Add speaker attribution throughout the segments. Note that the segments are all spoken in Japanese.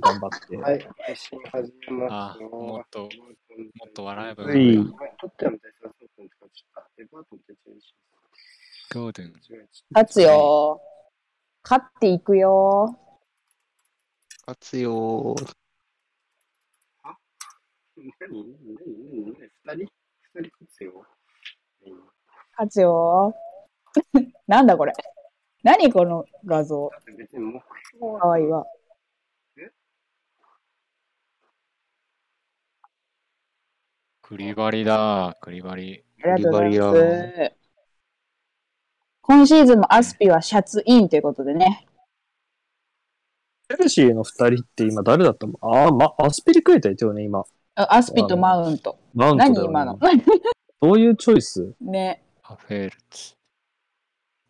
Speaker 1: 頑張って。
Speaker 2: はい、配信始めますよ。
Speaker 3: あもっともっと笑えば
Speaker 1: よかった
Speaker 2: うん撮ってはみたいな、そうなんですかちょっと、デパートの手帳にし
Speaker 3: ゴーデン。
Speaker 2: ます間違えち
Speaker 4: 勝つよ。勝っていくよ。
Speaker 5: 活用。
Speaker 2: ゃった。何何何何二人二人勝つよ。うん
Speaker 4: 勝つよ。 なんだこれ。何この画像。
Speaker 2: だって別に目標は、
Speaker 4: かわいいわ。
Speaker 3: クリバリだ、クリバリ。
Speaker 4: ありがとうございま
Speaker 5: リバ
Speaker 4: す。今シーズンもアスピはシャツインということでね。
Speaker 1: チェルシーの二人って今誰だったのああ、ま、アスピリクエタいたよね、今。
Speaker 4: あアスピとマウント。
Speaker 1: マウントだよ
Speaker 4: 何
Speaker 1: ね
Speaker 4: 今の。
Speaker 1: どういうチョイス
Speaker 4: ね。
Speaker 3: アフェルツ。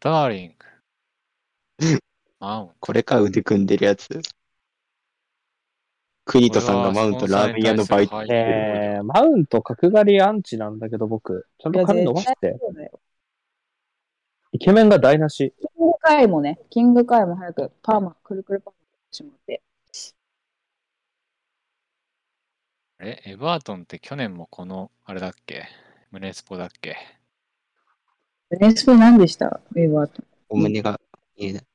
Speaker 3: ダーリ ング。マウン。
Speaker 5: これか、腕組んでるやつ。クニトさんがマウントラーメン屋のバイト。
Speaker 3: ね
Speaker 1: えー、マウント角刈りアンチなんだけど、僕。ちゃんと髪伸ばして。
Speaker 4: そうだよ。
Speaker 1: イケメンが台無し。
Speaker 4: キングカイもね、キングカイも早くパーマ、くるくるパーマしてもらって。
Speaker 3: え、エバートンって去年もこの、あれだっけ胸スポだっけ
Speaker 4: ネスプ何でしたウェーバーと。
Speaker 5: お胸が見えない。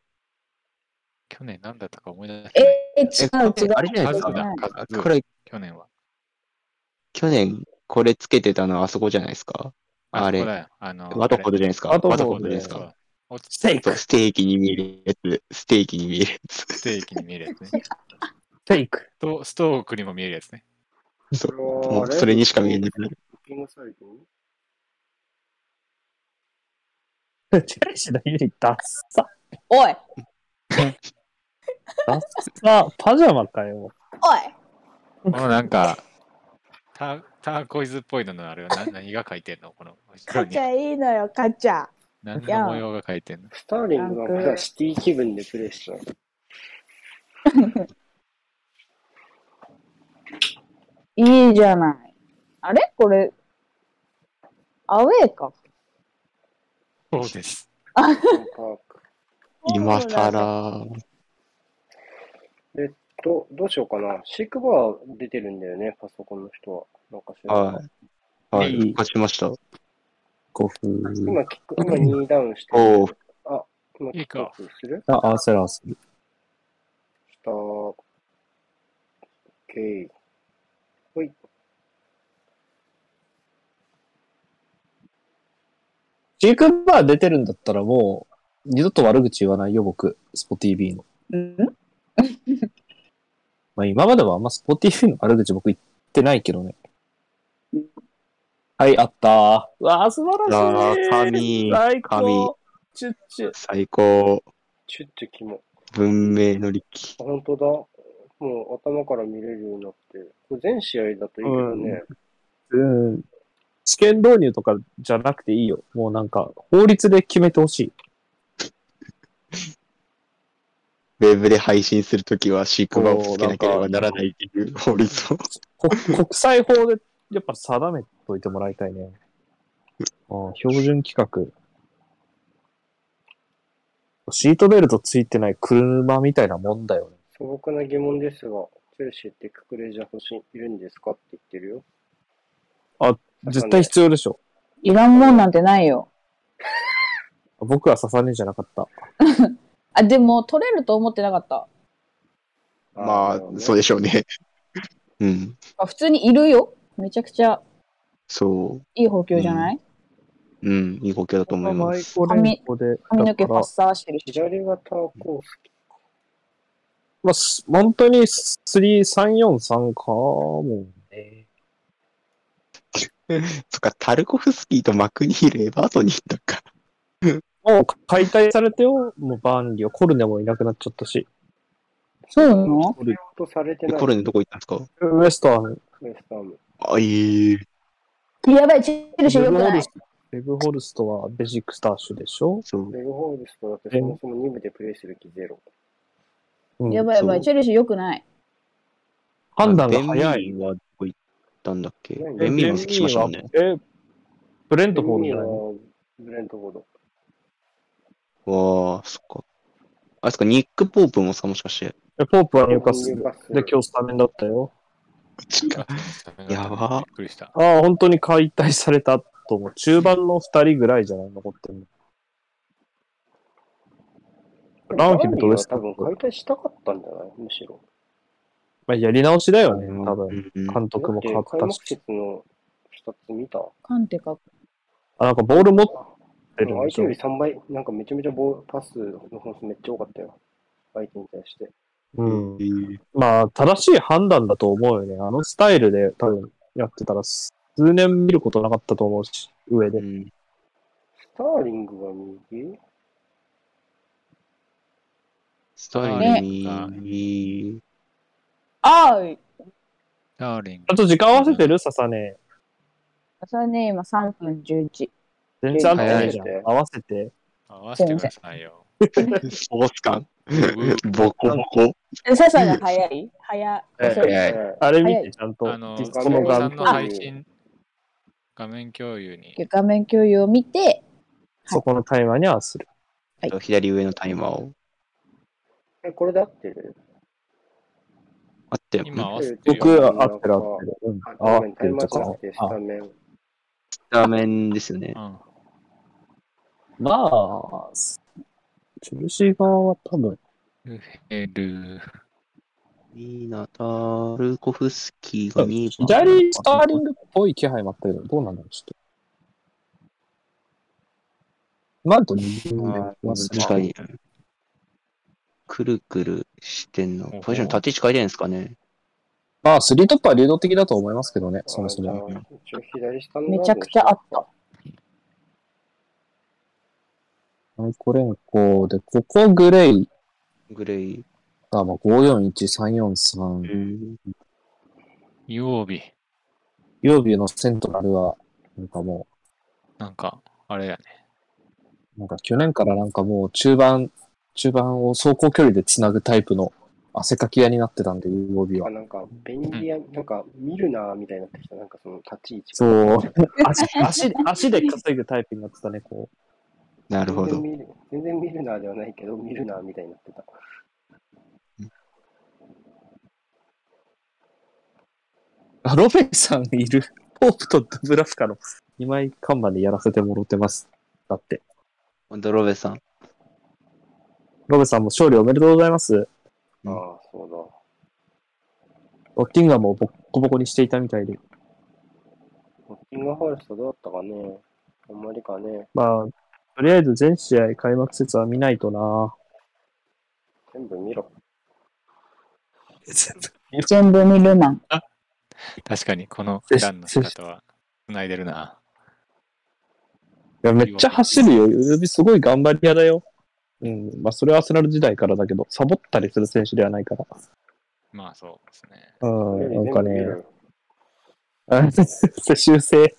Speaker 3: 去年何だったか思い出せない。
Speaker 4: えー、違う違う。
Speaker 5: あれじゃないです
Speaker 3: カズ
Speaker 4: 違
Speaker 3: だ
Speaker 4: う、
Speaker 3: カズ
Speaker 5: これ、
Speaker 3: 去年は。
Speaker 5: 去年、これつけてたのはあそこじゃないですかあれ
Speaker 3: そこだよ。あの、
Speaker 5: ワトフォードじゃないですか
Speaker 1: ワトフォード
Speaker 5: ワトフォードじゃないです
Speaker 3: そう
Speaker 5: か
Speaker 3: だおつ
Speaker 1: ステー
Speaker 5: そう
Speaker 1: ク
Speaker 5: ステーキに見えるやつ。ステーキに見えるやつ。
Speaker 3: ステーキに見えるやつね。ス
Speaker 1: ステーク
Speaker 3: トストークにも見えるやつね。
Speaker 5: そう
Speaker 2: こ
Speaker 5: もうそれにしか見えなく
Speaker 2: ブ
Speaker 5: な
Speaker 2: ッ
Speaker 5: る。
Speaker 2: キングサイト
Speaker 1: チェルシーだけにダッサ。
Speaker 4: おい
Speaker 1: ダッサ。パジャマかよ。
Speaker 4: おい
Speaker 3: このなんか、タターコイズっぽいののあれはな何が書いてんのこの後ろ
Speaker 4: カ
Speaker 3: に
Speaker 4: チャいいのよ、カチャ。
Speaker 3: 何の模様が書いてんの
Speaker 2: スターリングがまだシティ気分でプレイしてた。
Speaker 4: いいじゃない。あれこれ、アウェーか。
Speaker 3: そうです。
Speaker 2: パーク
Speaker 5: 今更。
Speaker 2: どどうしようかな。シークバー出てるんだよね、パソコンの人は。なんか知らない
Speaker 5: はい。はい。復活しました。
Speaker 1: 5分。
Speaker 2: 今キック、今2ダウンして
Speaker 5: おー
Speaker 2: あ、今キックオフする
Speaker 1: あ、アーセラーする。
Speaker 2: した。オッケー。ほい。
Speaker 1: ジェイクバー出てるんだったらもう、二度と悪口言わないよ、僕。スポ TV の。
Speaker 4: うん
Speaker 1: まあ今まではあんまスポ TV の悪口僕言ってないけどね。はい、あったー。うわあ、素晴らしい。
Speaker 5: あー神
Speaker 1: 最高
Speaker 5: 神
Speaker 1: チュッチュ。
Speaker 5: 最高。
Speaker 2: チュッチュキモ。
Speaker 5: 文明の利器。
Speaker 2: あ、本当だ。もう頭から見れるようになって。これ全試合だといいけどね。
Speaker 1: うん。試験導入とかじゃなくていいよ。もうなんか、法律で決めてほしい。
Speaker 5: ウェブで配信するときはシークバーをつけなければならないっていう法律を。
Speaker 1: こ国際法でやっぱ定めといてもらいたいね。あー標準規格。シートベルトついてない車みたいなもんだよね。
Speaker 2: 素朴な疑問ですが、チェルシーってククレジャ欲しいいるんですかって言ってるよ。
Speaker 1: 絶対必要でしょ。
Speaker 4: いらんもんなんてないよ。
Speaker 1: 僕は刺さねえじゃなかった。
Speaker 4: あ、でも、取れると思ってなかった。
Speaker 5: まあ、そうで
Speaker 2: し
Speaker 5: しょうね。うん。
Speaker 4: あ普通にいるよ。めちゃくちゃ
Speaker 5: そ
Speaker 4: いい補強じゃない、
Speaker 5: う。うん。いいご協だと思います。
Speaker 1: こで。
Speaker 4: 髪の毛ファッサーしてる
Speaker 2: ょ。
Speaker 4: し。
Speaker 2: 左がターコースキ
Speaker 1: まあ、す本当に3、3、4、3かもね。
Speaker 5: そっか、タルコフスキーとマクニール、エバートンに行った か。
Speaker 1: もう解体されてよ。もうバーンリーはコルネもいなくなっちゃったし。
Speaker 4: そうなの
Speaker 2: ー。とされてない
Speaker 5: コルネどこ行ったんですか
Speaker 1: ウエストハム。
Speaker 2: ウエスターム。
Speaker 5: あ、いい。
Speaker 4: やばい、チェルシー
Speaker 1: レ
Speaker 4: よ
Speaker 1: ブ
Speaker 4: く
Speaker 1: ホ
Speaker 4: な
Speaker 1: ル
Speaker 4: い
Speaker 1: ス。レブホルストはベジックスターシュでしょ、
Speaker 5: そう。
Speaker 2: レグホールスとだってそもそも2部でプレイする気ゼロ。
Speaker 1: うん
Speaker 4: やばいやば
Speaker 5: そ
Speaker 4: い、
Speaker 5: う
Speaker 4: チェルシーよくない。
Speaker 1: 判断が早
Speaker 5: ベン
Speaker 1: い。
Speaker 5: ミーはどこ行ったんだっけ
Speaker 2: え
Speaker 5: ベンミーもつきましたもんね
Speaker 1: ね。。え、ブレントフォード
Speaker 2: ミ
Speaker 1: じゃ
Speaker 2: ー
Speaker 1: ない
Speaker 2: はブレントフォード。
Speaker 5: わあ、そっか。あれっすか、ニック・ポープもさ、もしかして。
Speaker 1: えポープは入荷する
Speaker 2: 入荷する
Speaker 1: で、今日スタメンだったよ。
Speaker 5: 近 やば
Speaker 3: びっくりした。
Speaker 1: ああ、本当に解体されたと思う。中盤の2人ぐらいじゃない残ってるの。ランフィルとウエスト
Speaker 2: 多
Speaker 1: ブルク
Speaker 2: 分解体したかったんじゃないむしろ。
Speaker 1: まあ、やり直しだよね、多
Speaker 5: う
Speaker 1: 分。
Speaker 5: んうん
Speaker 1: 監督も変わっ
Speaker 2: だって開
Speaker 1: た
Speaker 2: 幕
Speaker 1: し。
Speaker 2: 節の2つ見た。
Speaker 4: カンテか。
Speaker 1: あ、なんかボール持ってるん
Speaker 2: 相
Speaker 1: でし
Speaker 2: 手
Speaker 1: ょ
Speaker 2: より3倍、なんかめちゃめちゃボールパスの本数めっちゃ多かったよ。相手に対して。
Speaker 1: うん。
Speaker 5: うん
Speaker 1: まあ、正しい判断だと思うよね。あのスタイルで多分やってたら、数年見ることなかったと思うし、上
Speaker 5: う
Speaker 1: で。
Speaker 5: ん
Speaker 2: スターリングは右
Speaker 5: スタイルに、
Speaker 4: あーい。
Speaker 3: ダーリン
Speaker 1: あと時間合わせてる笹ね。
Speaker 4: それね、今3分11。
Speaker 1: 全然合ってないじゃん
Speaker 2: 早いね。
Speaker 1: 合わせて。
Speaker 3: 合わせてくださいよ。
Speaker 5: スポーツ感、ボコボコ。
Speaker 4: え、ササが早い早。
Speaker 1: え
Speaker 4: 遅い
Speaker 5: え
Speaker 1: あれ見
Speaker 4: 早
Speaker 1: て
Speaker 4: い
Speaker 1: ちゃんと。
Speaker 3: あの、
Speaker 1: 実
Speaker 2: こ
Speaker 1: この
Speaker 3: の
Speaker 1: 画
Speaker 3: さ
Speaker 1: 面
Speaker 3: んの配信、画面共有に。
Speaker 4: 画面共有を見て、
Speaker 1: そこのタイマーに合わせる。
Speaker 5: え左上のタイマーを。
Speaker 2: え、これで合ってる
Speaker 5: あったよ。
Speaker 3: 今合わせてる
Speaker 1: 僕
Speaker 3: よ。
Speaker 1: 合ってる合ってる。うん、
Speaker 2: あ、
Speaker 1: 合
Speaker 2: ご
Speaker 1: っ
Speaker 2: めん、
Speaker 1: て
Speaker 2: タイ
Speaker 1: る
Speaker 2: マ
Speaker 1: と
Speaker 2: ーじゃ
Speaker 1: か
Speaker 2: なくてスタメン。
Speaker 5: 画面ですよね
Speaker 3: う。ん
Speaker 1: まあ、チェルシー側は多分、
Speaker 3: ルフェル。
Speaker 5: いいな、タルコフスキーが2番。
Speaker 1: 左スターリングっぽい気配もあったけど、どうなんだろう、ちょっと。なんと、
Speaker 5: あ
Speaker 1: まあ
Speaker 5: ー確かに。くるくるしてんの。ポジション立ち位置変えてるんですかね。
Speaker 1: まあ、スリートップは流動的だと思いますけどね、そもそ
Speaker 2: あ
Speaker 1: も。
Speaker 2: じゃあ一応左下の
Speaker 4: めちゃくちゃあった。
Speaker 1: アイコレンコで、ここグレイ、
Speaker 5: グレイ。
Speaker 1: あ、まあ、541、343。
Speaker 5: うん。
Speaker 3: 曜日。
Speaker 1: 曜日のセントラルは、なんかも
Speaker 3: なんか、あれやね。
Speaker 1: う、なんか去年からなんかもう中盤、中盤を走行距離でつなぐタイプの汗かき屋になってたんで、曜日は
Speaker 2: あ。なんか、便利や、なんか、見るなーみたいになってきた。なんか、その、立ち位置。
Speaker 1: そう。足、足、足で稼ぐタイプになってたね、こう。
Speaker 5: なるほ
Speaker 2: 全然
Speaker 5: ど。
Speaker 2: 見る全然見るなーではないけど、見るなーみたいになってた。
Speaker 1: あ、ロペさんいる。ポープとドブラフカの2枚看板でやらせてもろてます。だって。
Speaker 5: ドロベさん。
Speaker 1: ロペさんも勝利おめでとうございます。
Speaker 5: うん
Speaker 2: ああ、そうだ。
Speaker 1: ロッキンガムをボッコボコにしていたみたいで。
Speaker 2: ノッキングファレストどうだったかねあんまりかね。
Speaker 1: まあ、とりあえず全試合開幕節は見ないとな。
Speaker 2: 全部見ろ。
Speaker 4: 全部見るなん。
Speaker 3: 確かに、この
Speaker 1: 接し
Speaker 3: 普段の仕方は、繋いでるな。
Speaker 1: いや、めっちゃ走るよ。指すごい頑張り屋だよ。うん。まあ、それはアスナル時代からだけど、サボったりする選手ではないから。
Speaker 3: まあ、そうですね。
Speaker 1: うん。なんかね
Speaker 2: 全部見。ろ
Speaker 1: あ 修正。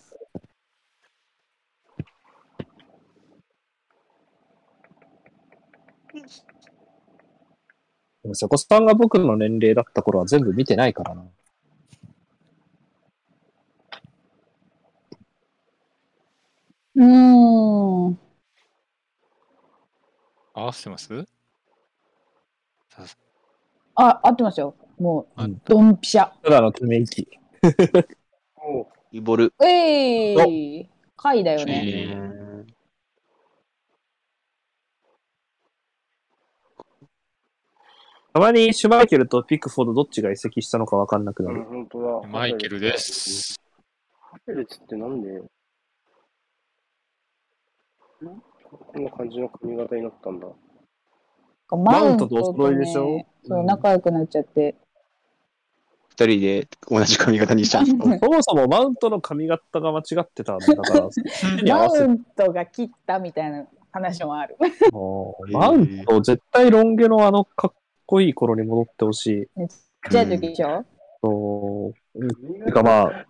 Speaker 1: でもそこさんが僕の年齢だった頃は全部見てないからな。
Speaker 4: うーん。
Speaker 3: 合わせてますさす
Speaker 4: あ、合ってますよ。も
Speaker 3: あ
Speaker 4: う、ドンピシャ。
Speaker 1: ただのため息。
Speaker 2: おう
Speaker 5: イボル。
Speaker 4: えい、ー、回だよね。
Speaker 3: えー
Speaker 1: たまにシュマイケルとピックフォードどっちが移籍したのかわかんなくな
Speaker 2: うん、
Speaker 1: る。
Speaker 2: 本当だ。
Speaker 3: マイケルで。す。
Speaker 2: ハペルツってなんでこんな感じの髪型になったんだ。
Speaker 4: マウ
Speaker 1: マウン
Speaker 4: ント
Speaker 1: トとお揃いでしょ
Speaker 4: ね
Speaker 1: う
Speaker 4: そ
Speaker 1: ん
Speaker 4: う、仲良くなっちゃって。
Speaker 5: 二人で同じ髪型にしたんですか
Speaker 1: そもそもマウントの髪型が間違ってたんだから、 そっちに合
Speaker 4: マ
Speaker 1: わせ
Speaker 4: ウ
Speaker 1: て。
Speaker 4: ントが切ったみたいな話もある。
Speaker 1: もうマウント、絶対ロン毛のあのかっこいい頃に戻ってほしい。
Speaker 4: めっちゃい時でしょ、
Speaker 1: そう。てかまあ、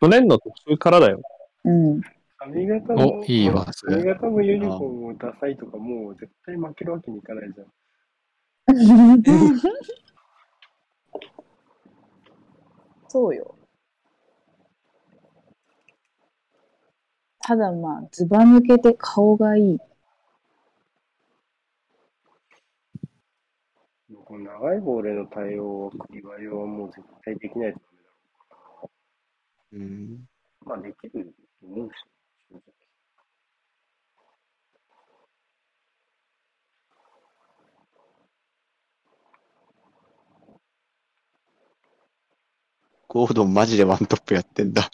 Speaker 1: 去年の途中からだよ。
Speaker 4: うん、
Speaker 2: 髪型
Speaker 3: お
Speaker 2: も、、
Speaker 3: いいわ。
Speaker 2: 髪型もユニフォームもダサいとか、もう絶対負けるわけにいかないじゃん。
Speaker 4: そうよ。ただまあ、ずば抜けて顔がいい。
Speaker 2: もうこの長ハイボールへの対応は、岩井はもう絶対できないと
Speaker 5: うん。
Speaker 2: 思う。まあ、できると思うし、正直
Speaker 5: ゴードンマジでワントップやってんだ。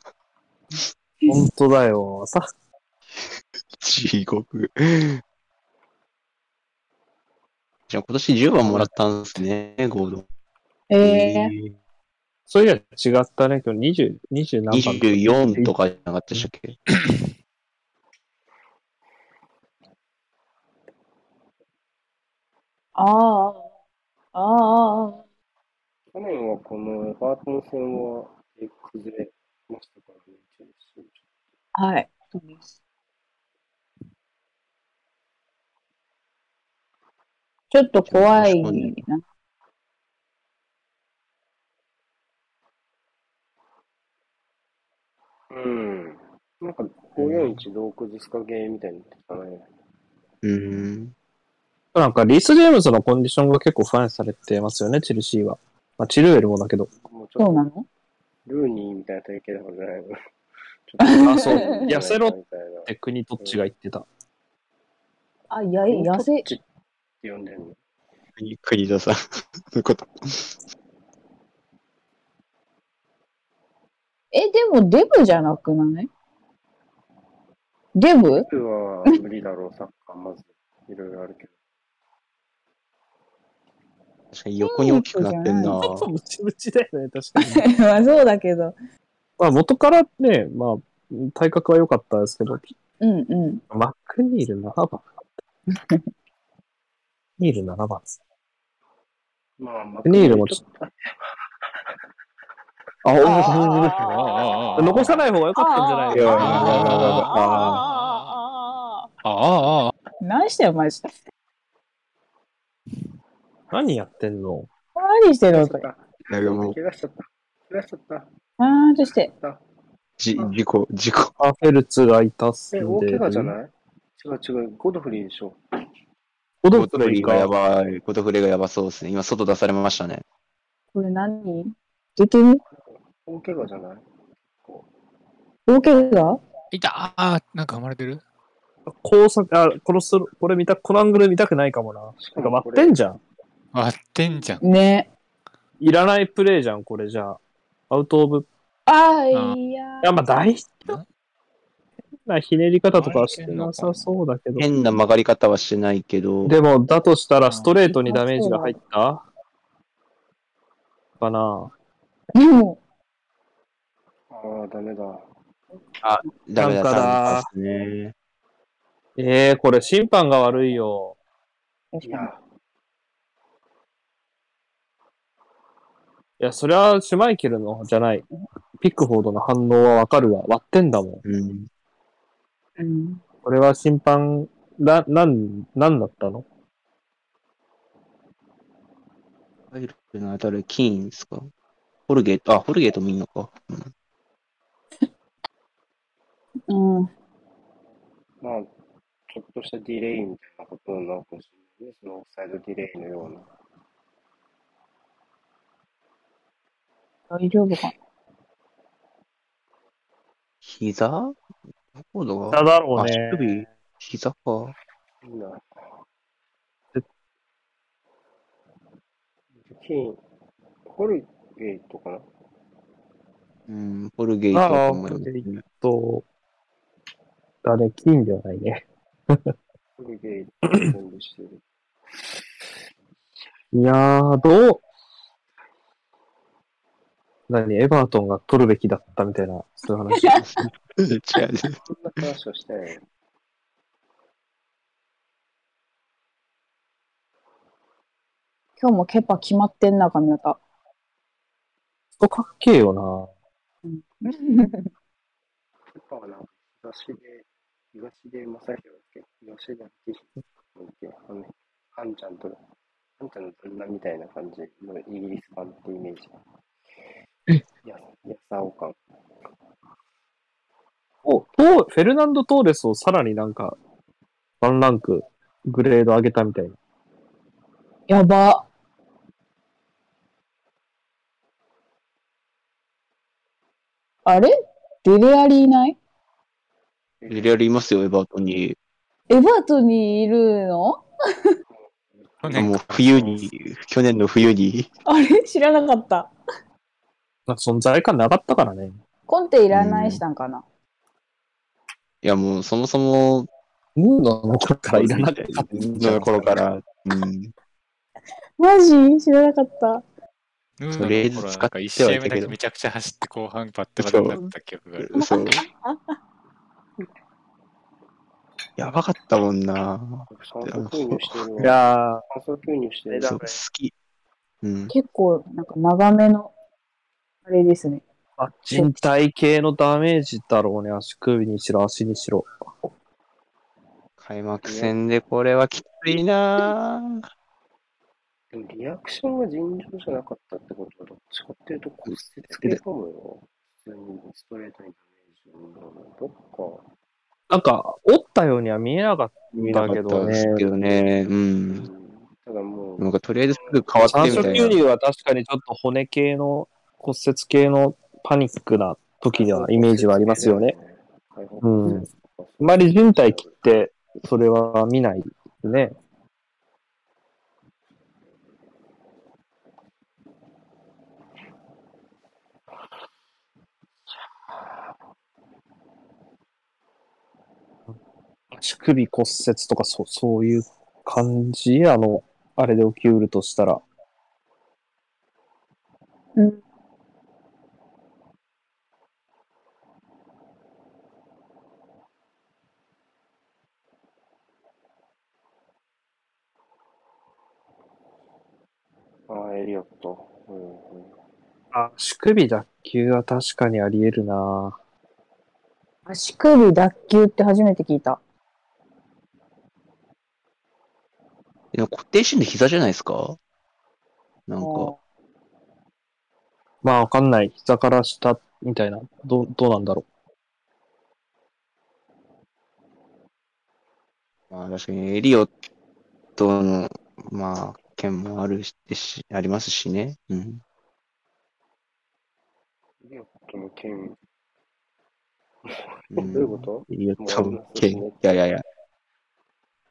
Speaker 1: 本当だよ。さ、
Speaker 5: 地獄。じゃあ今年10番もらったんですね、ゴードン。
Speaker 4: ええ
Speaker 1: そういや違ったね。今日20、20何番
Speaker 5: 24とかじゃなかったでしたっけ
Speaker 4: ああ。ああ。
Speaker 2: 去年はこのエバートン戦はえ崩れましたからね、一応
Speaker 4: はい。そうです。ちょっと怖いな。
Speaker 2: うん。なんか541どう崩すかゲーみたいになってたね。
Speaker 5: うん。
Speaker 1: なんか、リース・ジェームズのコンディションが結構不安視されてますよね、チェルシーは。まあ、チルウェルもだけど。
Speaker 2: もうち
Speaker 4: そ
Speaker 2: ょ
Speaker 4: う
Speaker 2: っ
Speaker 4: な
Speaker 2: と
Speaker 4: の
Speaker 2: ルーニーみたいな体型だからじゃないの。 ちょっと
Speaker 1: あそう痩せろ
Speaker 2: みたいな。
Speaker 1: で、国とっちが言ってた。
Speaker 4: あ、や、
Speaker 2: え
Speaker 4: 痩せ
Speaker 2: っ、ちって呼んでるの。
Speaker 5: 国田さん。そういうこと。
Speaker 4: え、でもデブじゃなくないデブ
Speaker 2: 僕は無理だろう、サッカー、まず。いろいろあるけど。
Speaker 5: 確かに横に大きくなってんな。
Speaker 1: ちょっとムチムチだよね、確かに。
Speaker 4: まあそうだけど。
Speaker 1: まあ、元からね、まあ、体格は良かったですけど、
Speaker 4: うんうん。
Speaker 1: マックニール7番。ニール7番です。
Speaker 2: まあ、マ
Speaker 1: ニールもちょっと。あ、お
Speaker 4: あ
Speaker 1: お
Speaker 3: ああ
Speaker 4: あ
Speaker 3: ああ
Speaker 1: 残さない方が良かったんじゃない
Speaker 4: あ
Speaker 1: か
Speaker 5: や
Speaker 4: あ
Speaker 5: や
Speaker 4: あ
Speaker 5: やや
Speaker 1: な
Speaker 4: ああああ
Speaker 3: ああ
Speaker 4: あああああ
Speaker 3: ああ
Speaker 4: 何してんマジで。
Speaker 1: 何やってんの
Speaker 4: 何してるの
Speaker 2: 怪我しちゃった。
Speaker 5: なんかもう、
Speaker 2: 怪我しちゃった。怪我しちゃった。
Speaker 4: ああ、そして。
Speaker 5: じ、事故、事故。
Speaker 1: アフェルツがいたっすん
Speaker 2: え、
Speaker 1: で。
Speaker 2: 大怪我じゃない違う違う、ゴドフリーでしょ。
Speaker 1: ゴド
Speaker 5: ゴト
Speaker 1: フ
Speaker 5: フ
Speaker 1: リ
Speaker 5: リ
Speaker 1: ー
Speaker 5: ー
Speaker 1: が
Speaker 5: が
Speaker 1: や
Speaker 5: や
Speaker 1: ば
Speaker 5: ばい。ゴトフリーがやばそうですね。今、外出されましたね。
Speaker 4: これ何出てる
Speaker 2: 大怪我じゃない
Speaker 4: 大怪我
Speaker 3: いたああなんか生まれてる
Speaker 1: 交差あ、このスロこれ見た、このアングル見たくないかもな。
Speaker 2: しか
Speaker 1: なんか
Speaker 2: も
Speaker 1: 割
Speaker 2: こ
Speaker 1: って
Speaker 2: れ、
Speaker 1: んじゃん。
Speaker 3: 割ってんじゃん。
Speaker 4: ね。
Speaker 1: いらないプレイじゃん、これじゃあ。アウトオブ。い
Speaker 4: ああ、いや。
Speaker 1: や、まあ大丈夫。変なひねり方とかはして
Speaker 3: あれいけんの
Speaker 1: な
Speaker 3: かな
Speaker 1: さそうだけど。
Speaker 5: 変な曲がり方はしてないけど、
Speaker 1: でも、だとしたら、ストレートにダメージが入ったかな
Speaker 4: でも、
Speaker 2: ああ、ダメだ。
Speaker 5: ダメ
Speaker 1: なんかな
Speaker 5: だダメだですね。
Speaker 1: ええー、これ審判が悪いよ。
Speaker 4: 確
Speaker 2: い
Speaker 4: かに
Speaker 1: い
Speaker 2: や、
Speaker 1: や、それはシュマイケルのじゃない。ピックフォードの反応はわかるわ。割ってんだもん。
Speaker 5: うん。
Speaker 4: うん。
Speaker 1: これは審判、な、なん、なんだったの
Speaker 5: 入るのは誰キーンですかホルゲート、あ、ホルゲート見んのか。うん
Speaker 4: うん。
Speaker 2: まあ、ちょっとしたディレイみたいなことなのかもしれないね。そのオフサイドディレイのような。
Speaker 4: 大丈夫か
Speaker 5: 膝どこだ
Speaker 1: だだろう
Speaker 5: 足首
Speaker 1: ね。
Speaker 5: 膝か。
Speaker 2: いいな
Speaker 1: え。
Speaker 2: 金、ホルゲイとかな
Speaker 5: うん、ホルゲートだと 思います
Speaker 1: あーホル
Speaker 5: ね。
Speaker 1: と、あれ、金ではないね。
Speaker 2: ホルゲイと準備してる。
Speaker 1: いやー、どう何エバートンが取るべきだったみたいな、そういう 話。
Speaker 5: 違う。
Speaker 2: そんな話はしてない。
Speaker 4: 今日もケパ決まってんな、髪型。
Speaker 1: そうかっけえよな。
Speaker 2: やっぱなんか東で、東で正宏だっけ東で明宏だっけあの、あんちゃんと、あんちゃんの旦那みたいな感じのイギリス版ってイメージ。や、やさお感。
Speaker 1: お、トーフェルナンド・トーレスをさらになんか、ワンランク、グレード上げたみたいな。
Speaker 4: やば。あれデレアリいない
Speaker 5: リレアルいますよ、エバートンに。
Speaker 4: エバートンにいるの
Speaker 3: 去年
Speaker 5: もう
Speaker 3: から
Speaker 5: 冬に、去年の冬に、
Speaker 4: あれ知らなかった。
Speaker 1: なんか存在感なかったからね。
Speaker 4: コンテいらないしたんかな。
Speaker 5: いやもうそもそも、
Speaker 1: ムーノの頃からいらなかったって言うんじゃん
Speaker 5: の頃から、うん、
Speaker 4: マジ知らなかった。
Speaker 3: ヌー
Speaker 5: とりあえず
Speaker 3: の頃
Speaker 5: 使
Speaker 3: なん
Speaker 5: っ
Speaker 3: か
Speaker 5: てはいたけど
Speaker 3: 1試合目だけめちゃくちゃ走って後半パッてバタになった記憶がある。
Speaker 5: そう。やばかったもんな。
Speaker 2: 酸素吸入してる
Speaker 1: い
Speaker 2: わ。
Speaker 1: やー、
Speaker 2: 酸素吸入してる。
Speaker 5: そう好き。うん。
Speaker 4: 結構、なんか長めの、あれですね。
Speaker 1: まあ人体系のダメージだろうね。足首にしろ、足にしろ。
Speaker 5: 開幕戦でこれはきついなぁ
Speaker 2: でもリアクションが尋常じゃなかったってことは、どっちかっていうと骨折系かもよ。普通にストレートにダメージを受けたのどっか。
Speaker 1: なんか、折ったようには見えなかっ
Speaker 5: 見
Speaker 1: た
Speaker 5: なか
Speaker 1: け
Speaker 5: った
Speaker 1: ど
Speaker 5: で
Speaker 1: ね
Speaker 5: す。けどね。う。
Speaker 2: うんん。ただも
Speaker 5: なん
Speaker 2: う、
Speaker 5: かとりあえずすぐ変わって
Speaker 1: 三
Speaker 5: みた
Speaker 1: 色
Speaker 5: い
Speaker 1: 牛
Speaker 5: な。
Speaker 1: 乳は確かにちょっと骨系の骨折系のパニックな時にはイメージはありますよね。。うん あまり人体切って、それは見ないね。足首骨折とかそ、そういう感じあの、あれで起きうるとしたら。
Speaker 4: うん。
Speaker 2: ああ、エリアット。うんうん
Speaker 1: あ足首脱臼は確かにあり得るな
Speaker 4: 足首脱臼って初めて聞いた。
Speaker 5: でも固定してんの膝じゃないですかなんか、
Speaker 1: まあわかんない。膝から下みたいな。どう、どうなんだろ
Speaker 5: まあ確かにエリオットの、まあ、件もあるし、しありますしね。うん。
Speaker 2: エリアットの件、
Speaker 5: う
Speaker 2: どういうこと
Speaker 5: エリオット
Speaker 2: も
Speaker 5: の
Speaker 2: う
Speaker 5: 件。いやいやいや。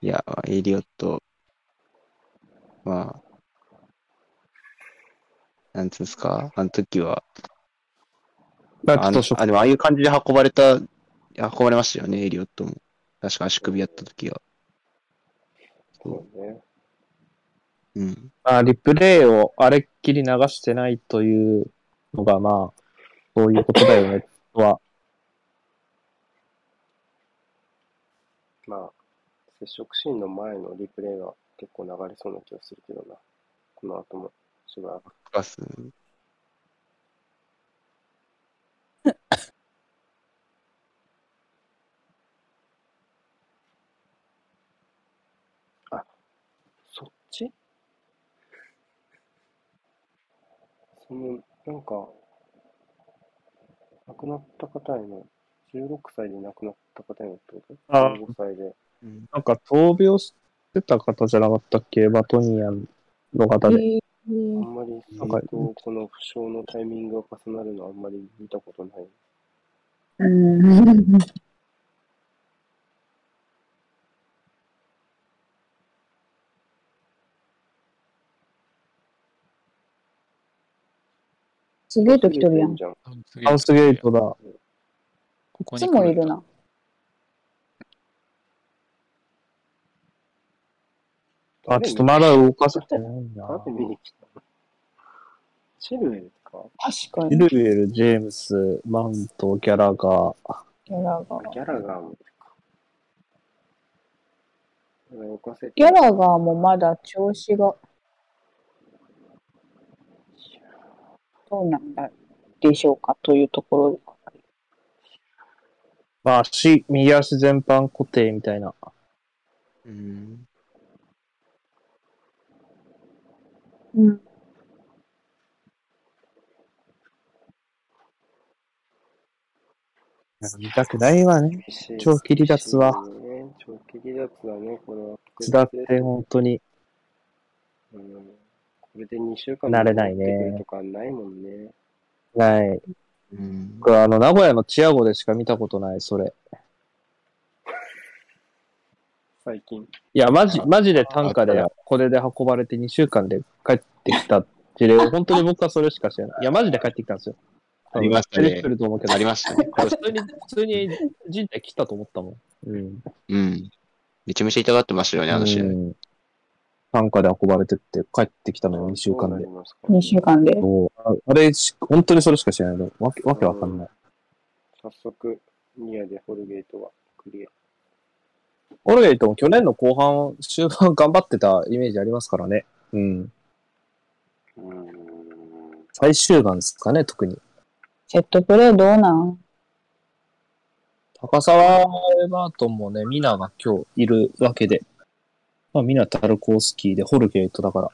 Speaker 5: いや、エリオット、まあ、なんつうんですかあの時は、
Speaker 1: う。まあ
Speaker 5: あ
Speaker 1: ちょ
Speaker 5: の
Speaker 1: っと
Speaker 5: あ、でもああいう感じで運ばれた、運ばれましたよね、エリオットも。確か足首やった時は。
Speaker 2: そうね。
Speaker 5: うん。
Speaker 1: まあ、リプレイをあれっきり流してないというのが、まあ、そういうことだよね、と は。
Speaker 2: まあ、接触シーンの前のリプレイが結構流れそうな気がするけどな。この後もしばらく。
Speaker 5: ガス。
Speaker 2: そっちその、なんか、亡くなった方への、16歳で亡くなった方へのってこと
Speaker 1: あ
Speaker 2: ?15 歳で。
Speaker 5: うん
Speaker 1: なんか、闘病してた方じゃなかったっけバトニアンの方で。
Speaker 4: え
Speaker 2: あ
Speaker 4: ー
Speaker 2: んまり
Speaker 1: なん
Speaker 2: そ
Speaker 1: か
Speaker 2: れとこの負傷のタイミングが重なるのはあんまり見たことない。
Speaker 4: うん。すげえ時取るやん。い
Speaker 2: じゃん。
Speaker 1: ハウスゲートだ。
Speaker 3: ここに
Speaker 4: つ
Speaker 3: 来
Speaker 4: もい
Speaker 3: んだ
Speaker 4: るな。
Speaker 1: あ、ちょっとまだ動かせてないな。
Speaker 2: なんで見に来たのシルエルか
Speaker 4: 確か
Speaker 1: ヒ
Speaker 4: に。
Speaker 1: ルウェル、ジェームス、マウント、ギャラガー。
Speaker 4: ギャラガー。
Speaker 2: ギャラガーもか。動かせて
Speaker 4: ギャラガーもまだ調子が、どうなんだでしょうかというところで。
Speaker 1: まあ、足、右足全般固定みたいな。
Speaker 5: うん。
Speaker 4: うん。
Speaker 1: 見たくないわね。
Speaker 2: 厳しい
Speaker 1: 長期離脱は。
Speaker 2: 厳しいね長期離脱はね、これは
Speaker 1: 津田って本当に。
Speaker 2: うんこれで2週間
Speaker 1: 慣れないね
Speaker 2: 戻ってくるとかないもんね。
Speaker 1: ない。
Speaker 5: うん。
Speaker 1: 僕はあの、名古屋のチアゴでしか見たことない、それ。
Speaker 2: 最近。
Speaker 1: いや、マジ、マジで単価で、これで運ばれて2週間で帰ってきた事 例を、本当に僕はそれしか知らない。いや、マジで帰ってきたんですよ。
Speaker 5: ありましたね
Speaker 1: 知ってると思うけど
Speaker 5: あ、りましたね。
Speaker 1: 普通に、普通に人体切ったと思ったもん。うん。
Speaker 5: うん。めちゃめちゃ痛がってましたよね、あの試合。
Speaker 1: うん単価で運ばれてって帰ってきたのよ、2週間で。
Speaker 4: 2週
Speaker 2: 間。
Speaker 4: 間で。
Speaker 1: そうああれし、本当にそれしか知らないの。わけわけわかんない。
Speaker 2: 早速、ニアでホルゲートはクリア。
Speaker 1: オルゲイトも去年の後半、終盤頑張ってたイメージありますからね。うん。
Speaker 2: うーん。
Speaker 1: 最終盤ですかね、特に。
Speaker 4: セットプレーどうなん
Speaker 1: 高沢エバートンもね、ミナが今日いるわけで。まあ、ミナ、タルコースキーで、ホルゲイトだから。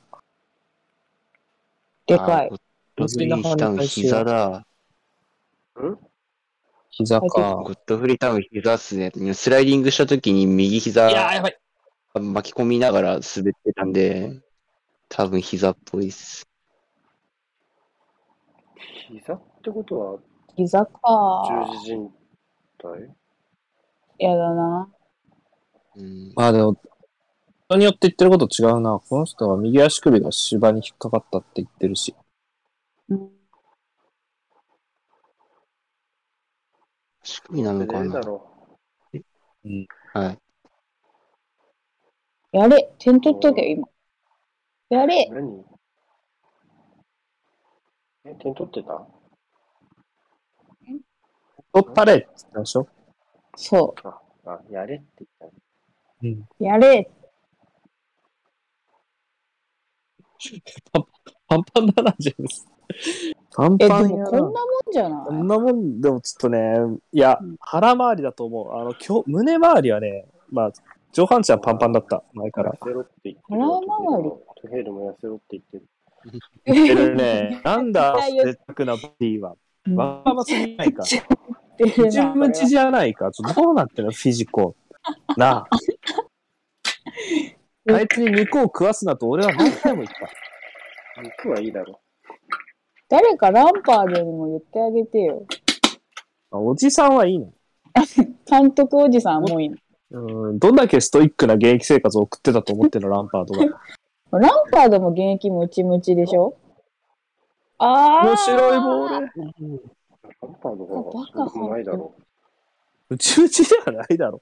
Speaker 4: でかい。
Speaker 5: ゴッドフリータウン膝だ。
Speaker 1: 膝
Speaker 5: ゴ
Speaker 1: か。
Speaker 5: ッドフリータウン膝っすね。スライディングした時に右
Speaker 1: いやー、
Speaker 5: 膝
Speaker 1: やばい。
Speaker 5: 巻き込みながら滑ってたんで、多分膝っぽいっす。
Speaker 2: 膝ってこと
Speaker 4: 膝か。
Speaker 2: は、十字靭帯
Speaker 4: やだな。
Speaker 5: うん。
Speaker 1: まあでも、人によって言ってること違うな。この人は右足首が芝に引っかかったって言ってるし。
Speaker 4: うん
Speaker 5: 足首なのか
Speaker 2: 出れるだ
Speaker 5: な
Speaker 2: ろ
Speaker 1: うん。
Speaker 5: はい。
Speaker 4: やれ点取っとけよ、今。や
Speaker 2: う
Speaker 4: れ
Speaker 2: 何え、点取ってた
Speaker 1: 取ったれって言ったでしょ
Speaker 4: そ
Speaker 2: あ、あ、やれって言ったね。
Speaker 1: うん。
Speaker 4: う。やれ
Speaker 1: パンパンだな、ジェームス。パン
Speaker 4: え、で
Speaker 1: パン
Speaker 4: も
Speaker 1: や
Speaker 4: こんな
Speaker 1: な
Speaker 4: も。んじゃ
Speaker 1: こ
Speaker 4: ない
Speaker 1: んなもん、でもちょっとね、いや
Speaker 4: うん、
Speaker 1: 腹周りだと思う。あの、今日、胸周りはね、まあ、上半身はパンパンだった、前から。
Speaker 2: 痩せろって言って
Speaker 4: 腹回り
Speaker 2: トヘルも痩せろって言ってる。
Speaker 1: 言ってる ね。なんだ、
Speaker 4: 痛いよ
Speaker 1: 贅沢なボディは。
Speaker 4: うん
Speaker 1: わがまますぎ ないか。
Speaker 4: 言ってる
Speaker 1: 自
Speaker 4: な
Speaker 1: 分ちじゃないか。ちょっとどうなってるの、フィジコ。なあ。あいつに肉を食わすなと俺は何回も言った。
Speaker 2: 肉はいいだろ。
Speaker 4: 誰かランパードにも言ってあげてよ。
Speaker 1: あおじさんはいいの。
Speaker 4: 監督おじさんもういいの。
Speaker 1: うん、どんだけストイックな現役生活を送ってたと思ってるの、ランパードが。
Speaker 4: ランパードも現役ムチムチでしょ ああ。
Speaker 1: 面白いボール。
Speaker 2: ハンパーの方が
Speaker 4: あバカ
Speaker 2: すごくないだろ。
Speaker 1: うちうちではないだろ。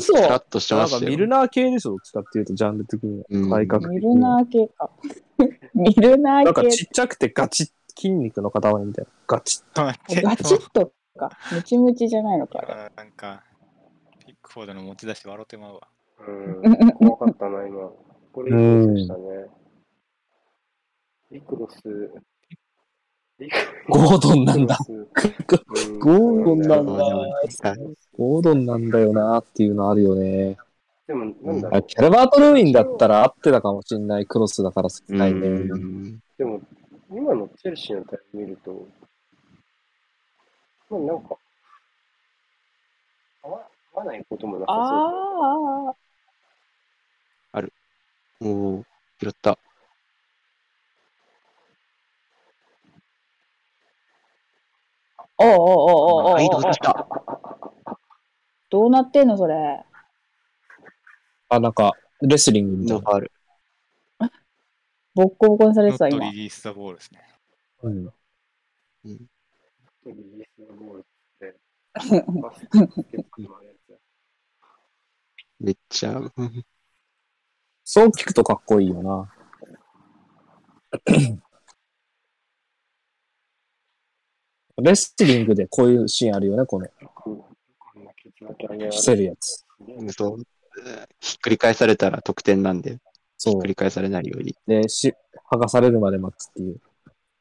Speaker 5: ス
Speaker 4: 嘘
Speaker 5: ラッとして
Speaker 1: な
Speaker 5: ま
Speaker 1: んか
Speaker 5: した
Speaker 1: ミ
Speaker 5: よ
Speaker 1: ル。ナー系でしょ、どっちかっていうと、ジャンル的に
Speaker 5: うん
Speaker 1: は。体格
Speaker 4: ミ
Speaker 1: 的
Speaker 4: ル
Speaker 1: には。
Speaker 4: ナー系か。 ミルナ
Speaker 1: なん
Speaker 4: ー
Speaker 1: か
Speaker 4: 系
Speaker 1: ちっちゃくてガチッ、筋肉の塊みたいな。ガチッ。
Speaker 3: 待って
Speaker 4: ガチッとか。ムチムチじゃないのか。あれ
Speaker 3: あーなんか、ピックフォードの持ち出し笑ってまうわ。
Speaker 2: うん、怖かったな、今。これいいクロスでしたね。いいクロス。いいクロス
Speaker 1: ゴードンなんだ。。
Speaker 2: うん
Speaker 1: ゴードンなん
Speaker 5: そう
Speaker 1: だ
Speaker 5: で。もなんか
Speaker 1: ゴードンなんだよなっていうのあるよね。
Speaker 2: でも、なんだろ
Speaker 1: あ
Speaker 2: う。
Speaker 1: キャルバート・ルーインだったら合ってたかもしれないクロスだから少
Speaker 5: う
Speaker 1: ないね。
Speaker 5: ん。
Speaker 2: でも、今のチェルシーのタイム見ると、まあなんか、合わ合わないこともなさそ
Speaker 4: ああ。
Speaker 5: おー、拾った。
Speaker 4: おうおうおうおうおうおう
Speaker 5: はい、どうでした
Speaker 4: どうなってんのそれ。
Speaker 1: あ、なんか、レスリングみたい
Speaker 5: ノー
Speaker 1: な。
Speaker 5: ファール。
Speaker 4: ボッコボコにされ
Speaker 3: ノ
Speaker 4: てた
Speaker 3: ット
Speaker 4: 今
Speaker 3: リ。リース・ザ・ボールですね。
Speaker 1: うん、
Speaker 2: う。リリースのボールって、バスケットのあるやつや。
Speaker 5: めっちゃ、うん
Speaker 1: そう聞くとかっこいいよな。 レスリングでこういうシーンあるよね、この、
Speaker 2: こんなケツだけ上げ
Speaker 1: 伏
Speaker 2: られて
Speaker 1: せるやつ。
Speaker 5: そう。ひっくり返されたら得点なんで、ひっ
Speaker 1: そう
Speaker 5: く。り返されないように。
Speaker 1: で、し、剥がされるまで待つっていう。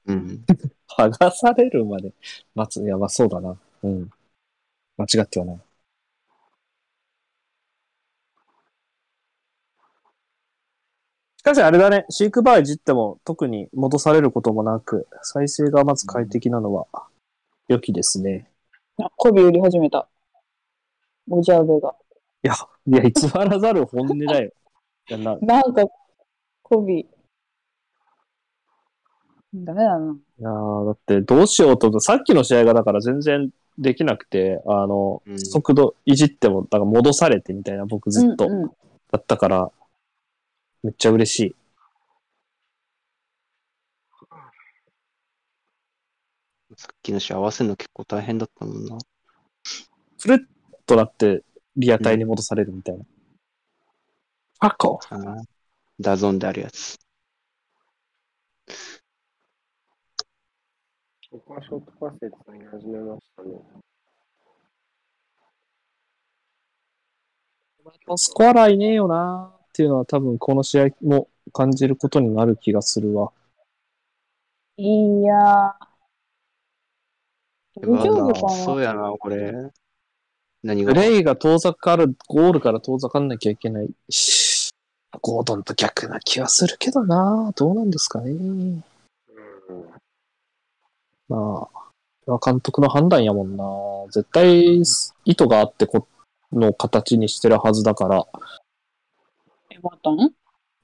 Speaker 5: うん。
Speaker 1: 剥がされるまで待つ。いや、まあそうだな。うん。間違ってはない。しかしあれだね、飼育バーいじっても特に戻されることもなく、再生がまず快適なのは良きですね。
Speaker 4: あコビ売り始めた。おじゃべが。
Speaker 1: いや、いや、偽らざる本音だ よ。いやな
Speaker 4: なんか、コビ、ダメだな。
Speaker 1: いやーだってどうしようと、さっきの試合がだから全然できなくて、あの、
Speaker 5: うん
Speaker 1: 速度いじっても、だから戻されてみたいな、僕ずっと、
Speaker 4: うんうん
Speaker 1: だったから、めっちゃ嬉しい。
Speaker 5: さっきの試合合わせるの結構大変だったもんな。
Speaker 1: スルッとなって、リアタイに戻されるみたいな。あっこ
Speaker 5: あーダゾーンであるやつ。
Speaker 2: 僕はショートパスでつなぎ始めましたね。
Speaker 1: スコアラーいねえよなーっていうのは多分この試合も感じることになる気がするわ。
Speaker 4: いやー。大丈夫か
Speaker 5: そう
Speaker 4: な
Speaker 5: やな、これ。何
Speaker 1: プ
Speaker 5: が
Speaker 1: レイが遠ざかる、ゴールから遠ざかんなきゃいけないし、ゴードンと逆な気はするけどなどうなんですかね。
Speaker 2: うん。
Speaker 1: まあ、まあ監督の判断やもんな絶対意図があってこの形にしてるはずだから、
Speaker 4: エバートン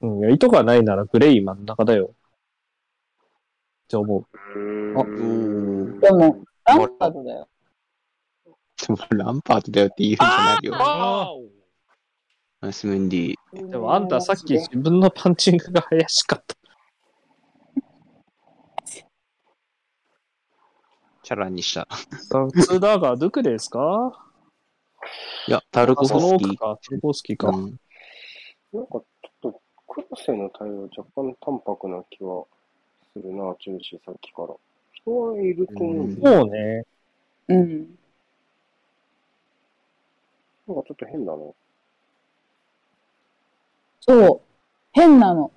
Speaker 1: うん、いや意図がないならグレイ真ん中だよ。って思う。あ
Speaker 5: うん
Speaker 4: でも、ランパードだよ。
Speaker 5: でもランパートだよって言うんじゃないよ。
Speaker 3: あ
Speaker 5: ナイスメンディー。
Speaker 1: でもあんたさっき
Speaker 4: い
Speaker 1: 自分のパンチングが怪しかった。
Speaker 5: チャラにした。
Speaker 1: 普通だが、ドゥクレですか
Speaker 5: いや、タルコ
Speaker 1: そ
Speaker 5: フ
Speaker 1: の
Speaker 5: ス
Speaker 1: 奥
Speaker 5: キー。
Speaker 1: か、トルコフスキーか。
Speaker 5: うん、
Speaker 2: なんかちょっと、クロスへの対応若干淡白な気はするな、チェルシーさっきから。人はいると思うんですよ。
Speaker 1: もうね、
Speaker 4: うん。
Speaker 2: なんかちょっと変だな。
Speaker 4: そう。変なの。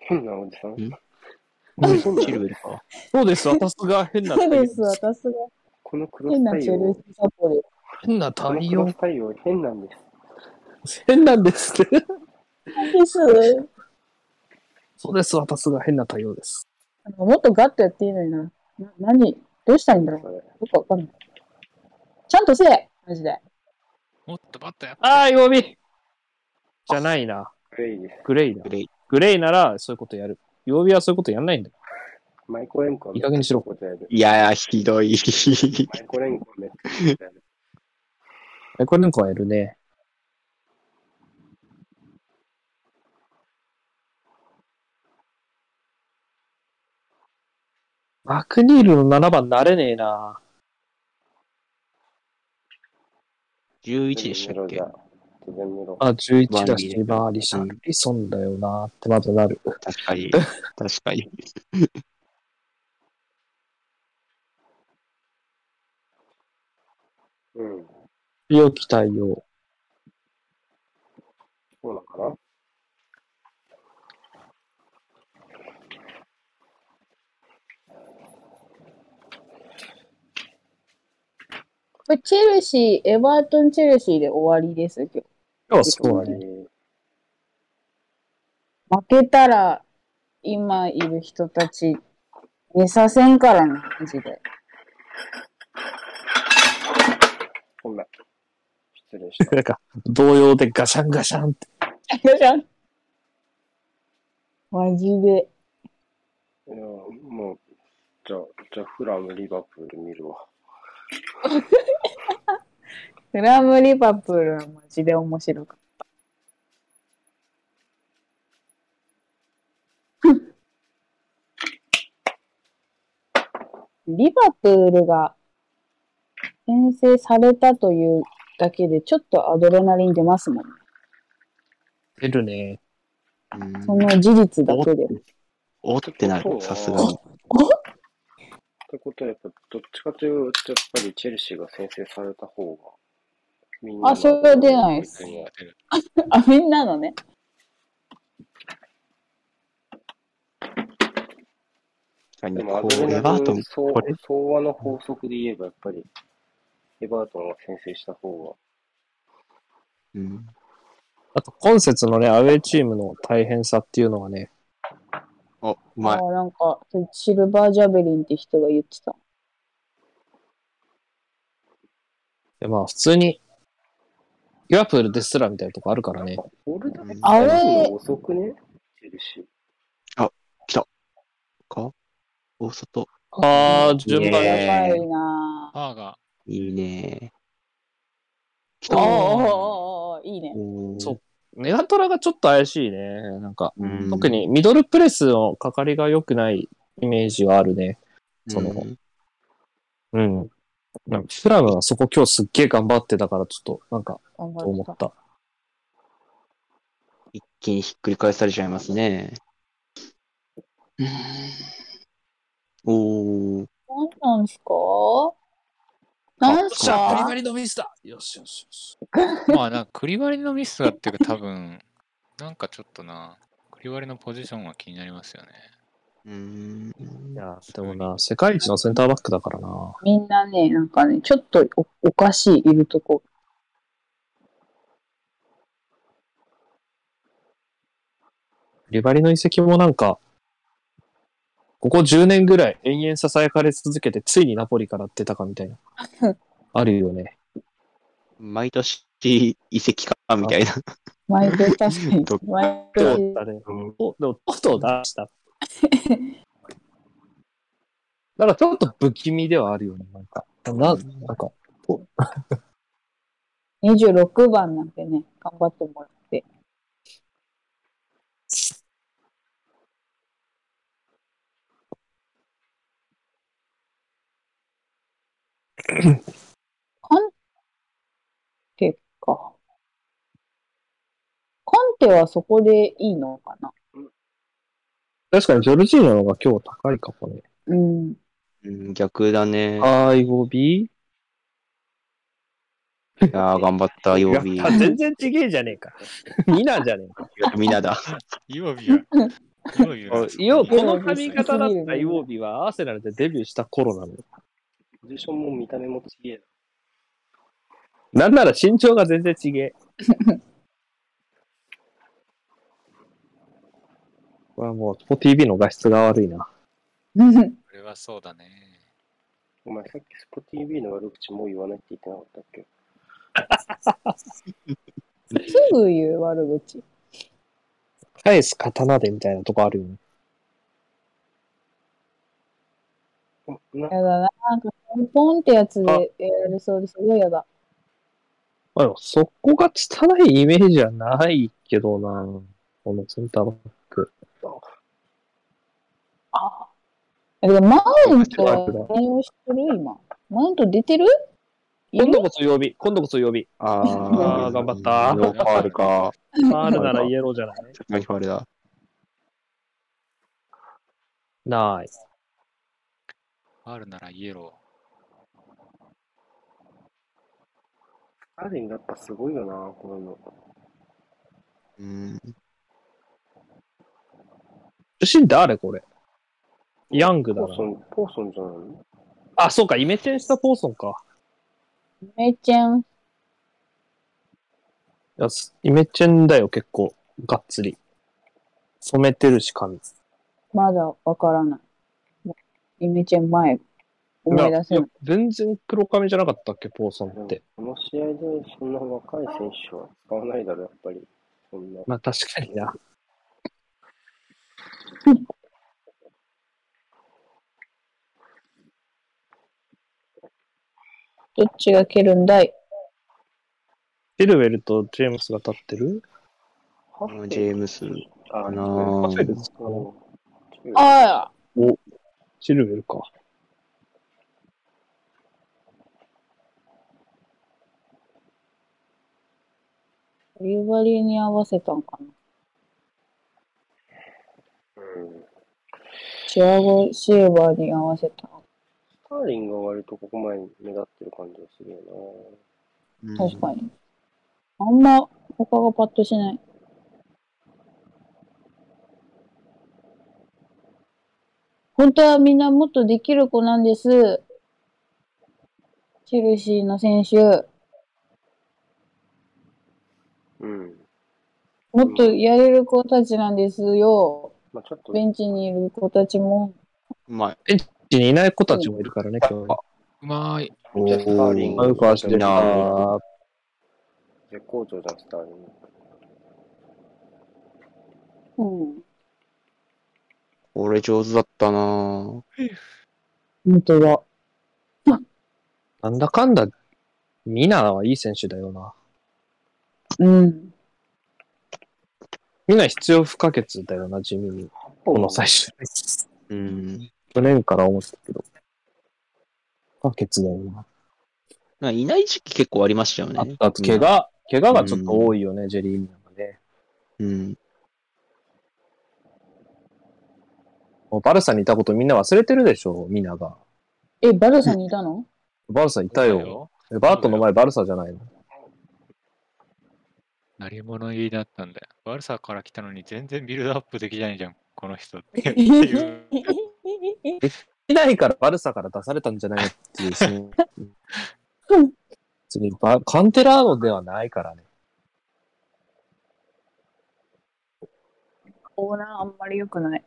Speaker 2: 変なおじさん。
Speaker 5: ん
Speaker 2: 変な
Speaker 5: チルベルか。
Speaker 1: そうです、私が変な
Speaker 4: そうです、私が
Speaker 2: このクロ
Speaker 4: 変
Speaker 2: ス
Speaker 4: な
Speaker 2: 対
Speaker 4: チェル
Speaker 2: 応
Speaker 4: シ、ーサポで。
Speaker 1: 変な
Speaker 2: この
Speaker 1: 対
Speaker 2: クロ
Speaker 1: 応
Speaker 2: ス。対応変なんです。
Speaker 1: 変なんですね。
Speaker 4: です。
Speaker 1: そうです、私が変な対応です。
Speaker 4: なんかもっとガッとやっていいのにな。な何どうしたいんだろう
Speaker 2: それ。
Speaker 4: よくわかんない。ちゃんとせえマジで。
Speaker 3: もっとバッとやっ
Speaker 1: ああ、弱みじゃないな。
Speaker 2: グレイです。
Speaker 1: グレイだ
Speaker 5: グ。レイ。
Speaker 1: グレイならそういうことやる。曜日はそういうことやんないんだよ。
Speaker 2: マイコレンコはめ
Speaker 1: いい
Speaker 2: っちゃ
Speaker 1: 加減にしろ。
Speaker 2: ことやる。
Speaker 5: いやー、ひどい。
Speaker 2: マイコレンコはめっちゃことやる。
Speaker 1: え、これなんかはやるね。マクニールの7番なれねえな。
Speaker 5: 11でしたっけ
Speaker 2: 全然見ろ。
Speaker 1: あ、11だ
Speaker 5: ワン
Speaker 1: し
Speaker 5: ミ、リ
Speaker 1: まあ、リシャルリソンだよなってまだなる。
Speaker 5: 確かに。 確かに。
Speaker 2: うん。
Speaker 1: 良き対応。
Speaker 2: そうなのかな
Speaker 4: これチェルシー、エバートン・チェルシーで終わりです、今
Speaker 1: 今日はそうだね。
Speaker 4: 日。負けたら、今いる人たち、寝させんからな、マジで。
Speaker 2: ごめん。失礼した。
Speaker 1: なんか、動揺でガシャンガシャンって。
Speaker 4: マジで。
Speaker 2: いや、もう、じゃあ、じゃあ、フラム、リバプール見るわ。
Speaker 4: グラム・リバプールはマジで面白かった。リバプールが先制されたというだけでちょっとアドレナリン出ますもん。
Speaker 1: 出るね。
Speaker 5: うん
Speaker 4: その事実だけで。
Speaker 5: おってなる、さすがに。
Speaker 2: ってことは、やっぱ、どっちかというと、やっぱりチェルシーが先制された方が、みん
Speaker 4: あそれは出ないっす
Speaker 3: て
Speaker 2: みん
Speaker 3: やってる。
Speaker 4: あ、みんなのね。
Speaker 5: 確かに
Speaker 2: でも、ア
Speaker 5: こ
Speaker 2: ドレ
Speaker 5: う、エ
Speaker 2: ナ
Speaker 5: バ
Speaker 2: リ
Speaker 5: ートン
Speaker 2: ン、、そう
Speaker 5: これ、
Speaker 2: 相和の法則で言えば、やっぱり、エバートンが先制した方
Speaker 5: うん、
Speaker 1: あと、今節のね、アウェーチームの大変さっていうのはね、
Speaker 5: お、う
Speaker 4: あ
Speaker 5: まい。
Speaker 4: あなんか、シルバージャベリンって人が言ってた。
Speaker 1: でまあ、普通に、リバプールですらみたいなとこあるから
Speaker 2: が、
Speaker 1: ね
Speaker 2: なん。か、俺だけ
Speaker 5: うん
Speaker 4: あ
Speaker 2: チェルシー
Speaker 4: れ
Speaker 2: が遅くねチェルシー。
Speaker 5: 来た。大外。
Speaker 1: あー、順番。
Speaker 5: ね
Speaker 1: あ
Speaker 5: え
Speaker 4: やばいなぁ。
Speaker 3: パーが、
Speaker 5: いいね。来
Speaker 1: ー
Speaker 5: た。
Speaker 1: あー、あ
Speaker 4: おーおーおーおーいいね。
Speaker 5: おー
Speaker 1: そうーメガトラがちょっと怪しいね。なんか、
Speaker 5: うん
Speaker 1: 特にミドルプレスのかかりが良くないイメージはあるね。その
Speaker 5: うん
Speaker 1: うん。なんかスラムはそこ今日すっげえ頑張ってたから、ちょっと、なんか、
Speaker 4: 頑張
Speaker 1: と
Speaker 4: っ
Speaker 1: 思った。
Speaker 5: 一気にひっくり返されちゃいますね。うんおー。
Speaker 4: 何なんすかなんす
Speaker 5: あ
Speaker 4: か
Speaker 1: リのミスだよしよしよし。
Speaker 3: まあなんかクリバリのミスだっていうか多分、なんかちょっとな、クリバリのポジションは気になりますよね。
Speaker 5: うーん。
Speaker 1: いやー、でもな、世界一のセンターバックだからな。
Speaker 4: みんなね、なんかね、ちょっとおおかしい、いるとこ。
Speaker 1: リバリの遺跡もなんか、ここ10年ぐらい延々囁かれ続けて、ついにナポリから出たかみたいな。 あるよね。
Speaker 5: 毎年遺跡か、みたいな。
Speaker 4: 毎回確かに
Speaker 5: どっ。
Speaker 4: 毎
Speaker 1: で
Speaker 4: 回
Speaker 1: も、だね。お、でも、とうとう出 した。だからちょっと不気味ではあるよね、なんか。な、なんか、
Speaker 4: 26番なんてね、頑張ってもらって。カンテか。カンテはそこでいいのかな
Speaker 1: 確かにジョルジーノの方が今日高いかもね。
Speaker 4: うん。
Speaker 5: うん逆だね。
Speaker 1: アイゴビ
Speaker 5: いやー頑張 った、曜日。
Speaker 1: 全然ちげえじゃねえか。 ミナじゃねえか。
Speaker 5: みんなだ。
Speaker 3: イオビは、イオビは、
Speaker 1: イオ
Speaker 4: ビ
Speaker 1: この髪型だったイオビはアーセナルでデビューした頃なの。
Speaker 2: ポジションも見た目もちげえ
Speaker 1: なんなら身長が全然ちげえ。 これはもう、スポ TV の画質が悪いな。
Speaker 3: これはそうだね。
Speaker 2: お前さっきスポ TV の悪口もう言わないって言ってなかったっけ
Speaker 4: すぐ言う悪口。
Speaker 1: 返す刀でみたいなとこあるよね。
Speaker 2: おな
Speaker 4: やだな。なんか、ポンってやつでやりそうですごいやだ。
Speaker 1: まあでも、そこが拙いイメージはないけどな。このセンターバック。
Speaker 4: ああ。だけど、マウントは対応してる今。マウント出てるい
Speaker 1: 今
Speaker 4: る
Speaker 1: 度こそ曜日。今度こそ曜日。
Speaker 5: あ
Speaker 1: あー頑張った
Speaker 5: ノーファー ルか。
Speaker 1: ファールならイエローじゃない
Speaker 5: 何ファールだ。
Speaker 1: ナイス。
Speaker 3: ファールならイエロ
Speaker 2: アーデンがやっぱすごいよな、このの。
Speaker 5: うん。
Speaker 1: 出身誰これヤングだ
Speaker 2: ポ
Speaker 1: な
Speaker 2: ー。ソン、ポーソンじゃないの
Speaker 1: あ、そうか。イメチェンしたポーソンか。
Speaker 4: めちゃん。
Speaker 1: いや、すイメチェンだよ、結構。がっつり。染めてるし、髪。
Speaker 4: まだわからない。イメチェン前。思い出せない
Speaker 1: や。全然黒髪じゃなかったっけ、ポーソンっ
Speaker 2: で
Speaker 1: て。
Speaker 2: もこの試合でそんな若い選手は使わないだろ、やっぱり。そんな。
Speaker 1: まあ確かにな。
Speaker 4: どっちが蹴るんだい
Speaker 1: シルウェルとジェームスが立ってる
Speaker 2: ハッフェ
Speaker 5: ジェームス。
Speaker 2: あ
Speaker 5: か
Speaker 2: ー
Speaker 5: な
Speaker 1: あ、そうですか。
Speaker 2: うん
Speaker 4: ああ
Speaker 1: シルウェルか。
Speaker 4: リバリーに合わせたんかな。
Speaker 2: うん
Speaker 4: チアゴ・シルバーに合わせた。
Speaker 2: スターリンが割とここまで目立ってる感じがするよ
Speaker 5: うん
Speaker 4: 確かに。あんま他がパッとしない。本当はみんなもっとできる子なんです。チェルシーの選手。
Speaker 2: な。うん。
Speaker 4: もっとやれる子たちなんですよ。
Speaker 2: まあちょっと、
Speaker 4: ベンチにいる子たちも。
Speaker 5: うまい。
Speaker 1: うちにいない子たちもいるからね、今日ね。
Speaker 3: ー。うまーい。
Speaker 5: お
Speaker 2: じゃあスターリン
Speaker 1: マウカーしてる
Speaker 5: なあ
Speaker 1: な。
Speaker 2: 絶好調じゃん、スターリン。
Speaker 4: うん。
Speaker 5: これ上手だったなぁ
Speaker 4: 本当だ。
Speaker 1: なんだかんだ、ミナはいい選手だよな。
Speaker 4: うん。
Speaker 1: ミナ必要不可欠だよな、地味に。この最終。
Speaker 5: うん。
Speaker 1: 去年から思ってたけど。不可欠だよな。
Speaker 5: なんかいない時期結構ありましたよ
Speaker 1: あっ
Speaker 5: ね。
Speaker 1: た、怪我、怪我がちょっと多いよね、ジェリーミナがね。
Speaker 5: うん。
Speaker 1: もうバルサにいたことみんな忘れてるでしょ、ミナが。
Speaker 4: え、バルサにいたの
Speaker 1: バルサいたよ。。えバートの前バルサじゃないの。
Speaker 3: 鳴り物入りだったんだよ。バルサから来たのに全然ビルドアップできないじゃん、この人っていう。
Speaker 1: いないからバルサから出されたんじゃないのっていう、そ の
Speaker 4: うん
Speaker 1: 別にバカンテラーノではないからね。
Speaker 4: オーナーあんまり良くない。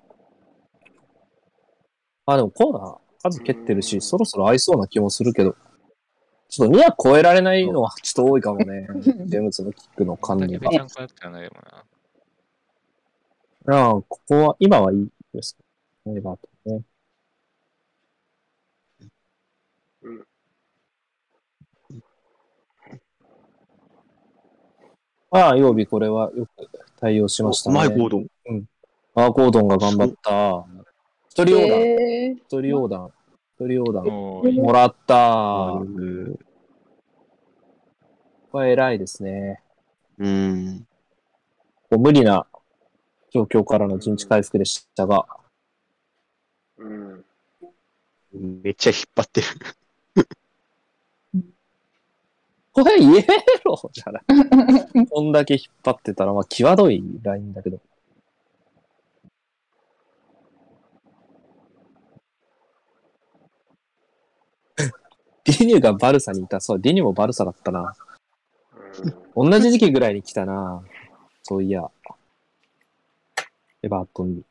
Speaker 1: あ、でもコーナー数蹴ってるし、そろそろ合いそうな気もするけど、ちょっと2は超えられないのはちょっと多いかも ね。ジェームズのキックの感
Speaker 3: だ
Speaker 1: じ
Speaker 3: け
Speaker 1: が。
Speaker 3: べ
Speaker 1: い
Speaker 3: ちゃんこだったよね、でもな。
Speaker 1: やここは、今はいいですね。バートね。ああ、曜日これはよく対応しましたね。
Speaker 5: マイゴードン。
Speaker 1: ああ、ゴードンが頑張った。一人オーダー、
Speaker 4: え
Speaker 1: 一人オーダー、一人オーダー。
Speaker 3: もういい、
Speaker 1: もらった。
Speaker 5: うん
Speaker 1: これ偉いですね。
Speaker 5: うん。
Speaker 1: こう無理な状況からの陣地回復でしたが、
Speaker 2: うん。
Speaker 5: めっちゃ引っ張ってる。
Speaker 1: これイエローじゃないこんだけ引っ張ってたら、まあ、際どいラインだけど。ディニューがバルサにいた。そう、ディニューもバルサだったな。同じ時期ぐらいに来たな。そういや。エバートンに。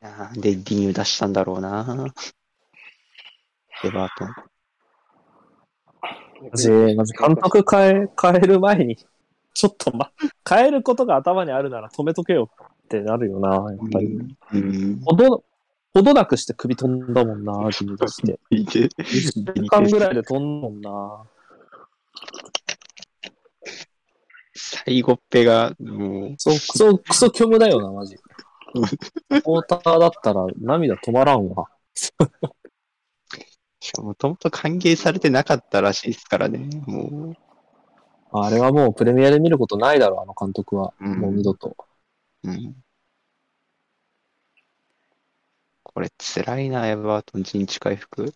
Speaker 5: なんでディニュー出したんだろうなエバートン。
Speaker 1: まず、まず監督変え、変える前に、ちょっとま、変えることが頭にあるなら止めとけよってなるよな、やっぱり。
Speaker 5: うん。
Speaker 1: ほど、ほどなくして首飛んだもん な、自分出して。
Speaker 5: いて。
Speaker 1: 1週間ぐらいで飛んだもんな。
Speaker 5: 最後っぺが、もう、
Speaker 1: そう、クソ、クソ虚無だよな、マジ。サポーターだったら涙止まらんわ。
Speaker 5: しかもともと歓迎されてなかったらしいですからね。も
Speaker 1: あれはもうプレミアで見ることないだろう、あの監督は。
Speaker 5: うん
Speaker 1: もう二度と。
Speaker 5: う。うん。これ辛いな、エバートン陣地回復。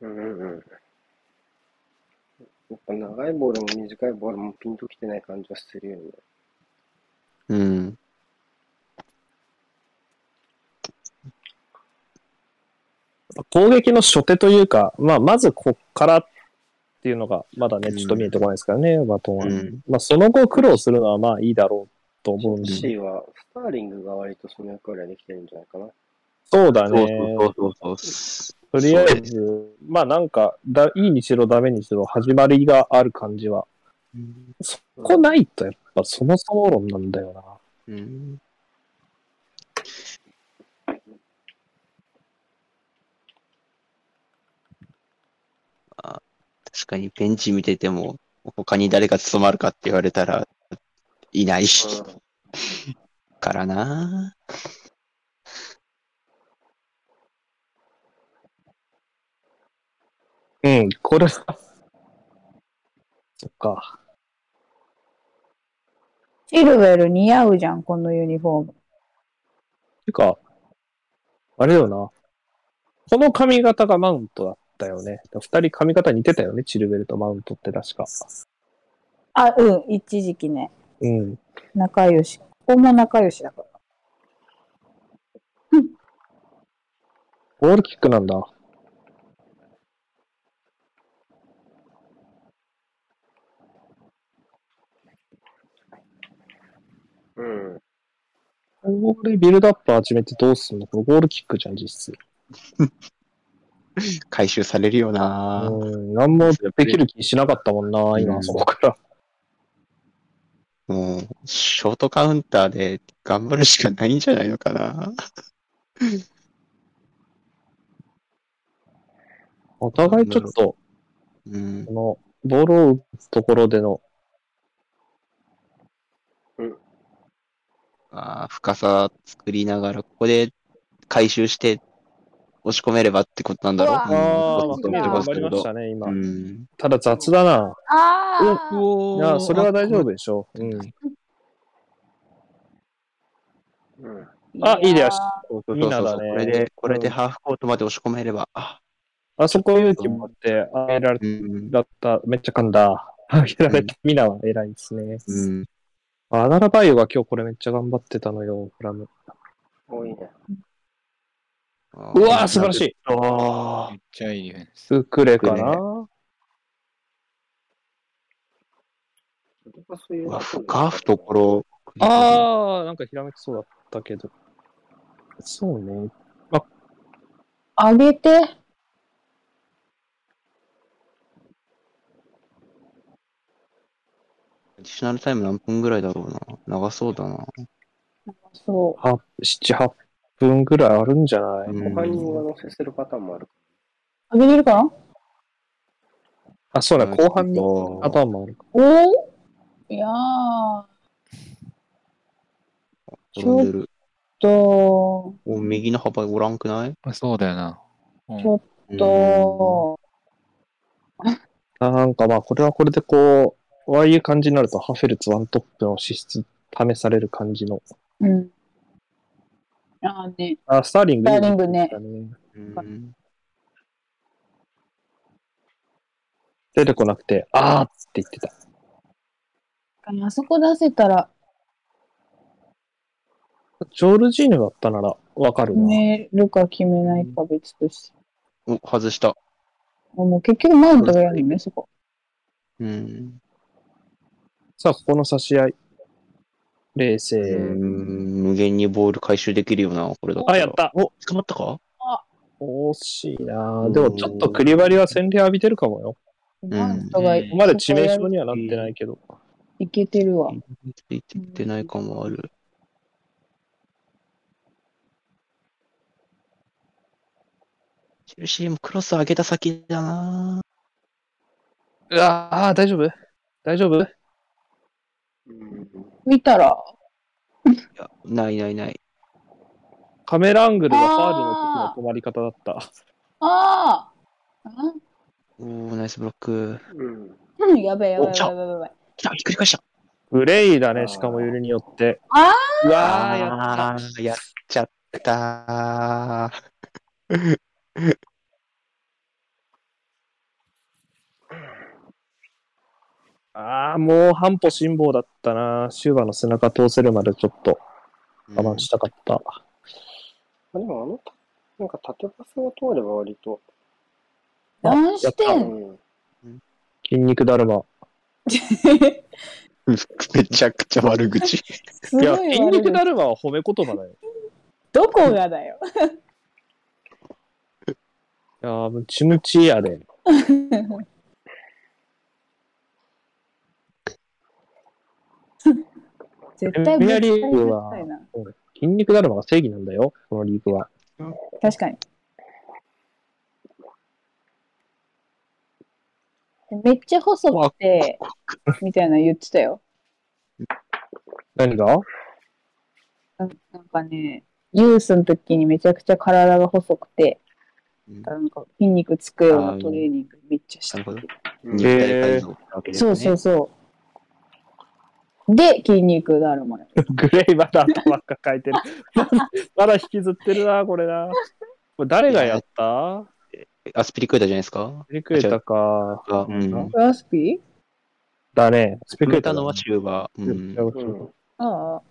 Speaker 2: うんうんうん。やっぱ長いボールも短いボールもピンときてない感じはしてるよね。
Speaker 5: うん。
Speaker 1: やっぱ攻撃の初手というか、まあ、まずこっからっていうのが、まだね、
Speaker 5: うん
Speaker 1: ちょっと見えてこないですからね、バトンは。
Speaker 5: うん。
Speaker 1: まあ、その後苦労するのはまあいいだろうと思うんで。
Speaker 2: C は、スターリングが割とその役割はできてるんじゃないかな。
Speaker 1: そうだ
Speaker 5: そう
Speaker 1: ね。
Speaker 5: そうそうそう。
Speaker 1: とりあえず、まあなんかだ、いいにしろダメにしろ始まりがある感じは、
Speaker 5: うん
Speaker 1: そこないとやっぱそもそも論なんだよな。
Speaker 5: うん。あ確かにベンチ見てても、他に誰が務まるかって言われたら、いないからな。
Speaker 1: うん、これは。そっか。
Speaker 4: シルベル似合うじゃん、このユニフォーム。
Speaker 1: てか、あれよな。この髪型がマウントだったよね。二人髪型似てたよね、チルベルとマウントって確か。
Speaker 4: あ、うん、一時期ね。
Speaker 1: うん。
Speaker 4: 仲良し。ここも仲良しだから。
Speaker 1: ゴールキックなんだ。
Speaker 2: うん。うん。
Speaker 1: これビルドアップ始めてどうすんのこれゴールキックじゃん、実質。
Speaker 5: 回収されるよな
Speaker 1: うん、何もできる気しなかったもんな、
Speaker 5: う
Speaker 1: 今、
Speaker 5: ん
Speaker 1: そこから。
Speaker 5: もう、ショートカウンターで頑張るしかないんじゃないのかな。
Speaker 1: お互いちょっと、
Speaker 5: うん
Speaker 1: こ。の、ボールを打つところでの、
Speaker 5: あー深さ作りながら、ここで回収して押し込めればってことなんだろう。
Speaker 4: う
Speaker 1: あ
Speaker 4: わ
Speaker 5: う
Speaker 1: あ、
Speaker 5: ん
Speaker 4: マ
Speaker 1: ま
Speaker 4: ジ
Speaker 1: く頑張
Speaker 5: ち
Speaker 4: か
Speaker 1: り
Speaker 5: ょ
Speaker 1: ま
Speaker 5: っと
Speaker 1: したね、今
Speaker 5: う。ん。
Speaker 1: ただ雑だな。
Speaker 4: ああ。
Speaker 1: い
Speaker 3: お
Speaker 1: や、それは大丈夫でしょう。うん。
Speaker 2: うん。
Speaker 1: あ、いいです
Speaker 5: そうそうそうそう
Speaker 1: ミナだね
Speaker 5: これで、これで
Speaker 1: うん
Speaker 5: ハーフコートまで押し込めれば、あ、
Speaker 1: あそこ勇気持って、あげられ
Speaker 5: うん。
Speaker 1: だった、めっちゃ噛んだ。あげられた、ミナは偉いですね。
Speaker 5: うん。
Speaker 1: あ、アナラバイオが今日これめっちゃ頑張ってたのよ、フラム。
Speaker 2: 多いね。
Speaker 1: うわー素晴らしい。
Speaker 5: あ
Speaker 3: めっちゃいいディフェンス。
Speaker 1: スクレかな、
Speaker 5: ーうわ、深
Speaker 2: 深
Speaker 5: ふところ。
Speaker 1: ああ、なんかひらめきそうだったけど。そうね。
Speaker 4: あげて。
Speaker 5: アディショナルタイム何分ぐらいだろうな。長そうだな。
Speaker 4: そ
Speaker 1: は7、8分ぐらいあるんじゃない、
Speaker 5: うん
Speaker 2: 他に上乗せするパターンもある。
Speaker 4: う。あげれるかな
Speaker 1: あ、そうだ、後半に
Speaker 5: あと、
Speaker 1: 頭もあるか。
Speaker 4: おおいやー、
Speaker 5: 転んでる。
Speaker 4: と、
Speaker 5: お右の幅おらんくない
Speaker 3: そうだよな。うん
Speaker 4: ちょ
Speaker 5: うん
Speaker 4: と、
Speaker 1: あなんかまあ、これはこれでこう、ああいう感じになると、ハフェルツワントップの資質試される感じの。
Speaker 4: うん。あーね、
Speaker 1: あ、スターリングいい
Speaker 4: スターリングね
Speaker 1: だね
Speaker 5: うん
Speaker 1: 出てこなくて、あーっつって言ってた。
Speaker 4: あそこ出せたら、
Speaker 1: ジョルジーヌだったならわかる
Speaker 4: 決
Speaker 1: な。
Speaker 4: めるか決めないか別として。
Speaker 5: お、外した。
Speaker 4: もう結局マウントがやるのね、そこ。
Speaker 5: うん。
Speaker 1: さあ、ここの差し合い。冷静。
Speaker 5: うん無限にボール回収できるよな、これだ
Speaker 1: あ、やっ。た。お、
Speaker 5: 捕まったか
Speaker 1: 惜しいな
Speaker 5: う
Speaker 1: ぁ
Speaker 5: ん
Speaker 1: でもちょっとクリバリは洗礼浴びてるかもよ。こ
Speaker 5: ん
Speaker 4: マウントが、
Speaker 3: うん
Speaker 1: こまで致命傷にはなってないけど。
Speaker 4: いけてるわ。
Speaker 5: ついてきてない感もある。チェルシーもクロス上げた先だな
Speaker 1: うわあー、大丈夫大丈夫
Speaker 2: うん。
Speaker 4: 見たら、
Speaker 5: いや、ないないない。
Speaker 1: カメラアングルがファールの時の止まり方だった。
Speaker 4: あーあ
Speaker 5: おー、ナイスブロック。
Speaker 2: うん。
Speaker 4: うんやべえやべえ
Speaker 5: お
Speaker 4: や
Speaker 5: 来た
Speaker 4: べえやべえ。
Speaker 5: 来た、ひっくり返した。
Speaker 1: プレイだ
Speaker 2: あ
Speaker 1: ね、
Speaker 2: ー
Speaker 1: しかも揺れによって。
Speaker 4: あ
Speaker 1: うわあ、やった。
Speaker 5: あーやっちゃったー。
Speaker 1: ああ、もう半歩辛抱だったな。シューバの背中通せるまでちょっと我慢したかった。
Speaker 2: まあでもあの、なんか縦パスが通れば割と。
Speaker 4: 男子
Speaker 2: う
Speaker 4: 点
Speaker 2: ん。
Speaker 1: 筋肉だるま。
Speaker 5: めちゃくちゃ悪口。
Speaker 4: すご
Speaker 1: い
Speaker 4: い
Speaker 1: や、
Speaker 4: 悪い
Speaker 1: 筋肉だるまは褒め言葉だよ。
Speaker 4: どこがだよ。
Speaker 1: いやー、ムチムチやで。
Speaker 4: 絶対
Speaker 1: メアリーグは
Speaker 4: 絶対な
Speaker 1: 筋肉だるまが正義なんだよ、このリーグは。
Speaker 4: 確かに。めっちゃ細くて、みたいなの言ってたよ。
Speaker 1: 何が
Speaker 4: うんなんかね、ユースの時にめちゃくちゃ体が細くて、なんか筋肉つくようなトレーニングめっちゃしたって。
Speaker 5: なるほ
Speaker 2: うん
Speaker 5: 肉体改造ってわけです
Speaker 4: そ
Speaker 5: ね。
Speaker 4: うそうそう。で、筋肉だるまや。
Speaker 1: グレイまだ頭抱えてる。 まだまだ引きずってるな、これな。これ誰がやった
Speaker 5: アスピリクエタじゃないですか
Speaker 1: リクエタか。
Speaker 5: あ、うん。
Speaker 4: ラスピ
Speaker 1: だね。スペ
Speaker 5: 決
Speaker 1: クエ
Speaker 5: め
Speaker 1: タ
Speaker 5: た
Speaker 1: だ
Speaker 5: の
Speaker 1: ね
Speaker 5: はシューバー。うん。
Speaker 2: うん。
Speaker 4: ーああ。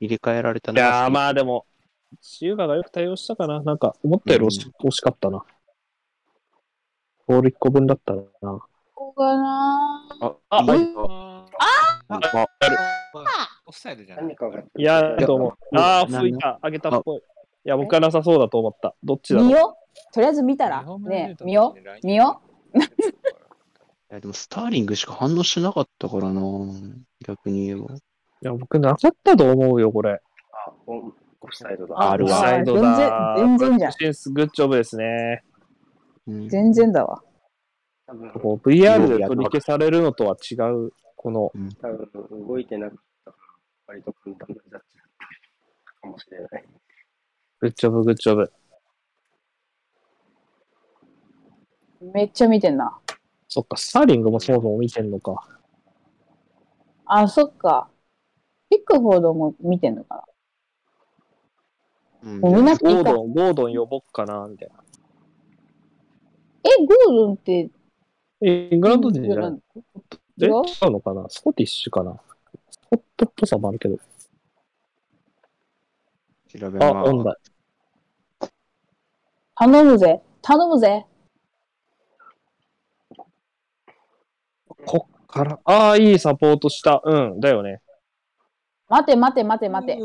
Speaker 5: 入れ替えられた
Speaker 1: い
Speaker 5: の
Speaker 1: やー、
Speaker 5: あ、
Speaker 1: まあでも、シューバがよく対応したかな。なんか、思ったより惜し,、かったな。ボール1個分だったな。
Speaker 4: ここがなぁ。
Speaker 5: あ、
Speaker 1: あ
Speaker 5: はい。
Speaker 3: あ
Speaker 5: あ
Speaker 3: オフサイドじゃない
Speaker 2: 何かが。
Speaker 1: いやー、どうも。あー、
Speaker 5: な
Speaker 1: 吹いた。あげたっぽい。いや、僕はなさそうだと思った。どっちだろう
Speaker 4: 見よとりあえず見たら、ね、見よ見よ
Speaker 5: いや、でもスターリングしか反応しなかったからな逆に言えば。
Speaker 1: いや、僕なかったと思うよ、これ。
Speaker 2: あ、オンオフサイドだ。
Speaker 5: あある
Speaker 1: オフ
Speaker 5: わ
Speaker 1: サイドだ。
Speaker 4: 全然全然じ
Speaker 1: ブラ
Speaker 4: ゃん
Speaker 1: ックシンス、グッジョブですね。
Speaker 5: うん
Speaker 4: う。全然だわ。
Speaker 2: 多分、
Speaker 1: こう VR で取り消されるのとは違う、この、
Speaker 2: 多分動いてなかったから、割と簡単なジャッジだったかもしれない。
Speaker 1: グッジョブ、グッジョブ。
Speaker 4: めっちゃ見てんな。
Speaker 1: そっか、スターリングもそもそも見てんのか。
Speaker 4: あ、そっか。ピックフォードも見てんのか
Speaker 5: うん
Speaker 4: な。もうみんな
Speaker 1: ゴ
Speaker 4: 見
Speaker 1: ー
Speaker 4: た。
Speaker 1: ドン、ゴードン呼ぼっかな、みたいな。
Speaker 4: え、ゴードンって、
Speaker 1: え、イングランド人じゃない
Speaker 4: うん
Speaker 1: え
Speaker 4: 違
Speaker 1: 違
Speaker 4: う
Speaker 1: うのかなスコティッシュかなスコットっぽさもあるけど。
Speaker 5: 調べ
Speaker 1: あ、
Speaker 5: ま
Speaker 1: なんだ。
Speaker 4: 頼むぜ。頼むぜ。
Speaker 1: こっから。ああ、いいサポートした。うん、だよね。
Speaker 4: 待て待て待て待て。
Speaker 1: う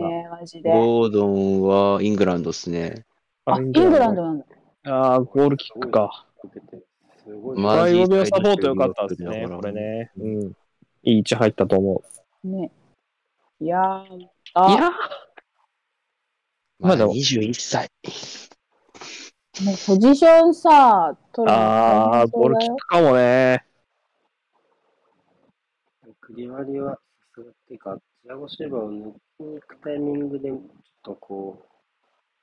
Speaker 1: だ
Speaker 4: ねえ、マジで。
Speaker 5: ゴードンはイングランドですね。
Speaker 4: あ、イングランドなんだ。
Speaker 1: ああ、ゴールキックか。
Speaker 2: 受けて、すごい。
Speaker 1: バ
Speaker 5: まマ
Speaker 1: イ
Speaker 5: ジ
Speaker 1: オベアサポートよかったですね、
Speaker 5: マジ
Speaker 1: これね。うん。いい位置入ったと思
Speaker 4: ね。いやー、
Speaker 1: う。い
Speaker 4: あ、
Speaker 1: やま
Speaker 5: まだ
Speaker 1: だ
Speaker 5: 21歳。
Speaker 4: もうポジションさ、取るの大
Speaker 1: ああ、
Speaker 4: 変
Speaker 1: ゴ
Speaker 4: そ
Speaker 1: ー
Speaker 4: う
Speaker 1: ル
Speaker 4: だ
Speaker 1: キッ
Speaker 4: よ。
Speaker 1: クかもね。
Speaker 2: クリワリは、さすがっていうか、ジアゴシルバを抜きに行くタイミングで、ちょっとこう、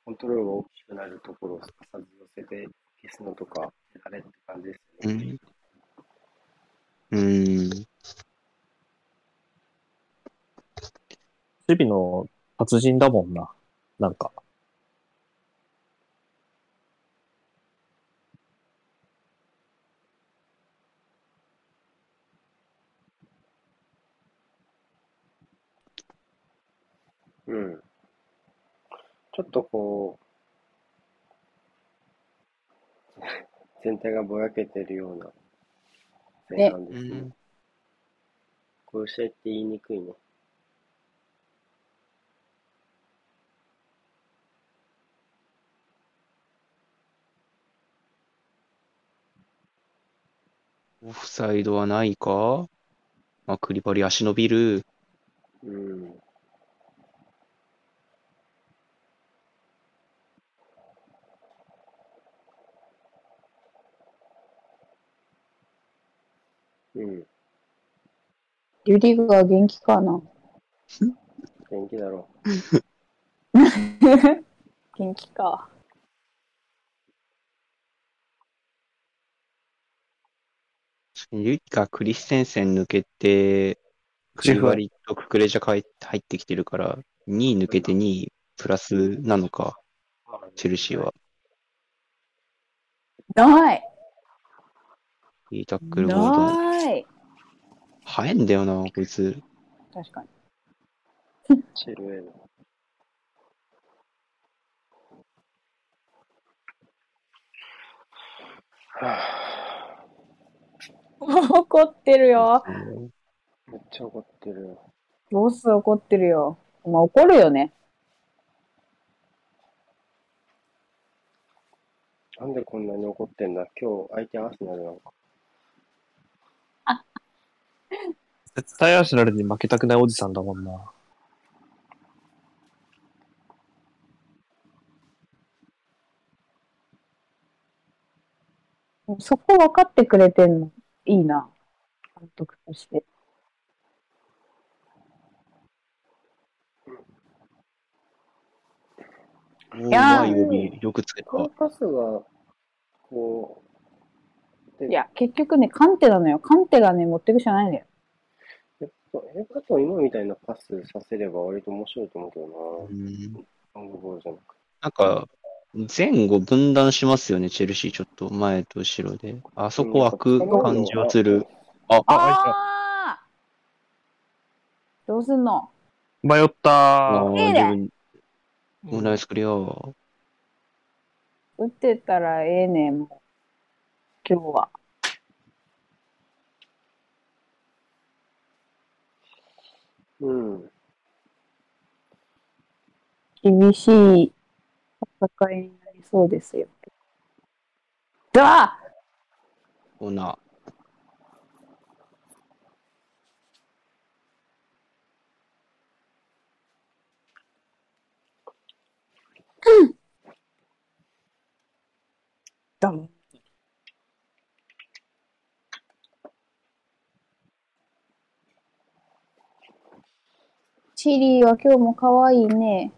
Speaker 2: コントロールが大きくなるところをすかさず寄せて消すのとか、あれって感じですよね。
Speaker 5: うん。うん。
Speaker 1: 守備の達人だもんな。なんか。
Speaker 2: うん。ちょっとこう、全体がぼやけてるような前半で
Speaker 5: う
Speaker 2: すね。
Speaker 5: ん
Speaker 2: こういう試合って言いにくいね。
Speaker 5: オフサイドはないかまあ、クリバリ足伸びる。
Speaker 2: うん。うん、
Speaker 4: リュディグは元気かな。
Speaker 2: 元気だろ
Speaker 4: 元気か。
Speaker 5: リュッカ、クリステンセン抜けて、クリバリとククレジャ帰って入ってきてるから、2位抜けて2位プラスなのか、
Speaker 2: う。
Speaker 5: チェルシーは。
Speaker 4: ない
Speaker 5: いいタックル、ゴードン。
Speaker 4: ない
Speaker 5: 早いんだよな、こいつ。
Speaker 4: 確かに。
Speaker 2: チェルウェイの。
Speaker 4: 怒ってるよ。
Speaker 2: めっちゃ怒ってるよ。
Speaker 4: ボス怒ってるよ。まあ怒るよね。
Speaker 2: なんでこんなに怒ってんだ今日相手アーセナルなのか。
Speaker 1: 絶対アーシナルに負けたくないおじさんだもんな。
Speaker 4: そこ分かってくれてんの。いいな。監督として。
Speaker 5: おーう
Speaker 4: や
Speaker 5: ま
Speaker 4: ー
Speaker 5: い帯、よくつけた。
Speaker 2: このパスが、こう、で
Speaker 4: いや、結局ね、カンテなのよ。カンテがね、持ってくしかないんだよ。
Speaker 2: やっぱ、えあと今みたいなパスさせれば割と面白いと思うけど
Speaker 5: うん
Speaker 2: な。ロングボールじゃなくて。
Speaker 5: なんか、前後分断しますよね、チェルシー、ちょっと前と後ろで。あそこ開く感じはする。あ、
Speaker 4: ああどうすんの
Speaker 1: 迷った
Speaker 5: あ
Speaker 1: ー。
Speaker 5: ー自分、もうナイスクリア。
Speaker 4: 打ってたらええねん、もう。今日は。
Speaker 2: うん。
Speaker 4: 厳しい戦いになりそうですよ。では、
Speaker 5: ほな。
Speaker 4: どん。チリーは今日も可愛いね。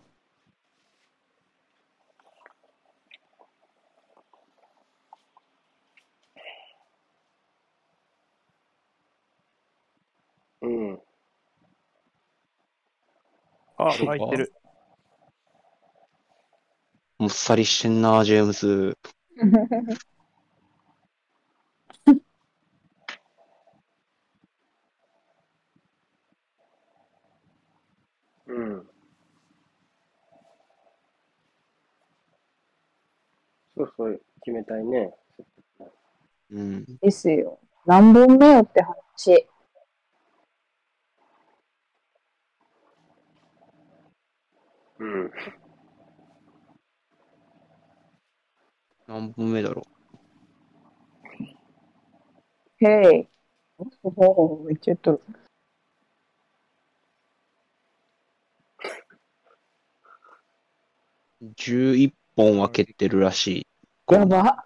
Speaker 2: うん。
Speaker 1: あ、
Speaker 5: そうか
Speaker 1: 入ってる。
Speaker 5: もっさりしてんな、ジェームズ。
Speaker 2: うん。そうそう、決めたいね。
Speaker 5: うん。
Speaker 4: ですよ。何本目よって話。
Speaker 2: うん。
Speaker 5: 何本目だろ
Speaker 4: へい。おお、めっちゃ言っとる。
Speaker 5: う。11本は蹴ってるらしい。
Speaker 4: やば。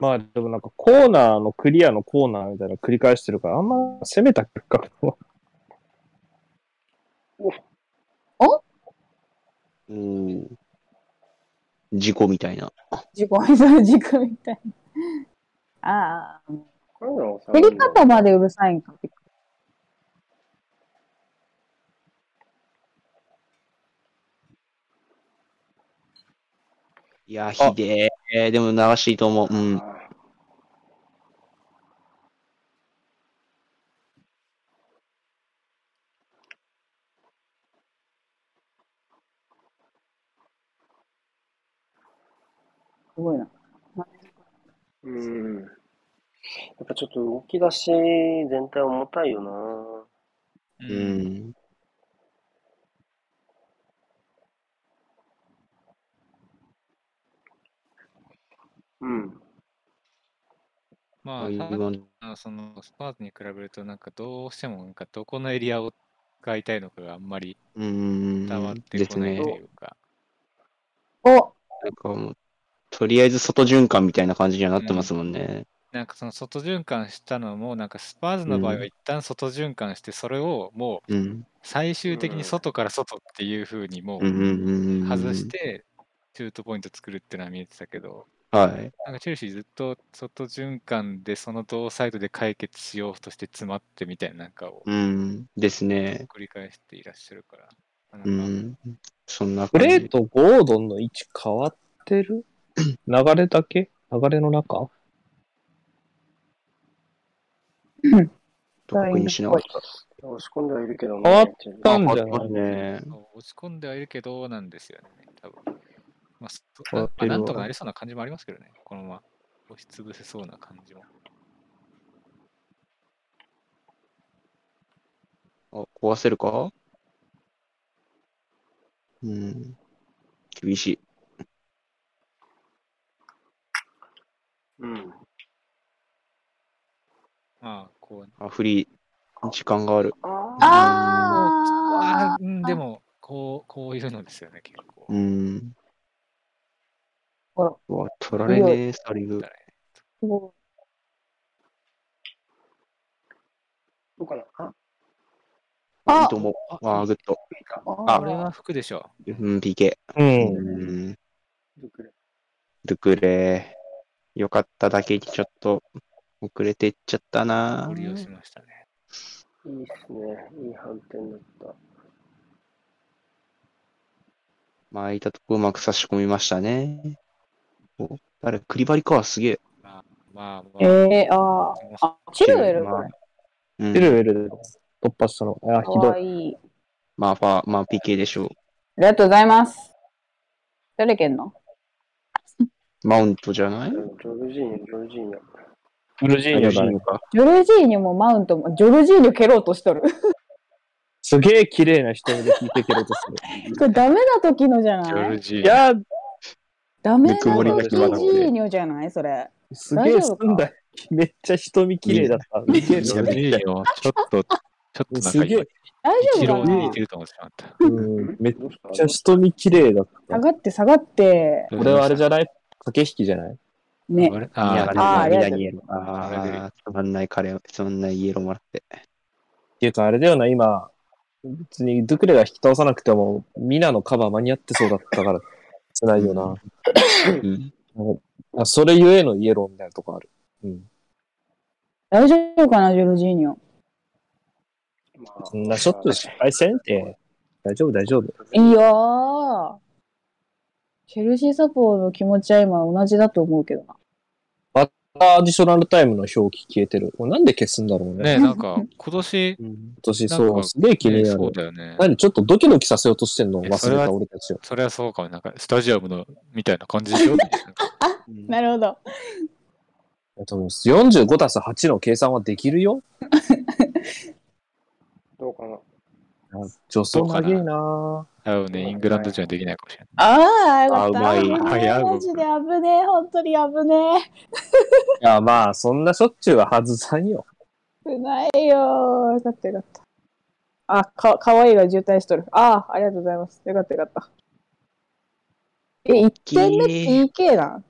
Speaker 1: まあでもなんかコーナーのクリアのコーナーみたいなの繰り返してるから、あんま攻めた結果は
Speaker 5: うん。事故みたいな。
Speaker 4: 自己愛想軸みたいな。ああ。
Speaker 2: こういうのをさ
Speaker 4: 蹴り方までうるさいんか。
Speaker 5: いや、ひでえ。でも流していいと思う。うん。
Speaker 2: あ
Speaker 4: すごいな。
Speaker 2: ーうん。やっぱちょっと動き出し全体重たいよな。
Speaker 5: う
Speaker 3: うん。
Speaker 5: ん。
Speaker 2: うん。
Speaker 3: ま
Speaker 5: あ
Speaker 3: あ、
Speaker 5: 今
Speaker 3: た
Speaker 5: の
Speaker 3: だそのスパーズに比べると、なんかどうしてもなんかどこのエリアを使いたいのかがあんまり
Speaker 5: うん。
Speaker 3: 伝わって
Speaker 5: で
Speaker 3: こ
Speaker 5: す
Speaker 3: ない
Speaker 5: ね。
Speaker 3: というか。
Speaker 4: お
Speaker 5: なんかもう、とりあえず外循環みたいな感じにはなってますもんね。
Speaker 3: なんかその外循環したのも、なんかスパーズの場合
Speaker 5: う
Speaker 3: は
Speaker 5: ん
Speaker 3: 一旦外循環して、それをもう
Speaker 5: うん。
Speaker 3: 最終的
Speaker 2: うん
Speaker 3: に外から外っていう風にも
Speaker 5: うん。うんうん。う
Speaker 3: うん外し。て、シュートポイント作るっていうのは見えてたけど、
Speaker 5: はい。
Speaker 3: なんかチェルシーずっと外循環でその同サイドで解決しようとして詰まってみたいななんかを
Speaker 5: うん。ですね。
Speaker 3: 繰り返していらっしゃるから、まあ
Speaker 5: う
Speaker 3: なんか
Speaker 5: ん。そんな
Speaker 1: プ
Speaker 5: 感
Speaker 1: レー
Speaker 5: じ。
Speaker 1: とゴードンの位置変わってる流れだけ流れの中
Speaker 5: 特にしなかった。
Speaker 2: 押し込んではいるけどね。
Speaker 1: 変わっ
Speaker 2: チェルシー
Speaker 1: たんじゃ
Speaker 5: あありま
Speaker 1: な
Speaker 5: す
Speaker 1: い
Speaker 5: ね。
Speaker 3: そう落ち込んではいるけどなんですよね、多分。まあそ
Speaker 1: 変わ
Speaker 3: な
Speaker 1: っ、
Speaker 3: まあ
Speaker 1: てるわ
Speaker 3: なんとかなりそうな感じもありますけどね、このまま押しつぶせそうな感じも。
Speaker 5: あ、壊せるかうん。厳しい。
Speaker 2: うん。
Speaker 3: まあ、こう、
Speaker 5: あ、フリー。時間がある。
Speaker 4: あ
Speaker 3: あ
Speaker 4: あ
Speaker 3: ーうんでも、こう、こういうのですよね、結構。
Speaker 5: うん。
Speaker 4: ほら、
Speaker 5: うわ、取られねえ、スタリング。
Speaker 4: すご
Speaker 2: どうかなあ、
Speaker 5: あ、
Speaker 4: あ
Speaker 5: いいと思う。わあ、グッド。
Speaker 2: 見えた。
Speaker 4: い。
Speaker 5: あ
Speaker 3: これは服でしょ
Speaker 5: うん、PK。
Speaker 1: う。
Speaker 5: うんん。
Speaker 2: どくれ
Speaker 5: ドゥクレー。よかっただけにちょっと遅れてっちゃった
Speaker 3: う。
Speaker 5: な
Speaker 3: ご利用しましたね。
Speaker 2: いいっすね。いい反転だった。
Speaker 5: 巻いたとこうまく差し込みましたね。おあれ、クリバリか、すげえ。
Speaker 3: まあ、まあ、まあ、
Speaker 4: ええー、あーあ。チルウェル
Speaker 5: ま
Speaker 4: こ
Speaker 5: あ
Speaker 4: れ。、
Speaker 5: うん
Speaker 1: シルウェルで突破したの。あ、ひ
Speaker 4: か
Speaker 1: ど
Speaker 4: わ
Speaker 1: い。
Speaker 4: いい。
Speaker 5: まあ、ファー、まあ、PK でしょ
Speaker 4: ありがとうございます。誰けんの
Speaker 5: う。マウントじゃない
Speaker 2: ジョルジーニョ、ジョルジーニョ。
Speaker 1: ブルジーニョだね。
Speaker 5: か。
Speaker 4: ジョルジーニョもマウントも、ジョルジーニョ蹴ろうとしとる。
Speaker 1: すげえ綺麗な瞳で聞いてくれてすね。
Speaker 4: これダメな時のじゃ
Speaker 3: ジョ
Speaker 4: な
Speaker 3: ル
Speaker 4: い
Speaker 3: ジ
Speaker 1: い
Speaker 3: ーナ。
Speaker 1: やー、
Speaker 4: ダメな
Speaker 5: ぬくもりが
Speaker 4: 時
Speaker 5: 際立って
Speaker 4: ジーニョじゃないそれ。
Speaker 1: すげえ澄んだ。めっちゃ瞳綺麗だった。
Speaker 5: み
Speaker 1: すげえ
Speaker 3: ジ
Speaker 1: じゃ
Speaker 3: ョ
Speaker 1: な
Speaker 3: ル
Speaker 1: い
Speaker 3: ジーニョ、ちょっと、ちょっとなん
Speaker 1: す
Speaker 3: か
Speaker 1: げえ
Speaker 3: 今、
Speaker 4: 大
Speaker 3: 一
Speaker 4: 丈
Speaker 3: 郎
Speaker 4: 夫か
Speaker 3: に
Speaker 4: な
Speaker 3: 似てると思うんですよ。あんた
Speaker 1: うんめっ
Speaker 2: どうした
Speaker 1: ちゃ瞳綺麗だっ
Speaker 4: 下
Speaker 1: た。
Speaker 4: がって下がって。
Speaker 1: これはあれじゃない駆け引きじゃない
Speaker 4: ね。
Speaker 3: あれ
Speaker 5: いや、
Speaker 3: あ
Speaker 5: で
Speaker 3: ー
Speaker 5: も、
Speaker 4: あーありがとう
Speaker 5: 涙にイエロー。ああ、つまんない彼、つまんないイエローもらって。
Speaker 1: っていうか、あれだよな、今、別にドゥクレが引き倒さなくても、ミナのカバー間に合ってそうだったから、つないよな。
Speaker 5: うん。
Speaker 1: あそれゆえのイエローみたいなとこある。うん。
Speaker 4: 大丈夫かなジョルジーニョ。
Speaker 2: まあ
Speaker 1: そんなショット失敗せんって。大丈夫、大丈夫。
Speaker 4: いやー。チェルシーサポーの気持ちは今同じだと思うけどな。
Speaker 1: アディショナルタイムの表記消えてる。これなんで消すんだろうね。
Speaker 3: ねえ、なんか、今年、
Speaker 1: うん今年、
Speaker 3: なん
Speaker 1: そう、
Speaker 3: か
Speaker 1: すげえ気に
Speaker 3: ね
Speaker 1: な
Speaker 3: そう
Speaker 1: る。
Speaker 3: だよね。
Speaker 1: 何、ちょっとドキドキさせようとしてんの忘
Speaker 3: え
Speaker 1: れ
Speaker 3: それは
Speaker 1: た俺たちよ。
Speaker 3: それはそうかも。なんか、スタジアムのみたいな感じ でしょなんか
Speaker 4: なるほど。
Speaker 1: えっと、45たす8の計算はできるよ。
Speaker 2: どうかな
Speaker 1: 助走長いな
Speaker 3: 多分ね、イングランドじゃできないかもしれない。
Speaker 4: ああ、よか
Speaker 1: あ
Speaker 4: った。
Speaker 1: う
Speaker 4: 危
Speaker 1: まい
Speaker 4: ねえ。
Speaker 3: 早い
Speaker 4: マジで危ねえ。本当に危ね
Speaker 1: いや、まあ、そんなしょっちゅうは外さんよ。
Speaker 4: え。危ないよ。よかったよかった。あ、か、かわいいが渋滞しとる。ああ、ありがとうございます。よかったよかった。え、1点目 PK なん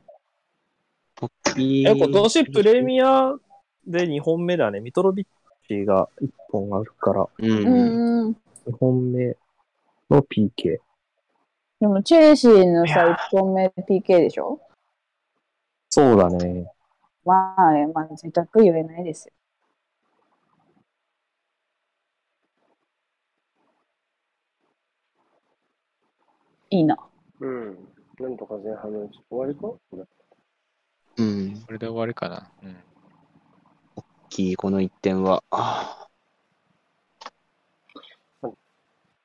Speaker 5: ポッキー。
Speaker 1: え、今年プレミアで2本目だね。ミトロビッチが1本あるから、
Speaker 5: うん。
Speaker 4: うん。
Speaker 1: 2本目の PK。
Speaker 4: でも、チェルシーのさ、1本目 PK でしょ
Speaker 1: そうだね。
Speaker 4: まあ、ね、まあ、贅沢言えないですよ。いいな。
Speaker 2: うん。なんとか前半のうち終わりかこれ
Speaker 5: うん。
Speaker 3: これで終わりかな。うん。
Speaker 5: キー、この一点は。あ
Speaker 2: う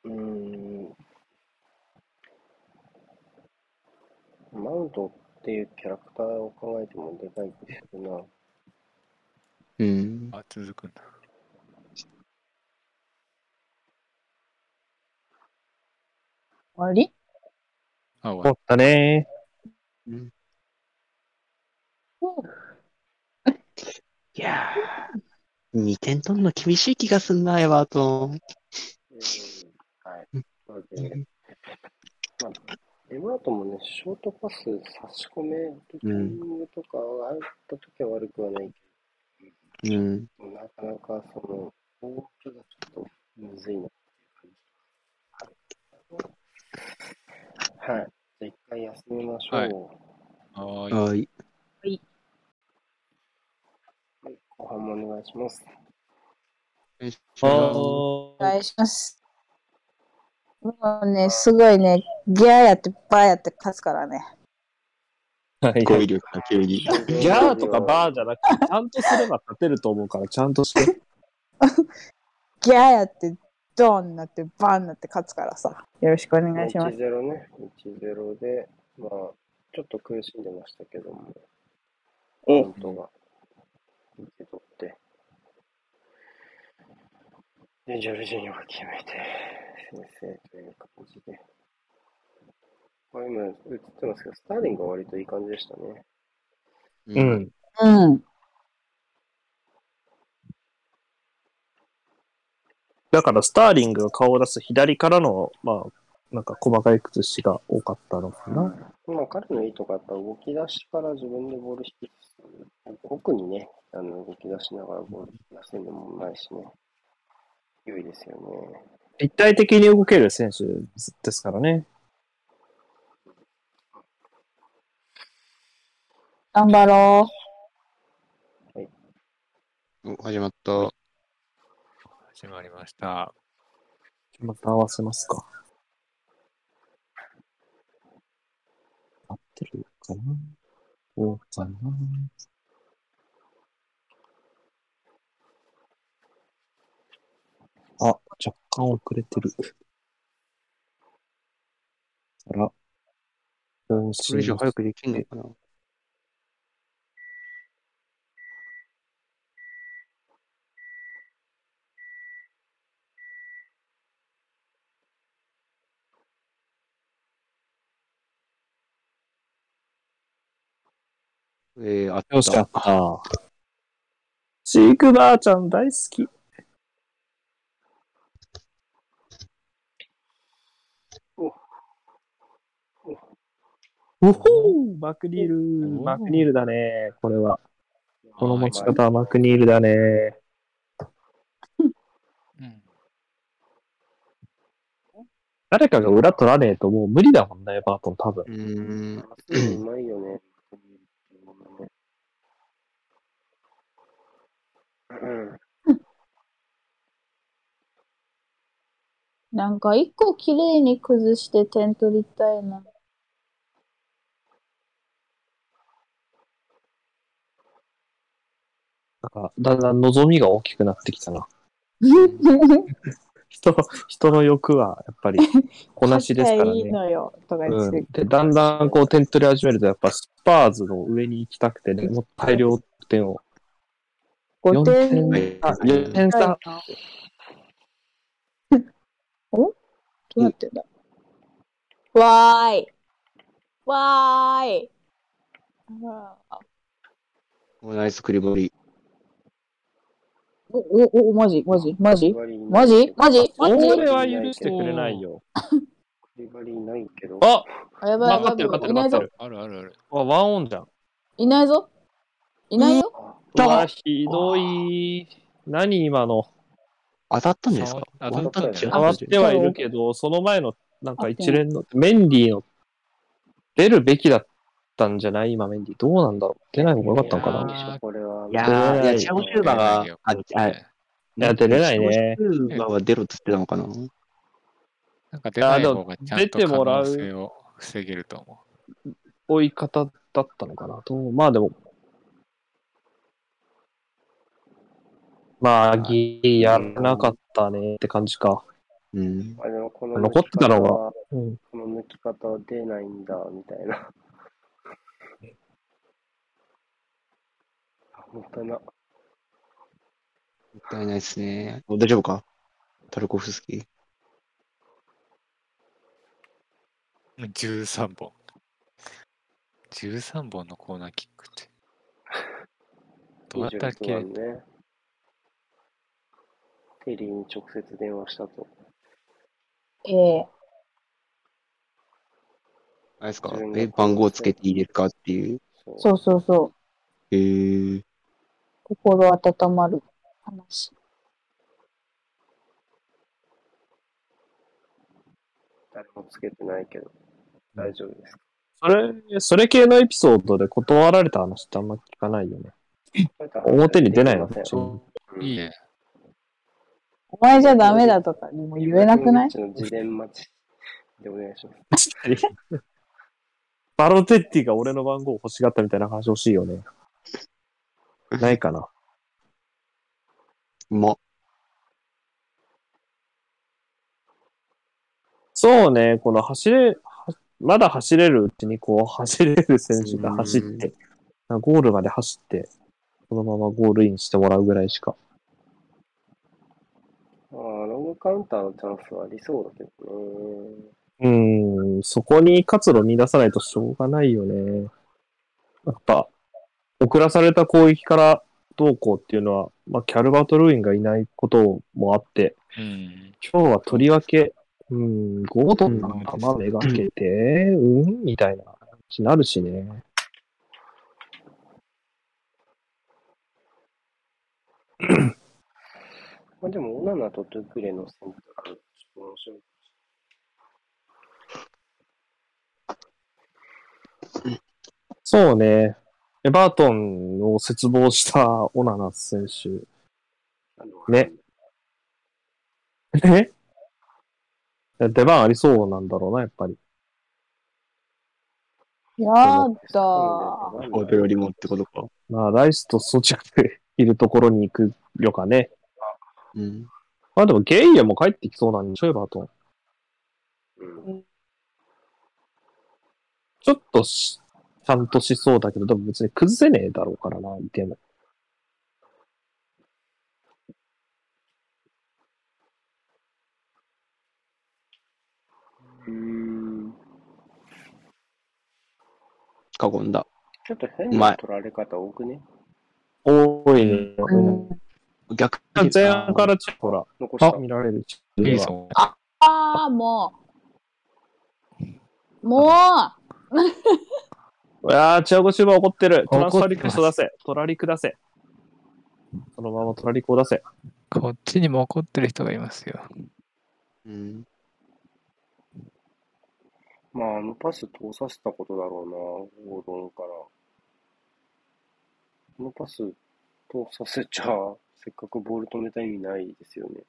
Speaker 2: ーん。マウントっていうキャラクターを考えてもでかいですよな。
Speaker 5: ーうん。
Speaker 3: あ、続くんだ。
Speaker 4: 終わり
Speaker 3: あ、終わ
Speaker 1: 思ったね。
Speaker 5: いやー、2点取るの厳しい気がすんな、エバートン。
Speaker 2: うんはい。まずねまあ、エバートンもね、ショートパス差し込めるタイミングとかがあったときは悪くはない
Speaker 5: うん。
Speaker 2: けど、なかなかその、大きがちょっとむずいなっていう感じ。はい。じゃあ一回休みましょう。
Speaker 3: はいり。はーい。
Speaker 5: は
Speaker 2: は
Speaker 5: い。
Speaker 2: い後半もお願いします。
Speaker 4: お願いします。もうね、すごいね、ギャーやって、バーやって勝つからね。
Speaker 1: はい
Speaker 5: 語彙力が急に。
Speaker 1: ギャーとかバーじゃなくて、ちゃんとすれば立てると思うから、ちゃんとして。
Speaker 4: ギャーやって、ドーンになって、バーンになって勝つからさ。よろしくお願いします。
Speaker 2: 1-0ね、1-0で、まあ、ちょっと苦しんでましたけども、
Speaker 4: ええ
Speaker 2: 本当が受け取って、で、ジョルジーニョが決めて、先制という感じで。まあ、今映ってますけど、スターリングは割といい感じでしたね。
Speaker 5: う
Speaker 1: う。ん。
Speaker 4: うん。
Speaker 1: だから、スターリングが顔を出す左からの、まあ、なんか細かい崩しが多かったのかな。
Speaker 2: まあ、彼のいいとこはやっぱ動き出しから自分でボール引き出す。奥にね、あの動き出しながらボール引き出せるのもないしね。良いですよね。
Speaker 1: 立体的に動ける選手ですからね。
Speaker 4: 頑張ろ
Speaker 5: お始まった。
Speaker 3: 始まりました。
Speaker 1: また合わせますか。合ってるかなどうかなあ、若干遅れてる。あら。更
Speaker 5: これ以
Speaker 1: 新
Speaker 5: 上早くできんのかなえー、あっ
Speaker 1: よしか
Speaker 5: た
Speaker 1: っ。た。シークばあちゃん大好き。おほーマクニール
Speaker 3: お
Speaker 1: マクニールだね、これは。この持ち方はマク
Speaker 2: に。
Speaker 1: ニールだね。
Speaker 3: うん。
Speaker 1: 誰かが裏取らねえともう無理だもんね、バートン多分
Speaker 5: う。ーん。
Speaker 2: うまいよね。うん。
Speaker 4: なんか一個綺麗に崩して点取りたいな。
Speaker 1: なんか、だんだん望みが大きくなってきた な。人、人の欲はやっぱり、こなしですから
Speaker 4: 勝ちゃい
Speaker 1: ね。
Speaker 4: いのよとか言
Speaker 1: う
Speaker 4: って
Speaker 1: ん、でだんだんこう点取り始めると、やっぱスパーズの上に行きたくてね、もう大量点を。
Speaker 4: 5
Speaker 1: 4
Speaker 4: 点
Speaker 1: 点差、4点差。
Speaker 4: どうなってんだわーい。わーい。あー
Speaker 5: おナイスクリボリ。
Speaker 4: お、お、お、マジ、マジ、マジ、
Speaker 2: 割りない
Speaker 4: マジ、マジ、マジ。
Speaker 1: 俺は許してくれないよ。
Speaker 2: デリバリーないけど。
Speaker 1: あ
Speaker 4: あやばいや
Speaker 1: 勝っ
Speaker 4: ばい
Speaker 1: てる
Speaker 4: や
Speaker 1: 勝ってる勝っ
Speaker 4: ばい。いないぞ
Speaker 1: て。る。
Speaker 3: あるあるある。
Speaker 1: あワンオンじゃん。
Speaker 4: いないぞ。いないよ。
Speaker 1: うわ、ひどい。何今の。
Speaker 5: 当たったんじゃないですか
Speaker 3: 触っ
Speaker 5: ワンタッチ
Speaker 3: 当
Speaker 5: 当
Speaker 1: 変
Speaker 5: た
Speaker 1: わった
Speaker 5: っんじゃ
Speaker 1: て
Speaker 5: ない
Speaker 1: はいるけど、その前の、なんか一連の、メンディーの、出るべきだったんじゃない今、メンディー。どうなんだろう出ないのが良かったのか
Speaker 3: い
Speaker 1: な
Speaker 3: やー
Speaker 2: これは。
Speaker 5: ですか
Speaker 1: 出れな
Speaker 5: いやー、いや、
Speaker 1: い
Speaker 5: チアゴシューバーが、あ、あ、
Speaker 3: ね
Speaker 1: いや出れないね
Speaker 5: チアゴシューバーは出ろって言ってたのかな
Speaker 3: なんか出ない
Speaker 1: あでも
Speaker 3: 方がちゃんと
Speaker 1: 出て
Speaker 3: 可
Speaker 1: もらう
Speaker 3: 能性を防げると思
Speaker 1: 追い方だったのかなと。まあでも。まあ、ギリやらなかったねって感じか。
Speaker 5: うん。
Speaker 2: あでもこの
Speaker 1: 残ってたのが
Speaker 2: は
Speaker 1: うん。
Speaker 2: この抜き方は出ないんだ、みたいな。あ本当な。
Speaker 5: もったいないですね。お大丈夫かタルコフスキー。
Speaker 3: う。13本。13本のコーナーキックって。どうやったら切
Speaker 2: 26
Speaker 3: れ
Speaker 2: 番ね。テリーに直接電話したと。
Speaker 4: ええ
Speaker 5: あれですか
Speaker 2: 自分が
Speaker 5: え、番号つけて入れるかっていう。
Speaker 2: そう
Speaker 4: そうそうそう。
Speaker 5: へー。
Speaker 4: 心温まる話。
Speaker 2: 誰もつけてないけど、大丈夫です。
Speaker 1: それ、それ系のエピソードで断られた話ってあんま聞かない よね。表に出ないの、
Speaker 2: こっち
Speaker 1: こ
Speaker 3: ういいね。
Speaker 4: お前じゃダメだとか、もう言えなくない
Speaker 2: の自伝待ちでお願いします。
Speaker 1: っちにバロテッティが俺の番号欲しがったみたいな話欲しいよね。ないかな。
Speaker 5: うまっ。
Speaker 1: そうね、この走れ、はまだ走れるうちにこう 走れる選手が走って、ゴールまで走って、そのままゴールインしてもらうぐらいしか。
Speaker 2: ああ、ロングカウンターのチャンスはありそうだけどね。
Speaker 1: うーん、そこに活路を見出さないとしょうがないよね。やっぱ、遅らされた攻撃からどうこうっていうのは、まあ、キャルバート・ルーインがいないこともあって、
Speaker 3: うん。
Speaker 1: 今日はとりわけ、うーん、ゴードンなんかまあめがけて、うん、みたいな感じになるしね。
Speaker 2: まあでも、オナナとトゥクレの選択、ちょっと面白い。
Speaker 1: そうね。エバートンを絶望したオナナ選手。
Speaker 2: あの
Speaker 1: ね。え出番ありそうなんだろうな、やっぱり。
Speaker 4: やだ
Speaker 2: そう
Speaker 4: ー。
Speaker 2: だよ
Speaker 5: オペロリモってことか。
Speaker 1: まあ、ライスとソチャでいるところに行くよかね。
Speaker 5: うん。
Speaker 1: まあでもゲイヤも帰ってきそうなんでしょ、エバートン。
Speaker 2: うん
Speaker 1: ちょっとし、ちゃんとしそうだけど、でも別に崩せねえだろうからな、いても。
Speaker 2: うーん。
Speaker 5: 過言だ。
Speaker 2: ちょっと変
Speaker 5: うま
Speaker 2: ない取られ方多くね。
Speaker 1: 多いね。
Speaker 4: うん
Speaker 5: 逆
Speaker 1: 前
Speaker 5: に
Speaker 1: 半からちょっとほら、
Speaker 2: 残した
Speaker 1: あ、。見られる。
Speaker 3: ウィルソン。
Speaker 4: ああ、もう。もう
Speaker 1: いやー、チアゴシューバー怒ってる。トランスファーリクエスト
Speaker 3: 怒
Speaker 1: 出
Speaker 3: っ
Speaker 1: せ。トラリク出せ。そのままトラリクを出せ。
Speaker 3: こっちにも怒ってる人がいますよ。
Speaker 5: うん、
Speaker 2: まあ、あのパス通させたことだろうな、ゴードンから。あのパス通させちゃ、せっかくボール止めた意味ないですよね。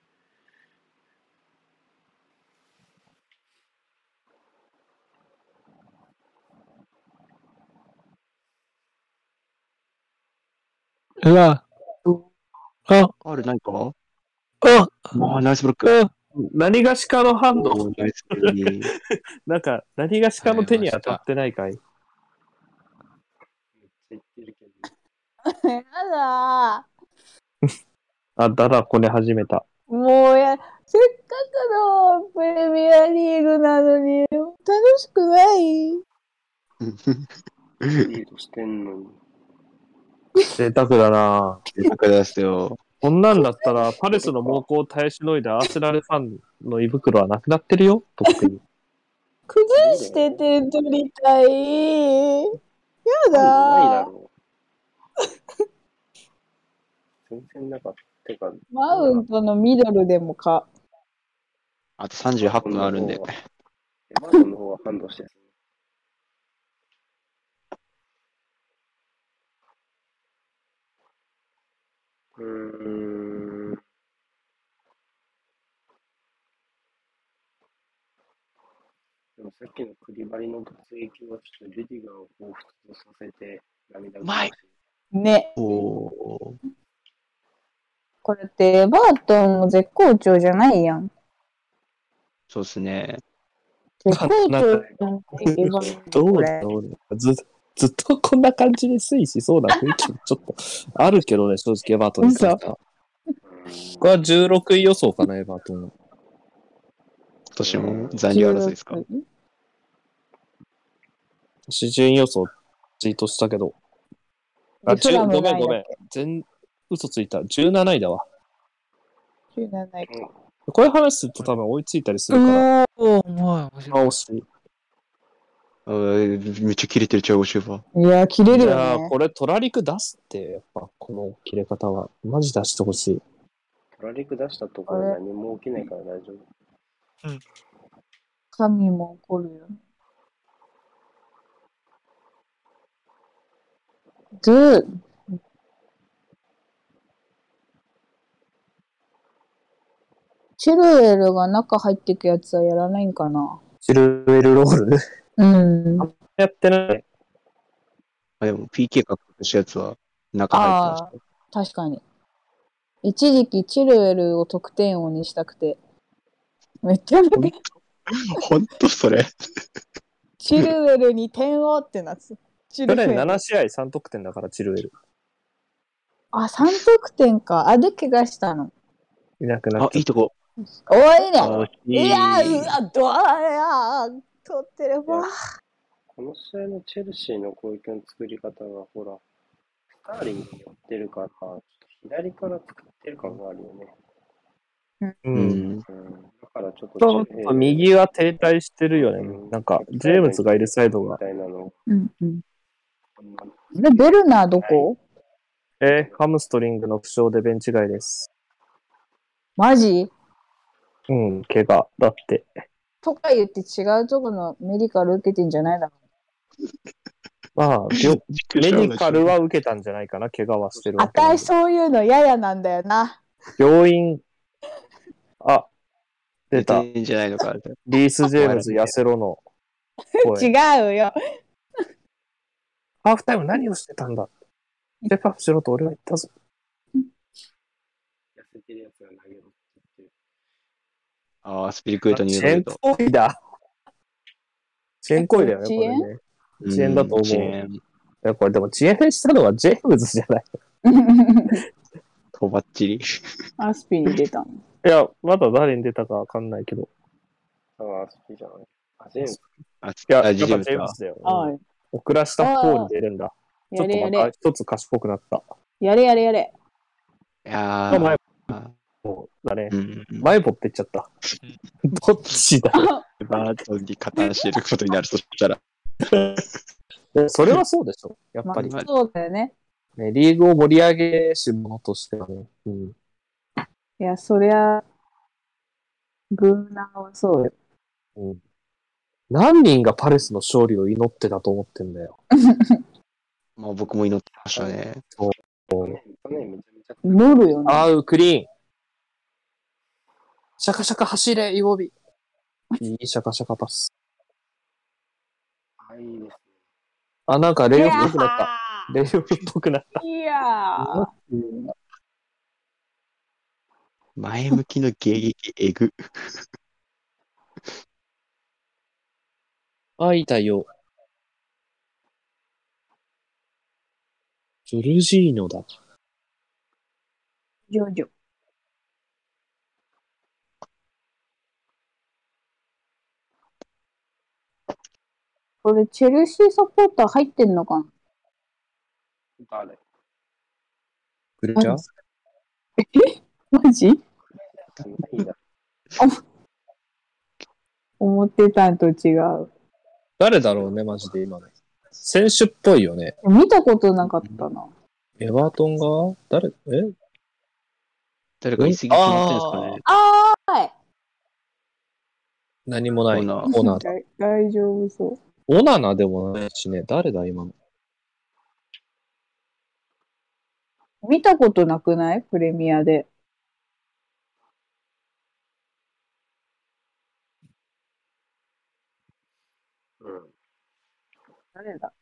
Speaker 3: うわあ
Speaker 5: ファウルないかあ
Speaker 3: あ
Speaker 5: あ、ナイスブロック。
Speaker 3: あ
Speaker 1: 何がしかのハンド、
Speaker 5: おーナイスプレー
Speaker 1: なんか、何がしかの手に当たってないかい。
Speaker 2: めっちゃ言ってるけど、
Speaker 4: やだ
Speaker 1: あ、だだこね始めた。
Speaker 4: ーもうや、せっかくのプレミアリーグなのに、楽しくない。
Speaker 5: うん
Speaker 2: リードしてんのに。
Speaker 1: 贅沢だなぁ
Speaker 5: 贅沢ですよ。
Speaker 1: こんなんだった ら、パレスの猛攻を耐えしのいだアーセナルファンの胃袋はなくなってるよ、とっくに。
Speaker 4: 崩してて取りたい。や
Speaker 2: ファンないだ
Speaker 4: だー
Speaker 2: ろう。全然なかった。てか、
Speaker 4: マウントのミドルでもか。
Speaker 5: あと38分あるんで。
Speaker 2: エバートンの方はハンドしてる。うーん。でもさっきのクリバリの突撃はちょっとジュディガーを彷彿とさせて涙ぐましい。
Speaker 4: ね。
Speaker 5: おお。
Speaker 4: これってエバートンも絶好調じゃないやん。
Speaker 5: そうですね。
Speaker 4: 絶好調じゃないエバート
Speaker 1: ど
Speaker 4: ンこ
Speaker 1: う
Speaker 4: れ
Speaker 1: だろうねずずっとこんな感じで推移しそうな雰囲気もちょっとあるけどね、正直エバートンに関しては。
Speaker 2: うん
Speaker 1: これは16位予想かな、エバートン。
Speaker 5: 今年も残留争いですか。
Speaker 4: 16
Speaker 1: 主人予想ツイートしたけど。あ、
Speaker 4: でプラ
Speaker 1: 10
Speaker 4: ム
Speaker 1: ごめ
Speaker 4: なんい
Speaker 1: ご
Speaker 4: だ
Speaker 1: めん
Speaker 4: っけ。
Speaker 1: 全、嘘ついた。17位だわ。
Speaker 4: 17位か。
Speaker 1: こういう話すると多分追いついたりするから。
Speaker 3: おおお前面
Speaker 1: まあ
Speaker 3: 白い
Speaker 1: 惜。しい。
Speaker 5: あーめっちゃ切れてる、チャゴシューバー。
Speaker 4: いやー、切れる
Speaker 1: い
Speaker 4: よ
Speaker 1: やー
Speaker 4: ね。
Speaker 1: これトラリク出すって、やっぱこの切れ方は。マジ出してほしい。
Speaker 2: トラリク出したところ何も起きないから大丈夫。
Speaker 4: 神も怒るよ。ドゥチェルエルが中入ってくやつはやらないんかな
Speaker 1: シルエルロール
Speaker 4: うん。あ
Speaker 1: やってない。
Speaker 5: あ、でも PK 獲得したやつは中入ってま
Speaker 4: あ
Speaker 5: し
Speaker 4: ー、確かに。一時期チェルエルを得点王にしたくて。めっちゃなんか
Speaker 5: た。ほんとそれ。
Speaker 4: チェルエルに点王ってなってた。チェ
Speaker 1: 去
Speaker 4: ルエ
Speaker 1: 年
Speaker 4: ル
Speaker 1: 7試合3得点だから、チルエル。
Speaker 4: あ、3得点か。あ、で、怪我したの。
Speaker 1: いなくな
Speaker 5: あ
Speaker 1: っ、ちゃ
Speaker 5: い
Speaker 1: っ
Speaker 5: いとこ。
Speaker 4: おいね。
Speaker 5: あ
Speaker 4: いやー、う
Speaker 5: ー
Speaker 4: わ、ドアやー、取ってれば。
Speaker 2: この試合のチェルシーの攻撃の作り方が、ほら、スターリングに寄ってるから、ちょっと左から作ってる感があるよね。
Speaker 1: た。う。
Speaker 5: うんん。
Speaker 2: うん、だからちょっと
Speaker 1: ちょっと右は停滞してるよね。
Speaker 2: うん
Speaker 1: なんか、ジェームズがいるサイドが
Speaker 2: み。たいなのを
Speaker 4: うんうん。
Speaker 2: こんな
Speaker 4: で、ベルナーどこ
Speaker 1: えーハムストリングの負傷でベンチ外です。
Speaker 4: マジ
Speaker 1: うん、怪我。だって。
Speaker 4: とか言って違うとこのメディカル受けてんじゃないだろ
Speaker 1: まあ、よメディカル
Speaker 5: は。
Speaker 1: は受けたんじゃないかな、怪我はしてる
Speaker 4: あ
Speaker 1: わけな
Speaker 4: た
Speaker 1: んで。
Speaker 4: いそういうの嫌やなんだよな。
Speaker 1: 病院、あ、出
Speaker 5: 出
Speaker 1: た。
Speaker 5: てんじゃないのか。
Speaker 1: リース・ジェームズ、痩せろの
Speaker 4: 違
Speaker 1: 声。
Speaker 4: うよ。
Speaker 1: ハーフタイム何をしてたんだステップアップしろと俺は言ったぞ。
Speaker 2: 痩せてるやつが投げろっていう。
Speaker 5: ああ、スピリクエートに
Speaker 1: チ
Speaker 5: 入れ
Speaker 1: ェ
Speaker 5: る
Speaker 1: ン
Speaker 5: と。
Speaker 1: コイだ。チェンコイだよね、
Speaker 4: 遅
Speaker 1: これ
Speaker 4: 延
Speaker 1: ね。遅延だと思う
Speaker 5: 遅延
Speaker 1: いや、これでも遅延したのはジェームズじゃない。
Speaker 5: とばっちり。
Speaker 4: アスピに出たの。
Speaker 1: いや、まだ誰に出たかわかんないけど。
Speaker 2: 多分アスピじゃない。あ、ジェームズ
Speaker 5: あ、
Speaker 1: いや、やっ
Speaker 5: あ
Speaker 1: ぱ
Speaker 5: ジ
Speaker 1: ジェ
Speaker 5: ェームズ
Speaker 1: ーム
Speaker 5: か
Speaker 1: ズ。だよ。
Speaker 4: はい。
Speaker 1: 遅らした方に出るんだ。ちょ
Speaker 4: や
Speaker 1: っ
Speaker 4: れ
Speaker 1: と
Speaker 4: や
Speaker 1: また
Speaker 4: れ。
Speaker 1: 一つ賢くなった。
Speaker 4: やれやれやれ。
Speaker 5: いや
Speaker 1: あ、前
Speaker 5: ー、
Speaker 1: もだね
Speaker 5: う。ん、うん。
Speaker 1: 前もってっちゃった。 どっちだ
Speaker 5: バートンに加担していることになるとしたら、
Speaker 1: でそれはそうでしょ。やっ
Speaker 4: ま
Speaker 1: ぱり、
Speaker 4: あ、そうだよね。
Speaker 1: ね。リーグを盛り上げし者としてはね。うん。
Speaker 4: いや、そりゃ、グーナーはそうよ。
Speaker 1: うん、何人がパレスの勝利を祈ってたと思ってんだよ。
Speaker 5: もう僕も祈ってましたね。
Speaker 2: 去年、去年めちゃめちゃ
Speaker 4: 乗るよね。
Speaker 1: アウクリーン。シャカシャカ走れ、イボビ。いいシャカシャカパス。
Speaker 2: あいいですね。
Speaker 1: あ、なんか
Speaker 4: い
Speaker 1: レイオ
Speaker 4: や
Speaker 1: フっぽくなった。レイオフっぽくなった。
Speaker 4: ーいやー
Speaker 5: 前向きの迎撃えぐ。
Speaker 1: あ、いたよ。ジョルジーノだ。
Speaker 4: ジョジョ。これ、チェルシーサポーター入ってんのかな
Speaker 2: 誰
Speaker 1: クレ
Speaker 4: マ
Speaker 1: ジ
Speaker 4: ジ
Speaker 1: ャー
Speaker 4: えマジ
Speaker 2: ないな。
Speaker 4: 思ってたんと違う。
Speaker 1: 誰だろうね、マジで今の。選手っぽいよね。
Speaker 4: 見たことなかったな。
Speaker 1: エバートンが誰え
Speaker 5: 誰か言い過ぎ決まってんすかね。
Speaker 4: あーい
Speaker 1: 何も
Speaker 5: コ
Speaker 1: ない。
Speaker 5: ー
Speaker 1: オ
Speaker 5: ナー。
Speaker 1: ーナーだ。
Speaker 4: 大大丈夫そう。
Speaker 1: オナナでもないしね。誰だ今の。
Speaker 4: 見たことなくないプレミアで。
Speaker 2: うん。
Speaker 4: 誰だ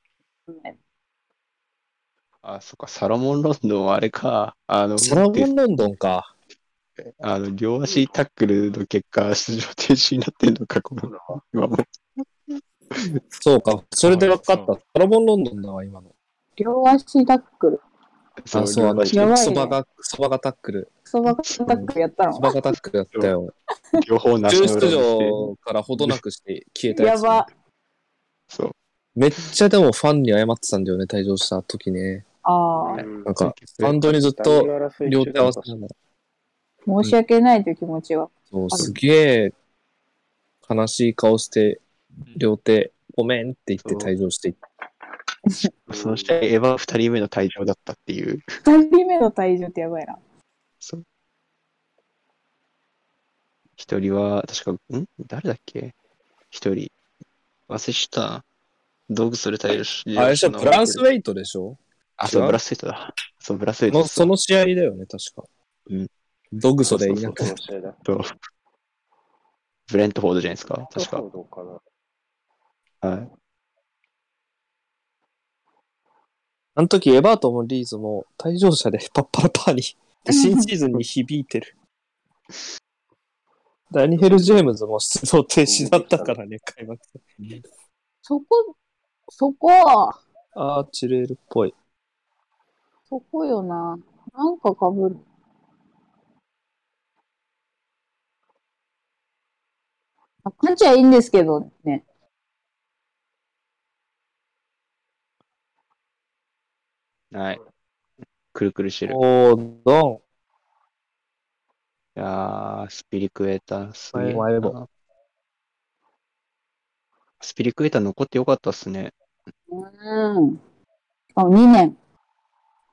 Speaker 5: あ、そっか、サロモンロンドンはあれか。あの、
Speaker 1: サラモ
Speaker 5: で
Speaker 1: ンロンドンか。
Speaker 5: あの、両足タックルの結果、出場停止になってんのか、こ
Speaker 2: そう
Speaker 5: の、
Speaker 2: だわ。
Speaker 5: 今も。
Speaker 1: そうか。それで分かった。
Speaker 3: そ
Speaker 1: サラモンロンドンだわ、今の。
Speaker 4: 両足タックル。
Speaker 5: そ
Speaker 1: あ、
Speaker 5: う、
Speaker 1: そう、あ
Speaker 5: 両
Speaker 1: の、
Speaker 5: 足
Speaker 4: やばい
Speaker 1: ク
Speaker 4: ね
Speaker 1: ソバが、クソバがタックル。
Speaker 4: クソバカタックルやった
Speaker 1: クソ
Speaker 4: の
Speaker 1: バがタックルやったよ。
Speaker 5: 両方なし
Speaker 1: 中
Speaker 5: の裏
Speaker 1: 出
Speaker 5: にして。
Speaker 1: 場からほどなくして消えたや
Speaker 4: や
Speaker 1: つ、
Speaker 4: ば。
Speaker 5: そう。
Speaker 1: めっちゃでもファンに謝ってたんだよね、退場した時ね。
Speaker 4: ああ、
Speaker 1: なん
Speaker 5: そう
Speaker 1: か、スタンドにずっと両手合わせながら。
Speaker 4: 申し訳ないという気持ちが。
Speaker 1: そう、
Speaker 4: ある
Speaker 1: すげえ悲しい顔して、
Speaker 3: うん
Speaker 1: 両手、ごめんって言って退場していった。
Speaker 5: その試合、エヴァ2人目の退場だったっていう。
Speaker 4: 二人目の退場ってやばいな。
Speaker 5: そう。一人は、確か、ん誰だっけ一人。忘れした。道具それ退場し、
Speaker 1: あれじゃブランスウェイトでしょ
Speaker 5: あ、そう、
Speaker 1: 違う
Speaker 5: ブラスウェイトだ。そう、ブラスウェイト
Speaker 1: の
Speaker 5: だ。
Speaker 1: その試合だよね、確か。
Speaker 5: うん。
Speaker 1: ドグソでいな
Speaker 5: そう
Speaker 1: く
Speaker 2: その試合だ。
Speaker 5: そうブレントフォードじゃないですか。確
Speaker 2: そ
Speaker 5: か。
Speaker 2: うどうかな。
Speaker 5: はい。
Speaker 1: あの時、エバートンもリーズも退場者で パッパラパー に、で新シーズンに響いてる。ダニエル・ジェームズも出場停止だったからね、開幕戦。
Speaker 4: そこ、そこ、
Speaker 1: あー、チレールっぽい。
Speaker 4: そこよな。なんかかぶる。あ、パンチはいいんですけどね。
Speaker 5: はい。くるくるしてる。い
Speaker 1: おー、ド
Speaker 5: やー、スピリクエーター、すげえ
Speaker 1: お前も
Speaker 5: な。スピリクエーター残ってよかったっすね。
Speaker 4: うん。しかも2年。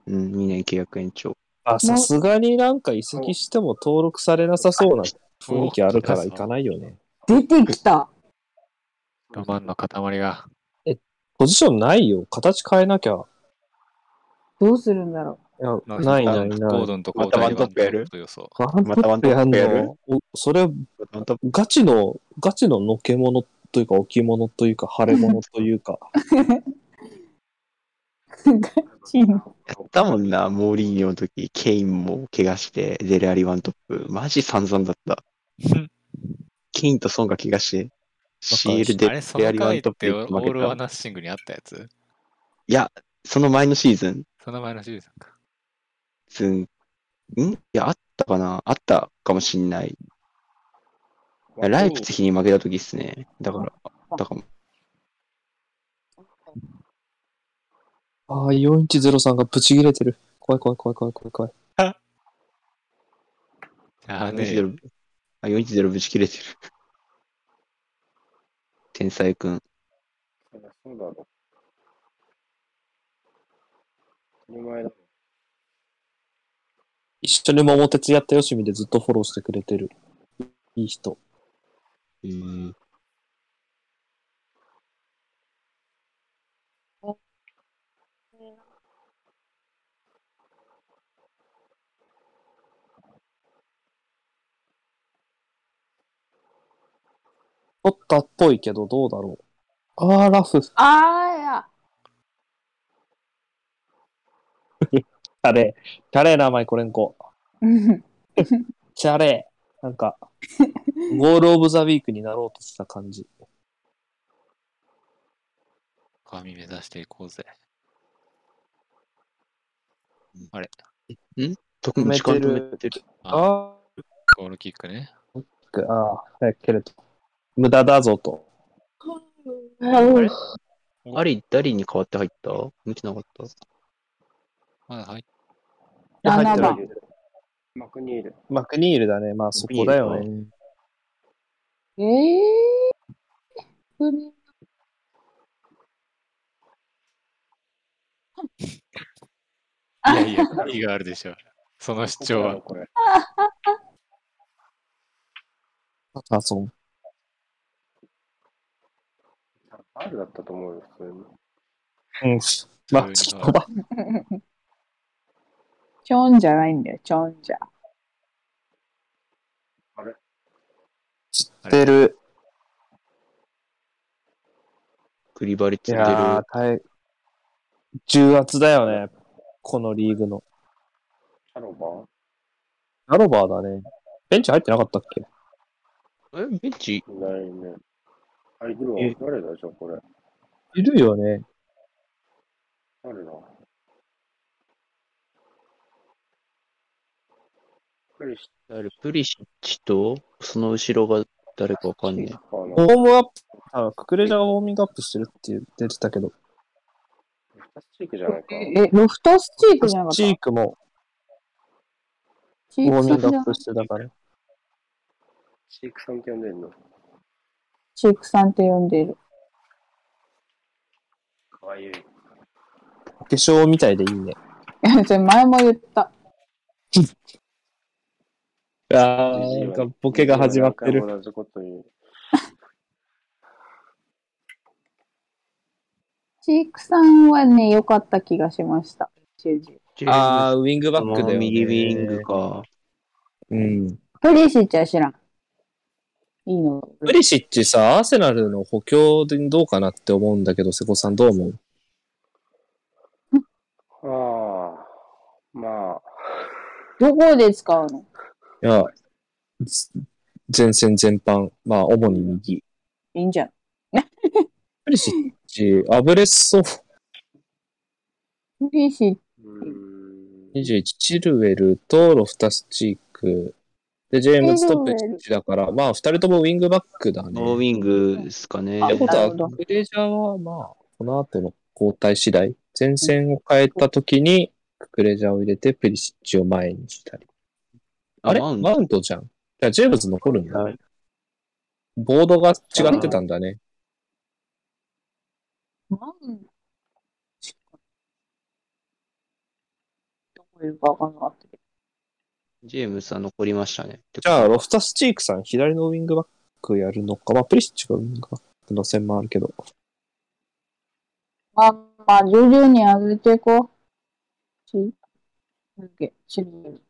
Speaker 5: うん、2年契約延長。
Speaker 1: ン。あ、さすがになんか移籍しても登録されなさそうな雰囲気あるから行かないよね。
Speaker 4: 出てきた。
Speaker 3: ロマン の塊が。
Speaker 1: ポジションないよ。形変えなきゃ。
Speaker 4: どうするんだろ
Speaker 1: いや、
Speaker 3: まあ
Speaker 1: ない
Speaker 3: ま
Speaker 1: な
Speaker 3: あ
Speaker 1: いない
Speaker 3: ゴー。ドンと
Speaker 5: またワントップやる
Speaker 3: 交代でワントップ予想
Speaker 1: ま
Speaker 5: またワントップやる
Speaker 1: おそれ、
Speaker 5: 本当
Speaker 1: ガチの、ガチののけ者というか、置物というか、腫れ物というか、
Speaker 4: う。ガチの。
Speaker 5: やったもんな、モーリーニョの時、ケインも怪我して、デレアリワントップ。マジ散々だった。ケインとソンが怪我して、CL
Speaker 3: あれ、
Speaker 5: で
Speaker 3: そ
Speaker 5: デ
Speaker 3: の
Speaker 5: レアリワ
Speaker 3: 回
Speaker 5: ン
Speaker 3: っ
Speaker 5: トップ
Speaker 3: て
Speaker 5: で
Speaker 3: オ
Speaker 5: 負
Speaker 3: ー
Speaker 5: け
Speaker 3: ル・オア・
Speaker 5: た。
Speaker 3: ナッシングにあったやつ
Speaker 5: いや、その前のシーズン、
Speaker 3: その前のシリーズか。
Speaker 5: ズン、んいや、あったかなあったかもしんない。ライプツィヒに負けた時っすね。だから、あったかも。
Speaker 1: ああ、4103がブチ切れてる。怖い怖い怖い怖い怖い怖い。
Speaker 3: あねえ
Speaker 5: 410あ、410ぶち切れてる。 天才くん。
Speaker 2: そりゃそうだろ。当たり前だろ。
Speaker 1: 一緒に桃鉄やったよしみでずっとフォローしてくれてる。いい人。
Speaker 5: えー、
Speaker 1: 取ったっぽいけどどうだろう。ああ、ラフ。
Speaker 4: あーい や。
Speaker 1: チャレー。チャレーな、マイコレンコ。
Speaker 4: うん
Speaker 1: チャレー。なんか、ゴールオブザウィークになろうとした感じ。
Speaker 3: 神目指していこうぜ
Speaker 5: うん。
Speaker 3: あれ、
Speaker 5: 特に時間止めてる。
Speaker 3: あ
Speaker 1: あ
Speaker 3: ゴールキックね。
Speaker 1: あ、ああ、だけれど。無駄だぞと。
Speaker 5: あり、誰に代わって入った見てなかった。
Speaker 3: まだ入っ
Speaker 4: 7
Speaker 1: 入って
Speaker 4: 番
Speaker 1: る。
Speaker 2: マクニール。
Speaker 1: マクニールだね。まあそこだよね。
Speaker 4: ええー。
Speaker 3: いやいや、意味がある でしょう。その主
Speaker 2: こ
Speaker 3: 張
Speaker 2: こだろ
Speaker 3: は。
Speaker 2: これ。
Speaker 1: パターソン。
Speaker 2: あるだったと思うよ、普通に。
Speaker 1: うん。まあ、ちょっとば。
Speaker 4: ちょんじゃないんだよ、ちょんじゃ。
Speaker 1: 知ってる。
Speaker 5: クリバリ
Speaker 1: い
Speaker 5: 釣ってる。
Speaker 1: やー、大重圧だよね。このリーグの。
Speaker 2: シャロバ
Speaker 1: アロバーだね。ベンチ入ってなかったっけ
Speaker 5: え、ベンチ
Speaker 2: ーいないね。あれ、グロ
Speaker 1: え
Speaker 2: ー、誰だじゃあこれ。
Speaker 1: いるよね。
Speaker 2: 誰だクリス
Speaker 5: あるプリシッチと、その後ろが誰かわかんね
Speaker 2: チ
Speaker 5: え。
Speaker 2: かな
Speaker 1: ウォームアップ、あククレジャがウォーミングアップしてるって出てたけど、
Speaker 2: レフタスチークじゃないか。
Speaker 4: え、ロフトスチークじゃなかった
Speaker 1: チークも
Speaker 4: チ
Speaker 1: ウ
Speaker 4: ー
Speaker 1: ォ
Speaker 4: ク
Speaker 1: ーミ
Speaker 4: さ
Speaker 1: ン
Speaker 4: んじ
Speaker 1: グ
Speaker 4: ゃ
Speaker 1: ア
Speaker 4: な
Speaker 1: ップしてたから。
Speaker 2: チークさんって呼んでんの
Speaker 4: チークさんって呼んでい る。
Speaker 2: かわいい。
Speaker 1: 化粧みたいでいいね。
Speaker 4: いや、それ前も言った。
Speaker 1: あ
Speaker 2: ジジイは
Speaker 1: ボケが始まって
Speaker 2: ジジイ
Speaker 1: る
Speaker 2: は。何回も同じこと言う。
Speaker 4: チークさんはね、良かった気がしました。チーズ
Speaker 1: ああ、ウィングバ
Speaker 5: あ
Speaker 1: ックだよ、ね。
Speaker 5: 右ウィングか。
Speaker 1: うん。
Speaker 4: プリシッチは知らん。いいの。
Speaker 1: プリシッチさ、アーセナルの補強でどうかなって思うんだけど、瀬古さんどう思う
Speaker 2: ああ、まあ、
Speaker 4: どこで使うの
Speaker 1: いや、ず前線全般、まあ、主に右。
Speaker 4: いいんじゃん。
Speaker 1: プリシッチ、アブレッソ
Speaker 4: プリシッチ。
Speaker 2: うーん。
Speaker 1: 21、チルウェルとロフタスチーク。で、ジェームズとペッチだから、まあ、二人ともウィングバックだね。
Speaker 5: ノーウィングですかね。
Speaker 1: ってこと
Speaker 4: なる
Speaker 1: は、
Speaker 4: ほど
Speaker 1: クレジャーは、まあ、この後の交代次第、前線を変えた時に、ククレジャーを入れて、プリシッチを前にしたり。あれ
Speaker 5: マウン
Speaker 1: マウントじゃん。じゃあ、ジェームズ残るんだ。ボードが違ってたんだね。
Speaker 4: マウンチかどこいるかわかんなかったけ
Speaker 5: ジェームスは残りましたね。
Speaker 1: じゃあ、ロフタスチークさん、左のウィングバックやるのか。まあ、プリシッチがウィングバックの線もあるけど。
Speaker 4: ど。まあまあ、徐々に上げていこう。チーク。チーク。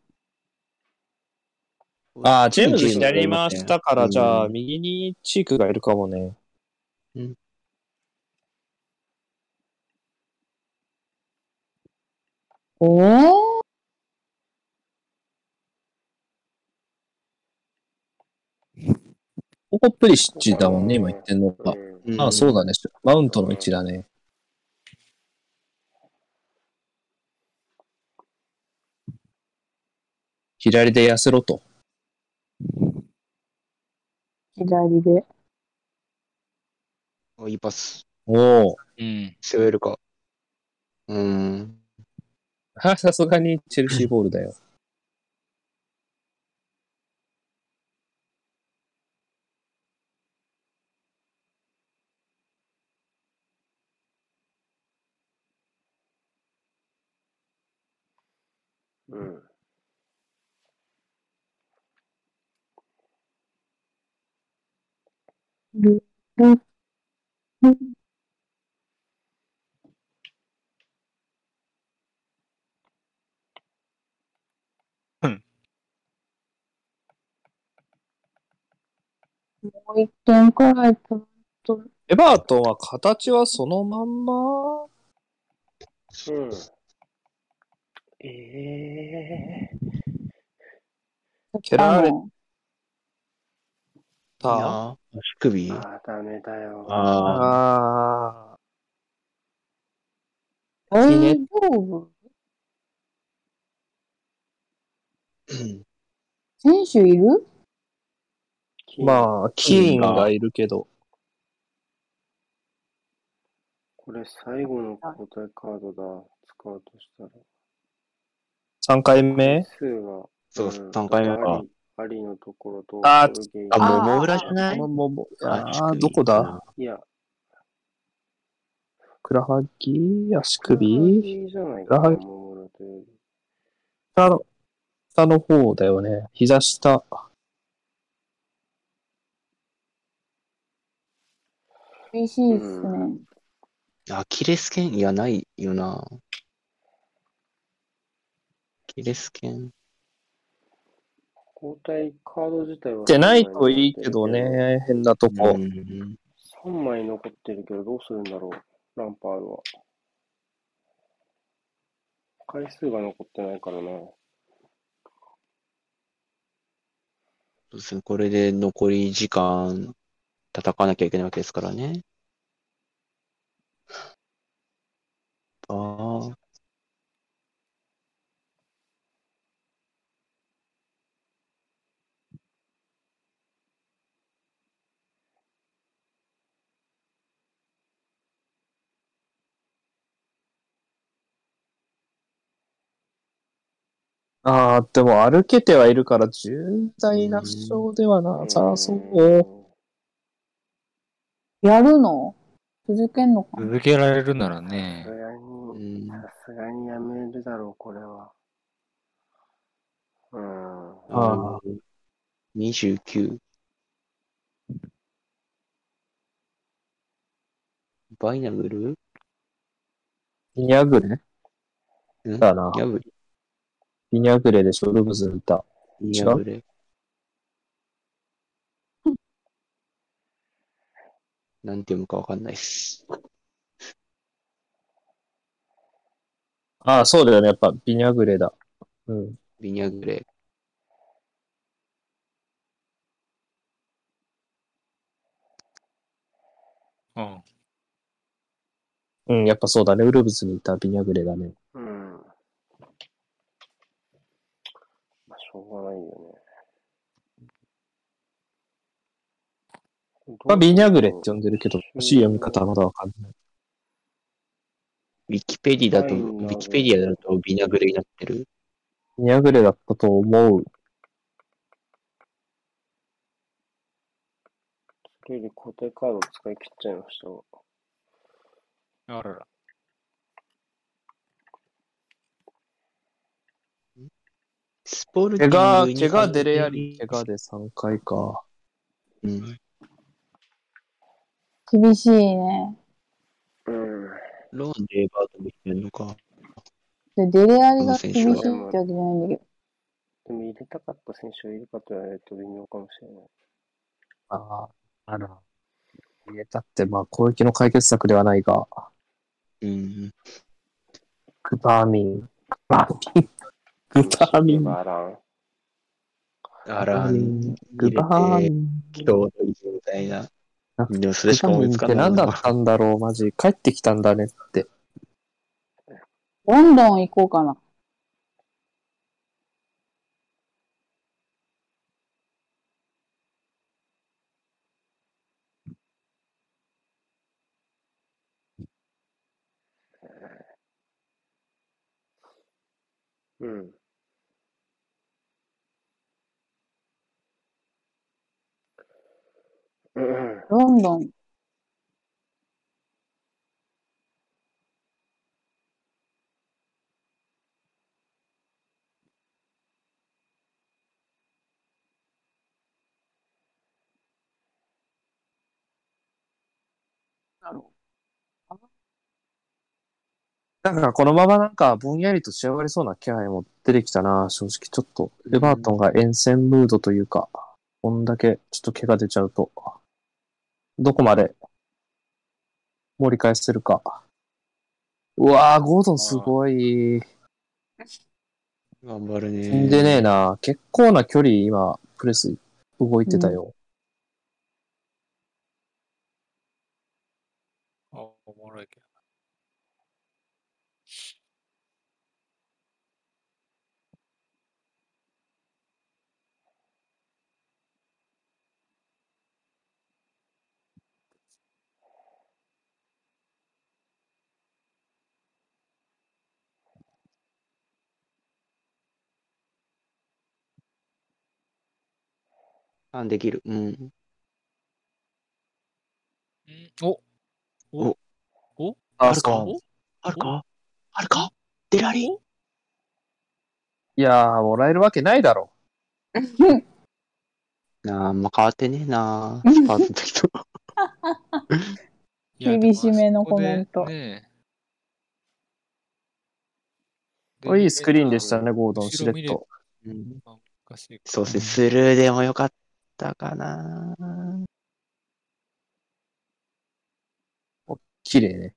Speaker 1: ああ、ジェームズ
Speaker 5: ジェームズ
Speaker 1: 左に回したから、
Speaker 5: うん
Speaker 1: じゃあ、右にチークがいるかもね。
Speaker 4: おー
Speaker 1: ここプリシッチだもんね、今言ってんの
Speaker 2: う
Speaker 1: が。
Speaker 2: ん。
Speaker 5: うん
Speaker 1: ああ、そうだね。マウントの位置だね。左で痩せろと。
Speaker 4: 左で。
Speaker 5: おいいパス。
Speaker 1: おお。
Speaker 3: うん。
Speaker 5: 背負えるか。うん。
Speaker 1: あ、さすがにチェルシーボールだよ。
Speaker 2: うん。
Speaker 4: もう一点くらいポイント。
Speaker 1: エバートンは形はそのまんま。
Speaker 2: うん。ええ
Speaker 1: 蹴られ
Speaker 4: あの
Speaker 5: いや
Speaker 1: た。
Speaker 5: ー足首
Speaker 2: ー。ああ、ダメだよ。
Speaker 5: ああ。
Speaker 1: あ
Speaker 4: 大丈夫
Speaker 5: うん
Speaker 4: 選手いる
Speaker 1: ーまあ、キーンがいるけど。
Speaker 2: これ最後の交代カードだ。使うとしたら。
Speaker 1: 3回目
Speaker 2: 数は。
Speaker 5: そう、
Speaker 2: ん
Speaker 5: 3回目
Speaker 2: あ
Speaker 5: か。
Speaker 2: りありのところと、
Speaker 1: あ
Speaker 2: ブルゲイ
Speaker 5: あ、
Speaker 4: あ
Speaker 5: もも裏じゃない
Speaker 1: もうもうもう
Speaker 5: 足
Speaker 1: あー
Speaker 5: 首
Speaker 1: どこだ
Speaker 2: いや、
Speaker 1: クラハギ足
Speaker 2: 首
Speaker 1: 首
Speaker 2: じゃない
Speaker 1: ラ
Speaker 2: か
Speaker 1: ハ
Speaker 2: な、
Speaker 1: ギ
Speaker 2: モモラというより。
Speaker 1: 下の、下の方だよね。膝下。
Speaker 4: 厳しいっすね。
Speaker 5: アキレス腱いや、ないよな。アキレス腱。
Speaker 2: 交代カード自体は
Speaker 1: じゃ
Speaker 2: 三
Speaker 1: な
Speaker 2: 枚
Speaker 1: いといいけどね。変なとこ。
Speaker 5: うん。
Speaker 2: 残ってるけど。3枚残ってるけど、どうするんだろう、ランパードは。回数が残ってないからな。
Speaker 5: そうですねこれで残り時間、戦わなきゃいけないわけですからね。ああ。
Speaker 1: ああ、でも歩けてはいるから重大な負傷ではなさそう。
Speaker 4: やるの続けんのかな
Speaker 3: 続けられるなら
Speaker 2: さ
Speaker 3: ね
Speaker 2: す。が
Speaker 5: う
Speaker 2: に、
Speaker 5: ん。
Speaker 2: さすがにやめるだろう、これは。うん。
Speaker 1: ああ、
Speaker 5: 29。バイナブル
Speaker 1: ビニャグレ
Speaker 5: うん
Speaker 1: だな
Speaker 5: ヤブリ
Speaker 1: ビニャグレでしょ、ルブズいた。違う
Speaker 5: ヤブレ。なんて読むかわかんないっす。
Speaker 1: ああ、そうだよね。やっぱビニャグレだ。うん。
Speaker 5: ビニャグレ。
Speaker 3: うん。
Speaker 1: うん、やっぱそうだね。ウルブズにいたビニャグレだね。
Speaker 2: うん。まあ、しょうがないよね。
Speaker 1: まあ、ビニャグレって
Speaker 2: ゃ
Speaker 1: 呼んでるけど、正しい読み方はまだわかんない。
Speaker 5: ウィキペディだと、
Speaker 2: バ
Speaker 5: ウ
Speaker 2: イナブル
Speaker 5: ィキペディアだとビニャグレになってる。
Speaker 1: ビニャグレだったと思う。
Speaker 2: それより固定カードを使い切っちゃいましたわ。
Speaker 3: あらら。
Speaker 5: スポルテ
Speaker 1: 怪
Speaker 5: ィング
Speaker 1: 我、
Speaker 5: に
Speaker 1: 怪我デレアリ、怪我で3回か。
Speaker 5: うん。
Speaker 4: 厳しいね。
Speaker 2: うん。
Speaker 5: ローンでエバートンできてるのか。
Speaker 4: で、デレアリ
Speaker 5: この
Speaker 4: が
Speaker 5: 選
Speaker 4: 厳
Speaker 5: 手
Speaker 4: しい
Speaker 5: は
Speaker 4: ってわけじゃないんだけど。
Speaker 2: でも入れたかった選手をいるかと言われると微妙かもしれない。
Speaker 1: ああ、あら。入れたって、まあ、攻撃の解決策ではないが、
Speaker 5: うん。
Speaker 1: グバーミン。グ バーミン。グバーミン。
Speaker 2: バラン。
Speaker 5: アラン、
Speaker 1: グバーミン。
Speaker 5: 今日の一みたいな。
Speaker 1: あ
Speaker 5: でもそれしか思いつかない。
Speaker 1: グバーミンって何だったんだろう、マジ。帰ってきたんだねって。
Speaker 4: ロンドン行こうかな。
Speaker 2: うん。うん。
Speaker 4: ロンドン。だろ
Speaker 1: なんかこのままなんかぼんやりと仕上がりそうな気配も出てきたな、正直ちょっと。エバートンが沿線ムードというか、こんだけちょっと毛が出ちゃうと、どこまで盛り返せるか。うわぁ、ゴードンすごい。
Speaker 5: 頑張る
Speaker 1: 死ん
Speaker 5: ね。
Speaker 1: でねえな。結構な距離今、プレス動いてたよ。
Speaker 3: あおもろいけど。
Speaker 5: あ、できる。うん。
Speaker 3: んおおお
Speaker 5: あ
Speaker 1: あ
Speaker 5: るかあるかあるかデラリ
Speaker 1: いやー、もらえるわけないだろ。
Speaker 5: なあ、あんま変わってねえなスパートの時と。
Speaker 3: いやでも
Speaker 4: 厳しめの
Speaker 3: あそこで
Speaker 4: コメント
Speaker 3: ねえ
Speaker 1: これいいスクリーンでした
Speaker 3: レ
Speaker 1: ね、ゴードン、しれ
Speaker 3: 後ろ見
Speaker 1: っ
Speaker 3: れ
Speaker 1: と。
Speaker 5: うん
Speaker 3: ベルがおかしいか
Speaker 5: そうですね、スルーでもよかったかな
Speaker 1: 綺麗ね。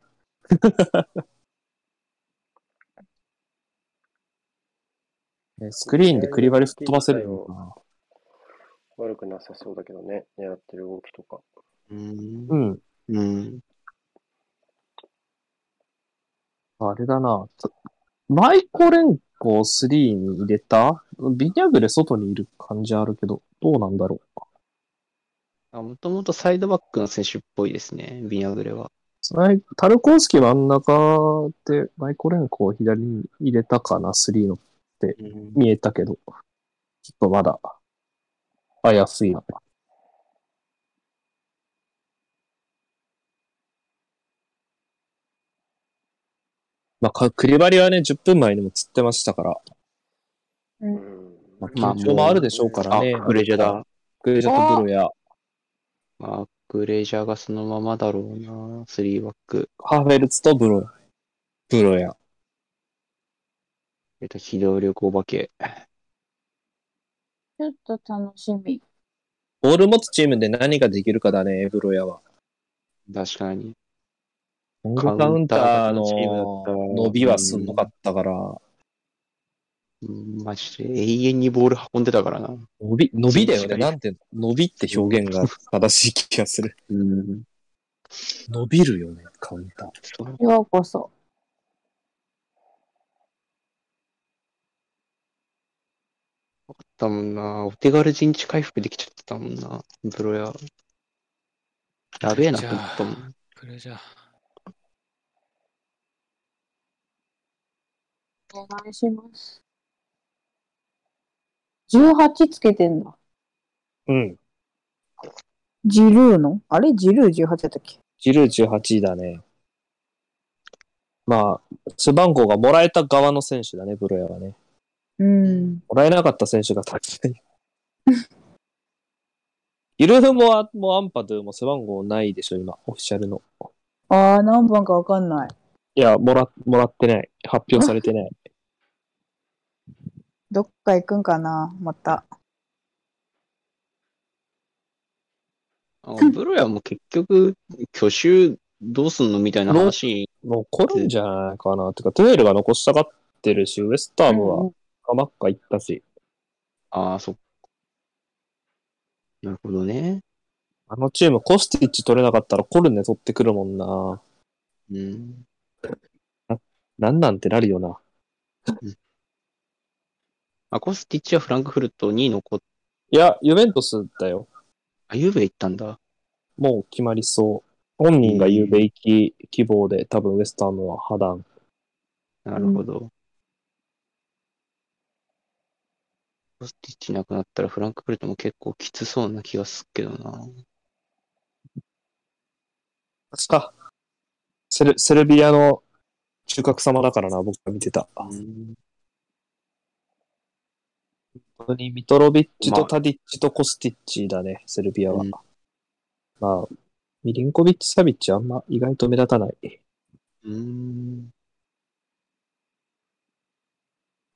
Speaker 1: えスクリーンでクリバリ吹っ飛ばせるのかな。
Speaker 2: 悪くなさそうだけどね、狙ってる動きとか。
Speaker 5: うん
Speaker 1: う。ん。
Speaker 5: うん。
Speaker 1: あれだな。ちょマイコレンコを3に入れたビニャグレ外にいる感じあるけど、どうなんだろう。
Speaker 5: もともとサイドバックの選手っぽいですね、ビニャグレは。
Speaker 1: サイタルコンスキー真ん中でマイコレンコを左に入れたかな、3の
Speaker 5: うん
Speaker 1: 見えたけど、ちょっとまだ、怪しいな。まあか、クリバリはね、10分前にも釣ってましたから、
Speaker 4: う
Speaker 2: うん。
Speaker 1: まあ、
Speaker 5: まあ
Speaker 1: 緊張もあるでしょうから
Speaker 5: あ
Speaker 1: ね。、
Speaker 5: クレジャだ。
Speaker 1: クレジャとブルヤ。
Speaker 5: まあ、クレジャがそのままだろうなスリーバック。
Speaker 1: ハーフェルツとブロ、ブロヤ。
Speaker 5: えっと、機動力お化け。
Speaker 4: ちょっと楽しみ。
Speaker 1: ボール持つチームで何ができるかだね、ブロヤは。
Speaker 5: 確かに。
Speaker 1: ロン
Speaker 5: カウンタ
Speaker 1: グ
Speaker 5: ー
Speaker 1: カウンターの
Speaker 5: チームだった
Speaker 1: 伸びはすごかったから、
Speaker 5: うんマジで永遠にボール運んでたからな。
Speaker 1: 伸び、伸びだよ
Speaker 5: 確か
Speaker 1: ね。
Speaker 5: に
Speaker 1: なんて、伸びって表現が正しい気がする。
Speaker 5: うん。
Speaker 1: 伸びるよね、カウンター。
Speaker 5: そう
Speaker 4: ようこそ。
Speaker 5: だもんなお手軽陣地回復できちゃってたもんなプロや。やべえなと思ったも
Speaker 3: じゃ
Speaker 5: ん。
Speaker 3: クレジャー
Speaker 4: お願いします。18つけてんだ。
Speaker 1: うん。
Speaker 4: ジルーのあれジルー18だったっけ
Speaker 1: ジルー18だね。まあ、背番号がもらえた側の選手だね、ブロヤはね。
Speaker 4: うん。
Speaker 1: もらえなかった選手がた くさんいる。イルフもアもアンパドゥも背番号ないでしょ、今、オフィシャルの。
Speaker 4: ああ、何番かわかんない。
Speaker 1: いや、もら、もらってない。発表され てない。
Speaker 4: どっか行くんかなまた。
Speaker 5: あプロやも結局、去就どうすんのみたいな話。
Speaker 1: 残るんじゃないかな。てか、トゥエルが残したがってるし、ウエスタームはカマッカ行ったし、
Speaker 5: ああ、そっか。なるほどね。
Speaker 1: あのチームコスティッチ取れなかったらコルネ取ってくるもんな。
Speaker 5: うん。
Speaker 1: なんなんてなるよな。
Speaker 5: あ、コスティッチはフランクフルトに残っ、
Speaker 1: いや、ユベントスだよ。
Speaker 5: あ、ゆうべ行ったんだ。
Speaker 1: もう決まりそう。本人が言うべき希望で、多分ウエスタームは破談。
Speaker 5: なるほど。ポスティッチなくなったらフランクフルトも結構きつそうな気がすっけどな。
Speaker 1: 確か。セル、セルビアの中核様だからな、僕が見てた。
Speaker 5: うん
Speaker 1: 本当にミトロビッチとタディッチとコスティッチだね、セルビアは。
Speaker 5: うん
Speaker 1: まあ、ミリンコビッチ、サビッチあんま意外と目立たない。
Speaker 5: うん。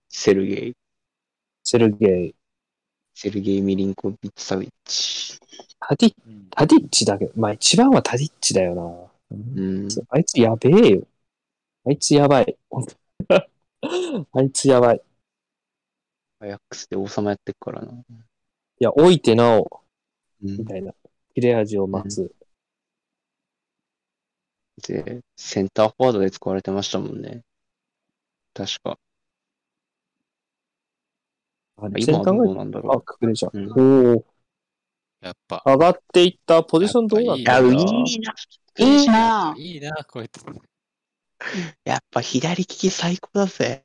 Speaker 5: セルゲイ。
Speaker 1: セルゲイ、
Speaker 5: セルゲイ・ミリンコビッチ・サビッチ。
Speaker 1: タディ、
Speaker 3: うん
Speaker 1: タディッチだけど、まあ一番はタディッチだよな。
Speaker 5: うん。
Speaker 1: あいつやべえよ。あいつやばい。 本当にあいつやばい。
Speaker 5: アヤックスで王様やってっからな。
Speaker 1: いや、置いてなお、
Speaker 5: うん
Speaker 1: みたいな。切れ味を待つ。
Speaker 5: で、センターフォワードで使われてましたもんね。確か。
Speaker 1: あ
Speaker 5: まあ
Speaker 1: 全
Speaker 5: 今は
Speaker 1: 然考
Speaker 5: ど
Speaker 1: え
Speaker 5: うなんだ
Speaker 1: たら、
Speaker 5: ろ
Speaker 1: くれじゃん。
Speaker 5: う。うん、
Speaker 1: おお、
Speaker 3: やっぱ。
Speaker 1: 上がっていったポジションどうなっ
Speaker 5: あ、
Speaker 1: た
Speaker 3: や
Speaker 1: ん
Speaker 3: っ
Speaker 1: だ
Speaker 3: ぱ
Speaker 5: いいな。
Speaker 4: いい
Speaker 5: いい
Speaker 3: やっ
Speaker 5: な
Speaker 3: ぱ。いいな、こうやって。
Speaker 5: やっぱ左利き最高だぜ。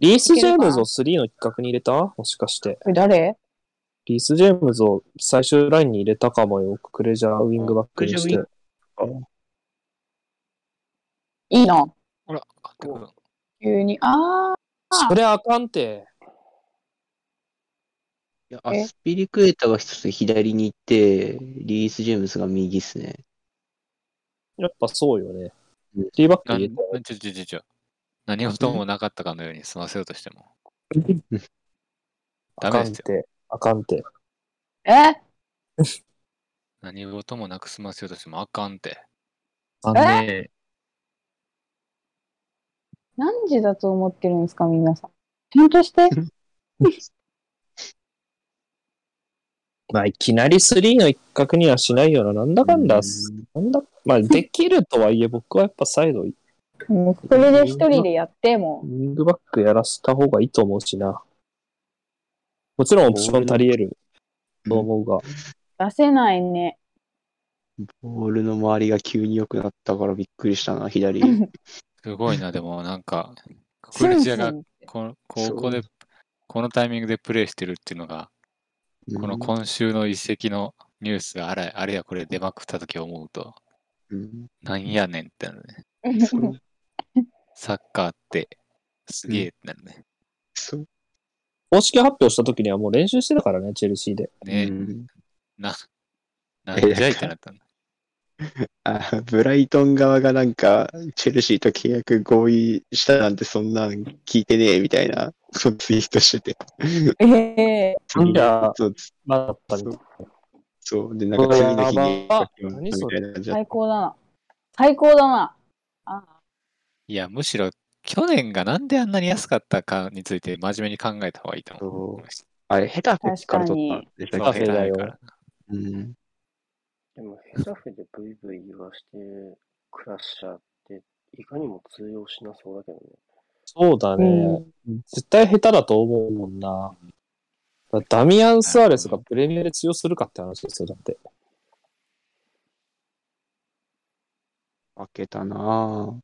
Speaker 1: リース・ジェームズを3の一角に入れたもしかして。
Speaker 4: これ誰
Speaker 1: リース・ジェームズを最終ラインに入れたかもよ。クレジャーウィングバックにし
Speaker 5: クレジャー
Speaker 1: て
Speaker 5: ウィン。
Speaker 4: いいな。
Speaker 3: ほら、あったくん
Speaker 4: 急に。あ
Speaker 1: それあかんて。
Speaker 5: いや、あ
Speaker 4: え
Speaker 5: スピリクエタが一つ左に行って、リース・ジェームスが右っすね。
Speaker 1: やっぱそうよね
Speaker 5: うん。
Speaker 1: ティーバック
Speaker 3: なん
Speaker 1: 入れた。
Speaker 3: なんちょちょちょちょ。何事もなかったかのように済ませようとしても。
Speaker 1: あ
Speaker 3: ダ
Speaker 1: かん
Speaker 3: メですよ。
Speaker 1: て。あかんて。
Speaker 4: あ。え
Speaker 3: 何事もなく済ませようとしてもあかんって。
Speaker 1: あのね。
Speaker 4: 何時だと思ってるんですか、皆さん。ちゃんとして。
Speaker 1: まあ、いきなり3の一角にはしないよな。なんだかんだ、なんだ、ま あ、できるとはいえ、僕はやっぱサイド、ウ
Speaker 4: もうこれで一人でやっても。
Speaker 1: ィングバックやらせた方がいいと思うしな。もちろんオプション足り得ると思うが。
Speaker 4: 出せないね。
Speaker 5: ボールの周りが急に良くなったからびっくりしたな、 左。
Speaker 3: すごいな、でもなんか、ク
Speaker 4: ス
Speaker 3: レ
Speaker 4: ン
Speaker 3: ジ
Speaker 4: ス
Speaker 3: アが
Speaker 4: ン
Speaker 3: このこ
Speaker 5: そう
Speaker 3: こで、このタイミングでプレイしてるっていうのが、この今週の一席のニュースがあれあれやこれ出まくったとき思うと、
Speaker 5: うん
Speaker 3: なんやねんってなるね。
Speaker 5: うんそう。
Speaker 3: サッカーってすげえってなるね。
Speaker 5: そう。
Speaker 1: 公式発表した時にはもう練習してたからね、チェルシーで。
Speaker 3: ね
Speaker 5: うん
Speaker 3: な、 なんじゃいってなったんだ。
Speaker 5: あ、ブライトン側がなんか、チェルシーと契約合意したなんてそんなん聞いてねえみたいな、そうツイートしてて。
Speaker 4: ええ
Speaker 1: なんだ
Speaker 5: そう、つ
Speaker 1: まだったみ
Speaker 5: そ、
Speaker 1: たいう
Speaker 5: そう、で、なんか次の日に、
Speaker 1: うわ
Speaker 5: み
Speaker 1: 何そ
Speaker 5: た
Speaker 1: れ
Speaker 5: いな感じだっ
Speaker 4: 最高だな。最高だな。あ
Speaker 3: いや、むしろ去年がなんであんなに安かったかについて真面目に考えた方がいいと
Speaker 5: た
Speaker 3: 思う。
Speaker 5: あれ、ヘタフェから取ったんでした
Speaker 3: そう
Speaker 1: 確か
Speaker 5: っけ
Speaker 1: にヘタフェだよ
Speaker 3: から。
Speaker 5: うん。
Speaker 2: でも、ヘタフェでブイブイ言わしてるクラッシャーって、いかにも通用しなそうだけどね。
Speaker 1: そうだ
Speaker 4: う
Speaker 1: ね。
Speaker 4: ん。
Speaker 1: 絶対下手だと思うもんな。だダミアン・スアレスがプレミアで通用するかって話ですよ、だって。
Speaker 5: 負けたなぁ。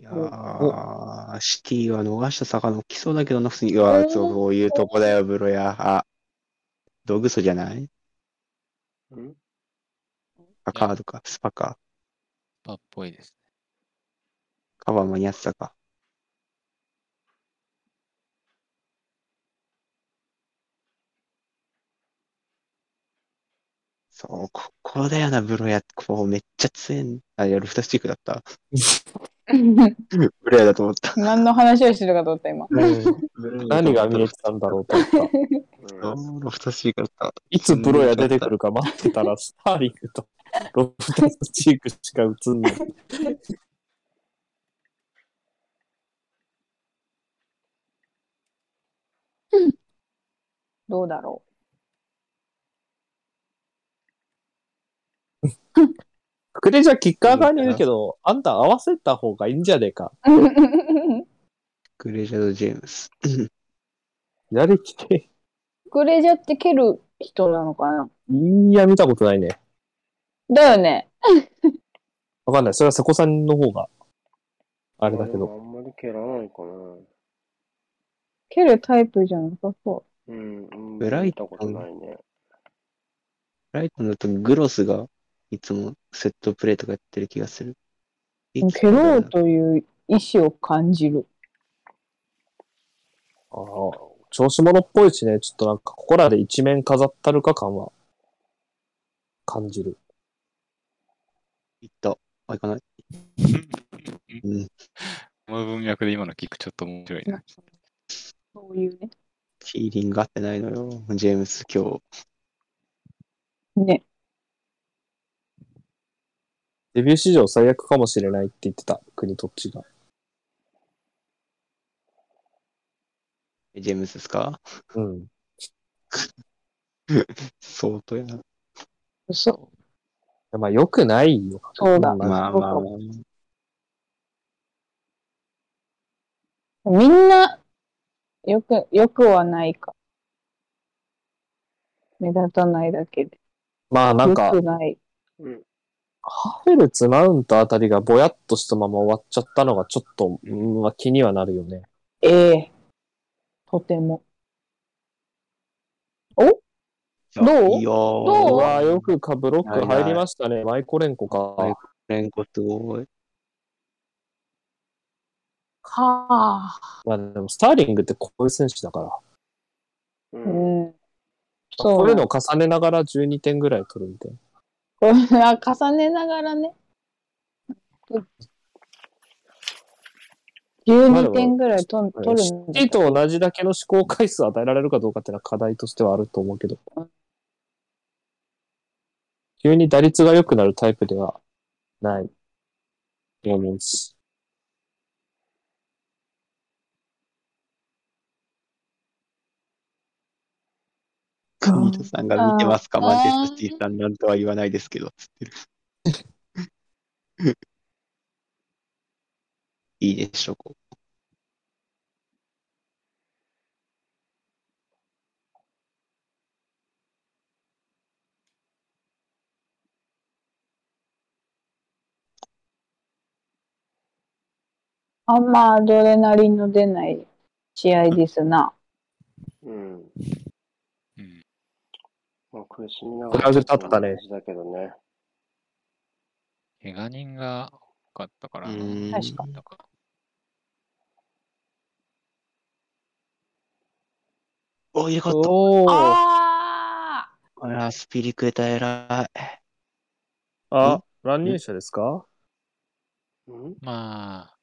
Speaker 5: いやー、シティは逃した魚起きそうだけどな、普通に。うわ、そういうとこだよ、ブロヤ。あ、ドグソじゃない
Speaker 2: うん
Speaker 5: あ、カードか、スパか。
Speaker 3: パっぽいです。
Speaker 5: カバー間に合ってたか。そう、ここだよな、ブロヤ。こう、めっちゃ強えん。あ、いや、ルフタスチークだった。ブロヤだと思った。
Speaker 4: 何の話をしてるかと思った、今。
Speaker 1: 何が見えてたんだろうと思った。
Speaker 2: うん。
Speaker 5: そうロフタスチークだった。
Speaker 1: いつプロヤ出てくるか待ってたら、スターリングとロフタスチークしか映んない。
Speaker 4: どうだろ
Speaker 1: クレジャーキッカー側にいるけど、あんた合わせた方がいいんじゃねえか。
Speaker 4: う。
Speaker 5: グレジャード・ジェームス。
Speaker 1: 左利き。
Speaker 4: クレジャって蹴る人なのかない
Speaker 1: や、見たことないね。
Speaker 4: だよね。
Speaker 1: わかんない。それは瀬古さんの方が、あれだけ
Speaker 2: で
Speaker 1: ど。
Speaker 2: もあんまり蹴らないかな。
Speaker 4: 蹴るタイプじゃなさそ。
Speaker 2: うん。うん
Speaker 5: ブライ
Speaker 2: 見
Speaker 5: ト
Speaker 2: た
Speaker 5: ン
Speaker 2: ことないね。
Speaker 5: ライトンだとグロスがいつもセットプレーとかやってる気がする。いうつ
Speaker 4: 蹴
Speaker 5: か
Speaker 4: ろ
Speaker 5: な
Speaker 4: うという意思を感じる。
Speaker 1: ああ調子者っぽいしね、ちょっとなんか、ここらで一面飾ったるか感は、感じる。
Speaker 5: いった。あ、いかない。うん。
Speaker 3: この文脈で今の聞くちょっと面白いな。
Speaker 4: そういうね。
Speaker 5: ヒーリング合ってないのよ。ジェームス今日。
Speaker 4: ね。
Speaker 1: デビュー史上最悪かもしれないって言ってた、国とっちが。
Speaker 5: ジェームスですか
Speaker 1: うん。
Speaker 5: 相当やな。
Speaker 4: そ
Speaker 1: まあ、良くないよ。
Speaker 4: そうだ
Speaker 1: ん
Speaker 5: まあまあまあまあ。
Speaker 4: う。みんな、よく、よくはないか。目立たないだけで。
Speaker 1: まあ、なんか
Speaker 4: よ、くない。
Speaker 2: うん。
Speaker 1: ハフェルツ、マウントあたりがぼやっとしたまま終わっちゃったのがちょっと、うん、まあ気にはなるよね。
Speaker 4: ええとても。
Speaker 5: いや
Speaker 4: どう
Speaker 5: いやー
Speaker 4: どお
Speaker 1: うわよくかブロック入りましたね。マイコレンコ
Speaker 5: マイ
Speaker 1: か。
Speaker 5: レンコすごい。
Speaker 4: かあ。
Speaker 1: まあでも、スターリングってこういう選手だから。
Speaker 2: う。
Speaker 4: うんん。そう
Speaker 1: こういうの
Speaker 4: な
Speaker 1: を重ねながら12点ぐらい取るみたいな。
Speaker 4: の。こう重ねながらね。12点ぐらいと取るんだ
Speaker 1: シティと同じだけの試行回数を与えられるかどうかっていうのは課題としてはあると思うけど
Speaker 4: うん。
Speaker 1: 急に打率が良くなるタイプではない。と思うし。
Speaker 5: カミトさんが見てますか
Speaker 4: あー
Speaker 5: マンチェスターシティさんなんとは言わないですけど、つってる。いいでしょ、こう。
Speaker 4: あんまアドレナリンの出ない試合ですな。
Speaker 2: うん。
Speaker 3: うん。
Speaker 2: まあ、苦しみなが
Speaker 1: フ
Speaker 2: ら。
Speaker 1: ラグ立ったね
Speaker 2: 感じだけどね。
Speaker 3: 怪我人が多かったからな。
Speaker 5: うん
Speaker 4: 確か
Speaker 3: だから
Speaker 5: お、入れ替わっ
Speaker 1: おー
Speaker 4: ああ
Speaker 5: た。あら、スピリクエタ偉い。
Speaker 1: あ、乱入者ですか
Speaker 2: うん
Speaker 3: ま
Speaker 5: あ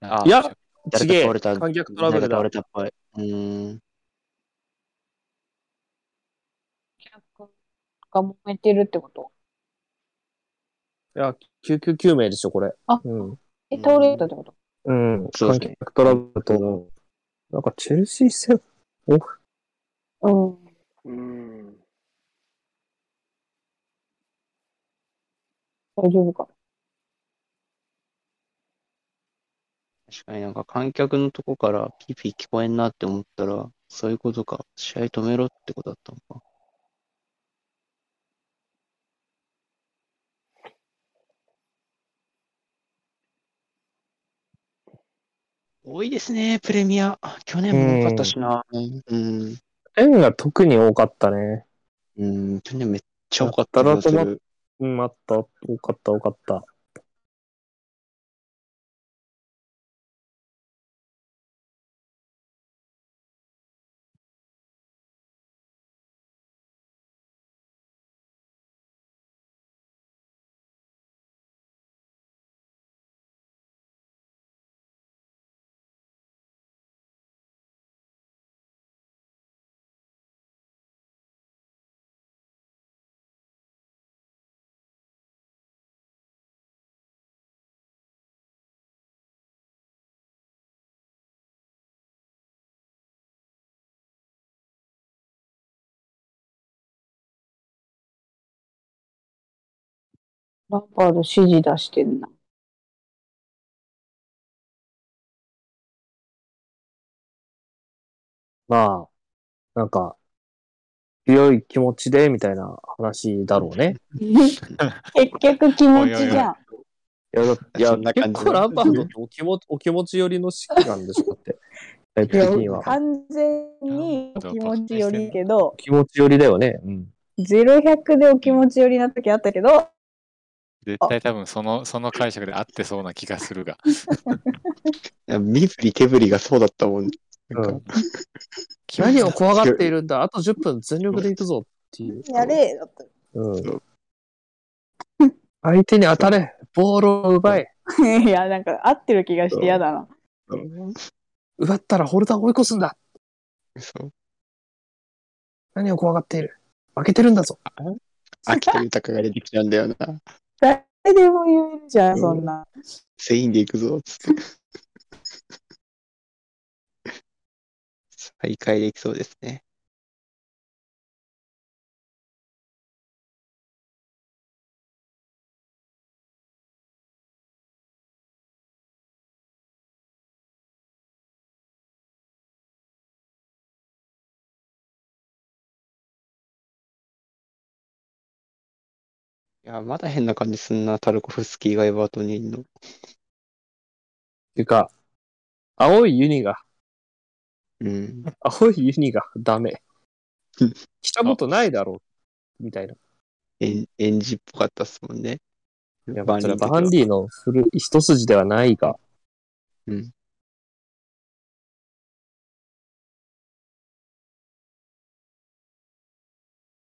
Speaker 3: あ。
Speaker 1: いや
Speaker 5: 誰
Speaker 1: ち
Speaker 5: か
Speaker 1: げ
Speaker 5: 倒
Speaker 1: え
Speaker 5: れた。
Speaker 1: 観客トラブル
Speaker 5: 誰か倒
Speaker 1: だ
Speaker 5: れ。たっぽい。うーん。
Speaker 4: 客が揉めてるってこと
Speaker 1: いや、救急救命でしょ、これ。
Speaker 4: あ
Speaker 1: うん。
Speaker 4: え、倒れたってこと
Speaker 1: うん。
Speaker 5: そうです
Speaker 1: 観
Speaker 5: ね
Speaker 1: 客トラブルと、なんかチェルシー戦、
Speaker 4: うん。
Speaker 2: うん。
Speaker 4: 大丈夫か。
Speaker 5: 確かになんか観客のとこからピーピー聞こえんなって思ったら、そういうことか。試合止めろってことだったのか。多いですね、プレミア。去年も多かったしな。うん。
Speaker 1: 円が特に多かったね。
Speaker 5: うん、去年めっちゃ多かった気がす
Speaker 1: やたらと
Speaker 5: る。
Speaker 1: うん、あった。多かった、多かった。
Speaker 4: ランパード指示出して んな。
Speaker 1: まあ、なんか、強い気持ちで、みたいな話だろう ね。
Speaker 4: 結局気持ちじゃん。
Speaker 1: いや、だいや
Speaker 5: そんな感じ
Speaker 1: 結構ランバードってお気持ち、 お気持ち寄りの指揮なんでしょ、だって。タイプ
Speaker 4: い
Speaker 1: 的
Speaker 4: や
Speaker 1: には。
Speaker 4: 完全にお気持ちよりけど
Speaker 1: お、気持ち寄りだよね。うん。
Speaker 4: 0100でお気持ちよりな時あったけど、
Speaker 3: 絶対多分その、その解釈で合ってそうな気がするが。
Speaker 5: 身振り手振りがそうだったもん。なんか
Speaker 1: うん何を怖がっているんだあと10分全力で行くぞっていう。
Speaker 4: やれだった。
Speaker 1: うん
Speaker 5: そう。
Speaker 1: 相手に当たれボールを奪え
Speaker 4: いや、なんか合ってる気がして嫌だな。
Speaker 1: 奪ったらホルダーを追い越すんだ
Speaker 5: そう。
Speaker 1: 何を怖がっている負けてるんだぞ
Speaker 5: 秋田豊が出てきたんだよな。
Speaker 4: 誰でも言えるじゃん、そんな。
Speaker 5: 全員で行くぞ、つって。 再開できそうですね。いや、まだ変な感じすんな、タルコフスキーがエバートにいんの。
Speaker 1: っていうか、青いユニが、
Speaker 5: うん。
Speaker 1: 青いユニがダメ
Speaker 5: うん。
Speaker 1: 来たことないだろうみたいな。
Speaker 5: エン、エンジっぽかったっすもんね。
Speaker 1: いや
Speaker 5: バン
Speaker 1: そ
Speaker 5: リ
Speaker 1: れ
Speaker 5: ー
Speaker 1: は
Speaker 5: の時
Speaker 1: バン
Speaker 5: は
Speaker 1: ディの古い一筋ではないが、
Speaker 5: うん。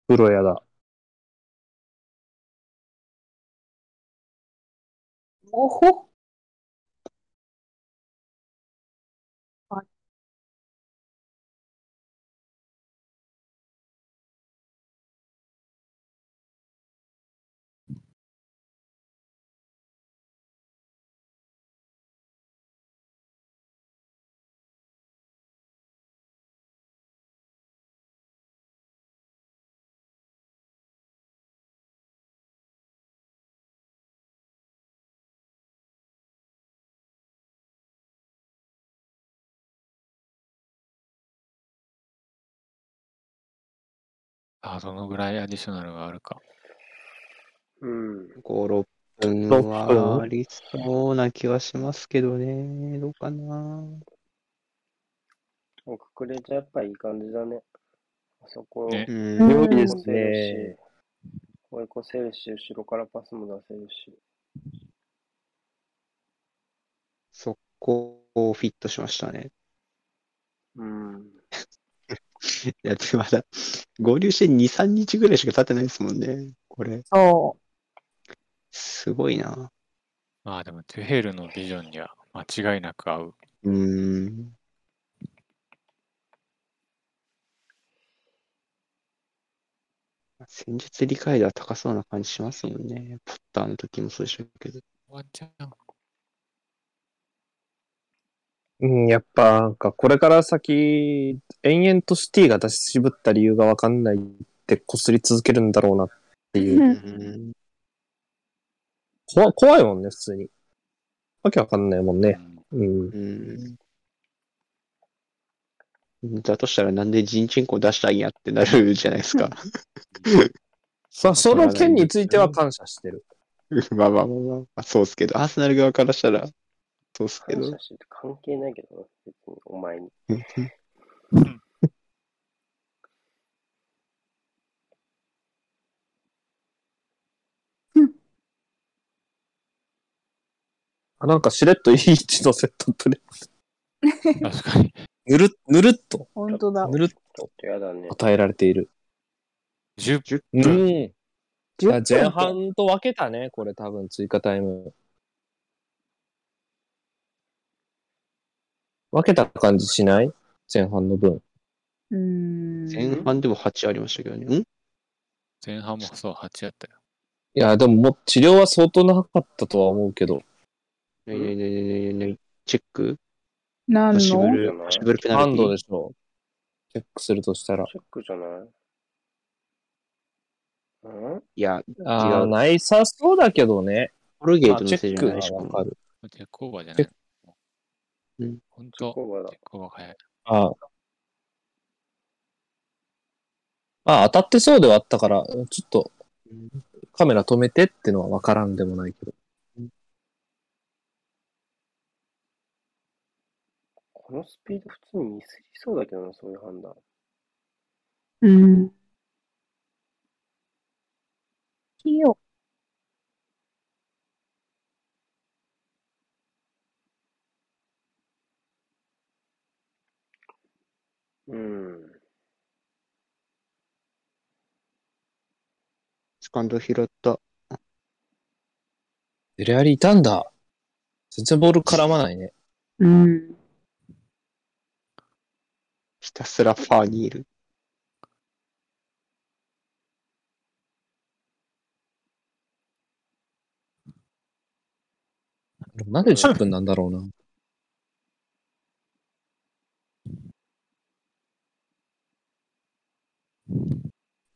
Speaker 1: プロやだ。
Speaker 4: おほ
Speaker 3: あ、どのぐらいアディショナルがあるか。
Speaker 2: うん。
Speaker 5: 5、6
Speaker 1: 6
Speaker 5: 分
Speaker 1: 分
Speaker 5: はありそうな気はしますけどね。どうかな。
Speaker 2: お隠れちゃやっぱいい感じだね。あそこ、
Speaker 3: ね
Speaker 5: う
Speaker 4: うん
Speaker 5: ん。
Speaker 1: 良いです
Speaker 2: 追い越せる
Speaker 1: ね
Speaker 2: し。、追い越せるし、後ろからパスも出せるし。
Speaker 5: 速攻をフィットしましたね。
Speaker 2: うん。
Speaker 5: だってまだ、合流して2、3日ぐらいしか経ってないですもんね。これ、
Speaker 4: そ。
Speaker 5: すごいな。
Speaker 3: まあでも、トゥヘールのビジョンには間違いなく合う。
Speaker 5: うーん。戦術理解度は高そうな感じしますもんね。ポッターの時もそうでしたけど。
Speaker 3: ワンチャン。
Speaker 1: うん、やっぱ、なんか、これから先、延々とシティが出し渋った理由がわかんないって、こすり続けるんだろうなっていうう。
Speaker 5: う
Speaker 4: うん
Speaker 5: ん。
Speaker 1: 怖怖いもんね、普通に。わけわかんないもんね。
Speaker 3: う
Speaker 1: う
Speaker 3: ん
Speaker 1: ん。
Speaker 5: うん。だとしたらなんでジンチェンコ出したんやってなるじゃないですか。
Speaker 1: まあ、その件については
Speaker 5: うん
Speaker 1: 感謝してる。
Speaker 5: まあまあまあまあまあ、そうっすけど、アーセナル側からしたら、そうっすけ
Speaker 2: 感
Speaker 5: ど
Speaker 2: 謝。してて関係ないけどな、別にお前に。
Speaker 1: あなんか、しれっといい位置のセットプレ
Speaker 3: 確かに。
Speaker 1: イ。ぬる、ぬるっと、
Speaker 4: 本当だ。
Speaker 1: ぬるっと
Speaker 2: ちょっとやだね。
Speaker 1: 与えられている。
Speaker 3: 10
Speaker 1: うんん。
Speaker 4: 10分
Speaker 1: 前半と分けたね、これ多分追加タイム。分けた感じしない前半の分。
Speaker 4: うーん。
Speaker 5: 前半でも8ありましたけどね。ん
Speaker 3: 前半もそう、8やったよ。
Speaker 1: いや、でももう治療は相当長かったとは思うけど。
Speaker 5: ねねねねねねねチェック
Speaker 4: 何
Speaker 5: パシブ
Speaker 4: の
Speaker 5: ル、パシブルペナ
Speaker 1: ハ
Speaker 5: ル
Speaker 1: ン
Speaker 5: ティ
Speaker 1: ドでしょ。チェックするとしたら。
Speaker 2: チェックじゃないうん
Speaker 5: いや、
Speaker 1: ああ、
Speaker 5: 違う
Speaker 1: ないさそうだけどね。
Speaker 5: コルゲー
Speaker 1: まあ
Speaker 5: ト
Speaker 1: チ
Speaker 5: の
Speaker 1: ェ
Speaker 5: せい
Speaker 1: ッ
Speaker 5: じ
Speaker 1: ク
Speaker 5: ゃ
Speaker 1: は
Speaker 5: ないしか
Speaker 1: わか
Speaker 5: も。
Speaker 1: る。
Speaker 3: チェックオーバーじゃない。
Speaker 5: うん
Speaker 2: チェッ
Speaker 3: 本当
Speaker 2: クオーバーだ
Speaker 3: チェッ。クオーバー早い。
Speaker 1: ああ、まあ当たってそうではあったから、ちょっとカメラ止めてってのはわからんでもないけど。
Speaker 2: このスピード普通にミスりそうだけどな、そういう判断。
Speaker 4: うん。器用。
Speaker 2: うん。
Speaker 5: スカンド拾った。
Speaker 1: デレアリいたんだ。全然ボール絡まないね。
Speaker 4: うん。
Speaker 5: ひたすらファーにいる。
Speaker 1: でもなんで10分なんだろうな。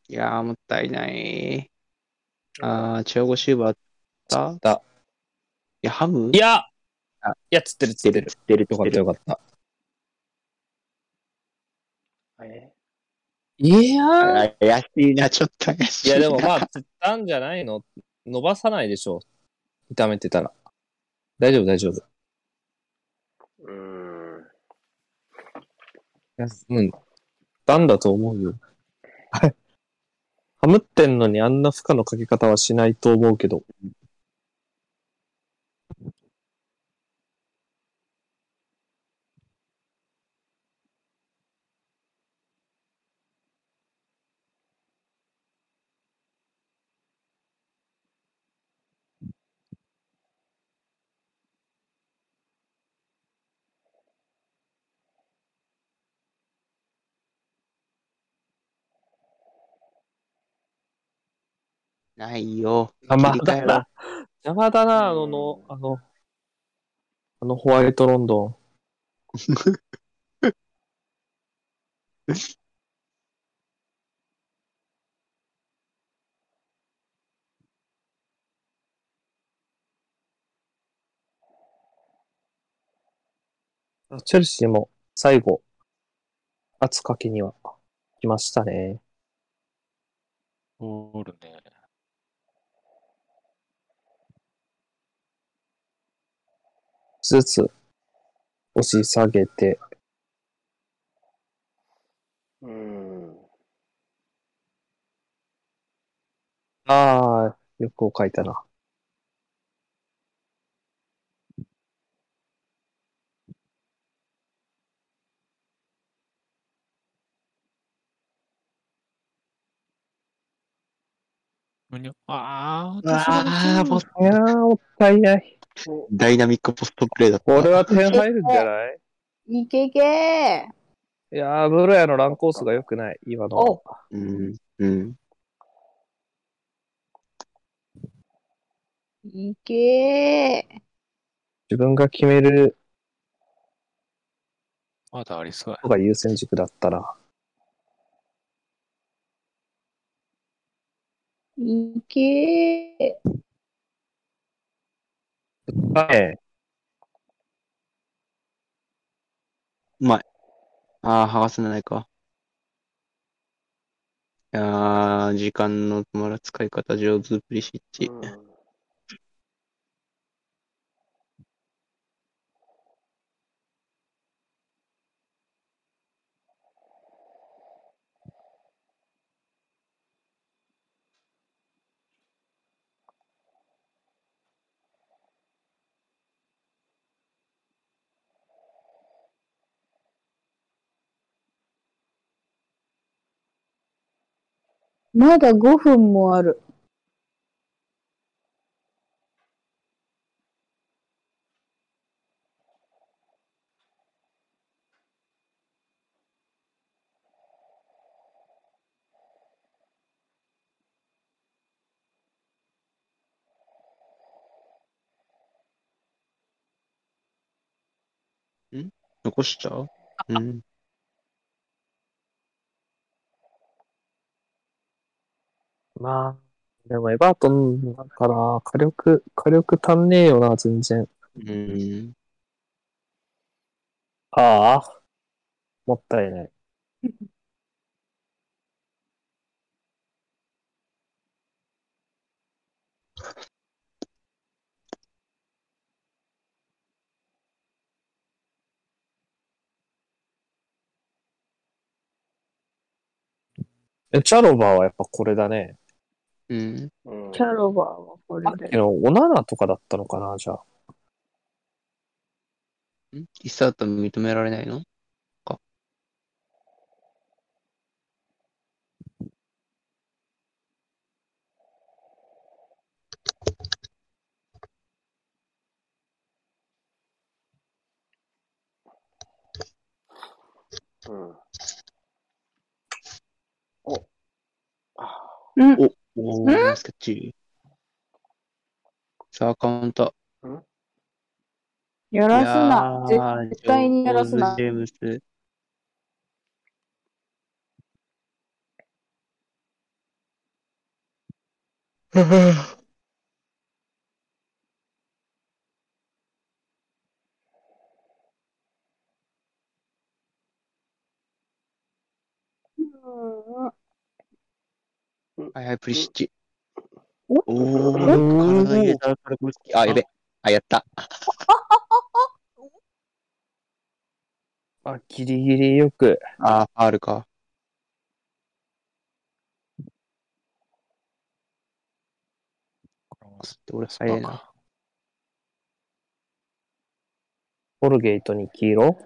Speaker 5: いやー、もったいない。あー、チアゴシューバーあったい
Speaker 1: だ
Speaker 5: や、ハム
Speaker 1: いや
Speaker 5: あ
Speaker 1: いや、つってるつってる。
Speaker 5: 釣ってる、
Speaker 1: よかった
Speaker 5: 釣ってる。
Speaker 1: よかった。
Speaker 2: え
Speaker 1: いやー。
Speaker 5: あ怪しいな、ちょっと怪し
Speaker 1: い
Speaker 5: いな。
Speaker 1: や、でもまあ、つったんじゃないの伸ばさないでしょう。痛めてたら。大丈夫、大丈夫。
Speaker 2: うん。
Speaker 1: うん。なんだと思う よ。はい。ハムってんのにあんな負荷のかけ方はしないと思うけど。
Speaker 5: ないよ。
Speaker 1: 邪
Speaker 5: 切り
Speaker 1: 魔
Speaker 5: 替
Speaker 1: だ
Speaker 5: えろ
Speaker 1: な。。邪魔だな、あのの、あの、あのホワイトロンドン。あチェルシーも最後、圧かけには来ましたね。
Speaker 3: おるね。
Speaker 1: ずつ押し下げて、
Speaker 2: うん。
Speaker 1: ああ、欲を書いたな。
Speaker 3: むにょああ、
Speaker 5: ああ、もう
Speaker 1: いやー、もったいない。
Speaker 5: ダイナミックポストプレーだった。
Speaker 1: これは点入るんじゃない
Speaker 4: いけいけ
Speaker 1: いやー、ブロヤのランコースが良くない、今のは。
Speaker 4: お
Speaker 5: うん、うん。
Speaker 4: いけー
Speaker 1: 自分が決める
Speaker 3: まだありそうや。
Speaker 1: のが優先軸だったら、
Speaker 4: いけー
Speaker 1: はい、
Speaker 5: うまい。ああ、剥がせないか。いやー、時間のまら使い方上手、プリシッチ。
Speaker 4: まだ5分もある。
Speaker 5: 残しちゃううん。
Speaker 1: まあ、でもエバートンだから、火力、火力足んねえよな、全然。
Speaker 5: うん。
Speaker 1: ああ、もったいない。えチャロバーはやっぱこれだね。
Speaker 5: うん。
Speaker 2: うん
Speaker 4: キャロバーはこれ
Speaker 1: さっき
Speaker 4: で。
Speaker 1: のオナナとかだったのかな、じゃあ。
Speaker 5: イサート認められないの
Speaker 2: うん。おあ
Speaker 4: うん。
Speaker 5: おー、ナイスキャッチ。さあ、カウント。
Speaker 4: や
Speaker 5: い
Speaker 4: らす
Speaker 5: や
Speaker 4: な。絶
Speaker 5: ー、
Speaker 4: 絶対にやらすな
Speaker 5: ジョーズジェームス。はいはい、プリシッチ。
Speaker 4: お
Speaker 5: おー、体入れたらカルコフスキー。あ、やべ。あ、やった。
Speaker 1: あ、ギリギリよく。
Speaker 5: あ、ファールか。俺、早いな。
Speaker 1: ホルゲートに黄色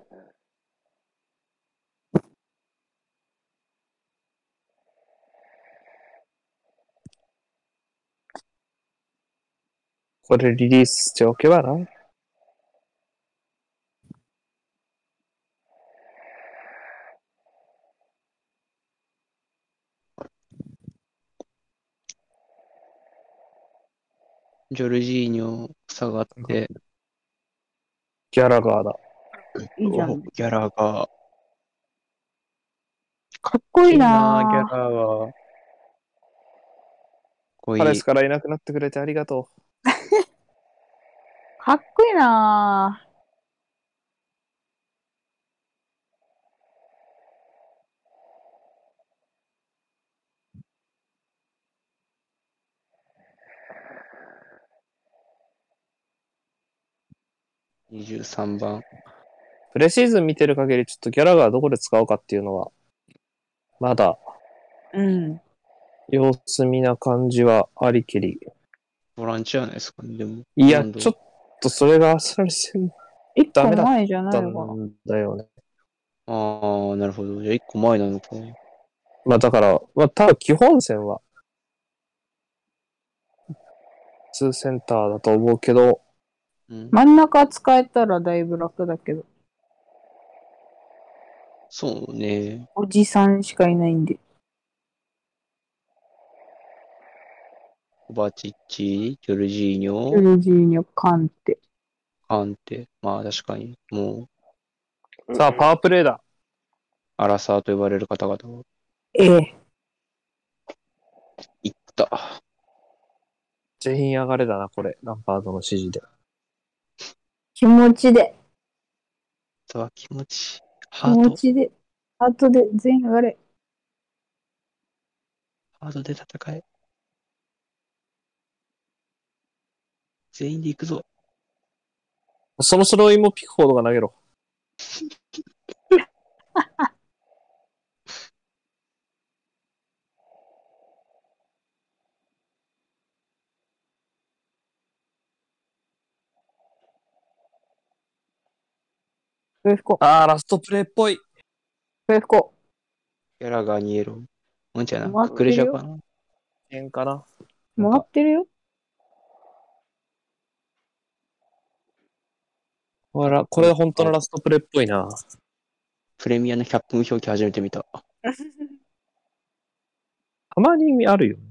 Speaker 1: これリリースしておけばな。
Speaker 5: ジョルジーニョ下がって、
Speaker 1: ギャラガーだ。
Speaker 4: いいじゃ
Speaker 5: お
Speaker 4: ん。
Speaker 5: ギャラが、
Speaker 4: かっこいいな
Speaker 5: ギャ
Speaker 4: ぁ。
Speaker 5: ラが、かっこいい
Speaker 1: パレスからいなくなってくれてありがと
Speaker 4: かっこいいなぁ。
Speaker 5: 23番。
Speaker 1: う。プレシーズン見てる限り、ちょっとギャラガーどこで使うかっていうのは、まだ
Speaker 4: うん。
Speaker 1: 様子見な感じはありきり。
Speaker 5: ボランチじゃないですかね、でも。
Speaker 1: いや、
Speaker 5: 今度
Speaker 1: ちょっとそれがアスラリ戦だ
Speaker 4: 一
Speaker 1: ダ
Speaker 4: 個
Speaker 1: メだ
Speaker 4: 前じゃな
Speaker 1: っ
Speaker 4: い
Speaker 1: た
Speaker 4: のかな。
Speaker 1: んだよね。
Speaker 5: ああ、なるほど。じゃあ、1個前なのか。
Speaker 1: まあだから、まあ多分基本線は、ツーセンターだと思うけど、
Speaker 5: うん。
Speaker 4: 真ん中使えたらだいぶ楽だけど。
Speaker 5: そうね。
Speaker 4: おじさんしかいないんで。
Speaker 5: コバチッチ、ジョルジーニ
Speaker 4: ジョ
Speaker 5: ョ、
Speaker 4: ルジーニョ、カンテ。
Speaker 5: カンテ。まあ、確かに、もう、
Speaker 1: さあパワープレイだ。
Speaker 5: アラサーと呼ばれる方々が
Speaker 4: ええ。
Speaker 5: いった。
Speaker 1: 全員上がれだな、これ。ランパードの指示で。
Speaker 4: 気持ちで、
Speaker 5: とは気持ちいい。
Speaker 4: 気
Speaker 5: ハー
Speaker 4: 持
Speaker 5: ト、
Speaker 4: ちで、ハートで全員上がれ。
Speaker 5: ハートで戦え。全員で行くぞ。
Speaker 1: そろそろもピクフォードが投げろ。
Speaker 4: 笛吹こう。
Speaker 1: ああ、ラストプレイっぽい。
Speaker 4: 笛吹こ
Speaker 5: ギャラが逃げろ。もんちゃな。
Speaker 4: 待って
Speaker 5: ク
Speaker 4: る
Speaker 5: レ
Speaker 4: よ
Speaker 5: ジャーかな。
Speaker 1: 変かな。
Speaker 4: う。曲がってるよ。
Speaker 1: ほら、これ本当のラストプレイっぽいな。
Speaker 5: プレミアの100分表記初めて見た。
Speaker 1: たまにあるよね。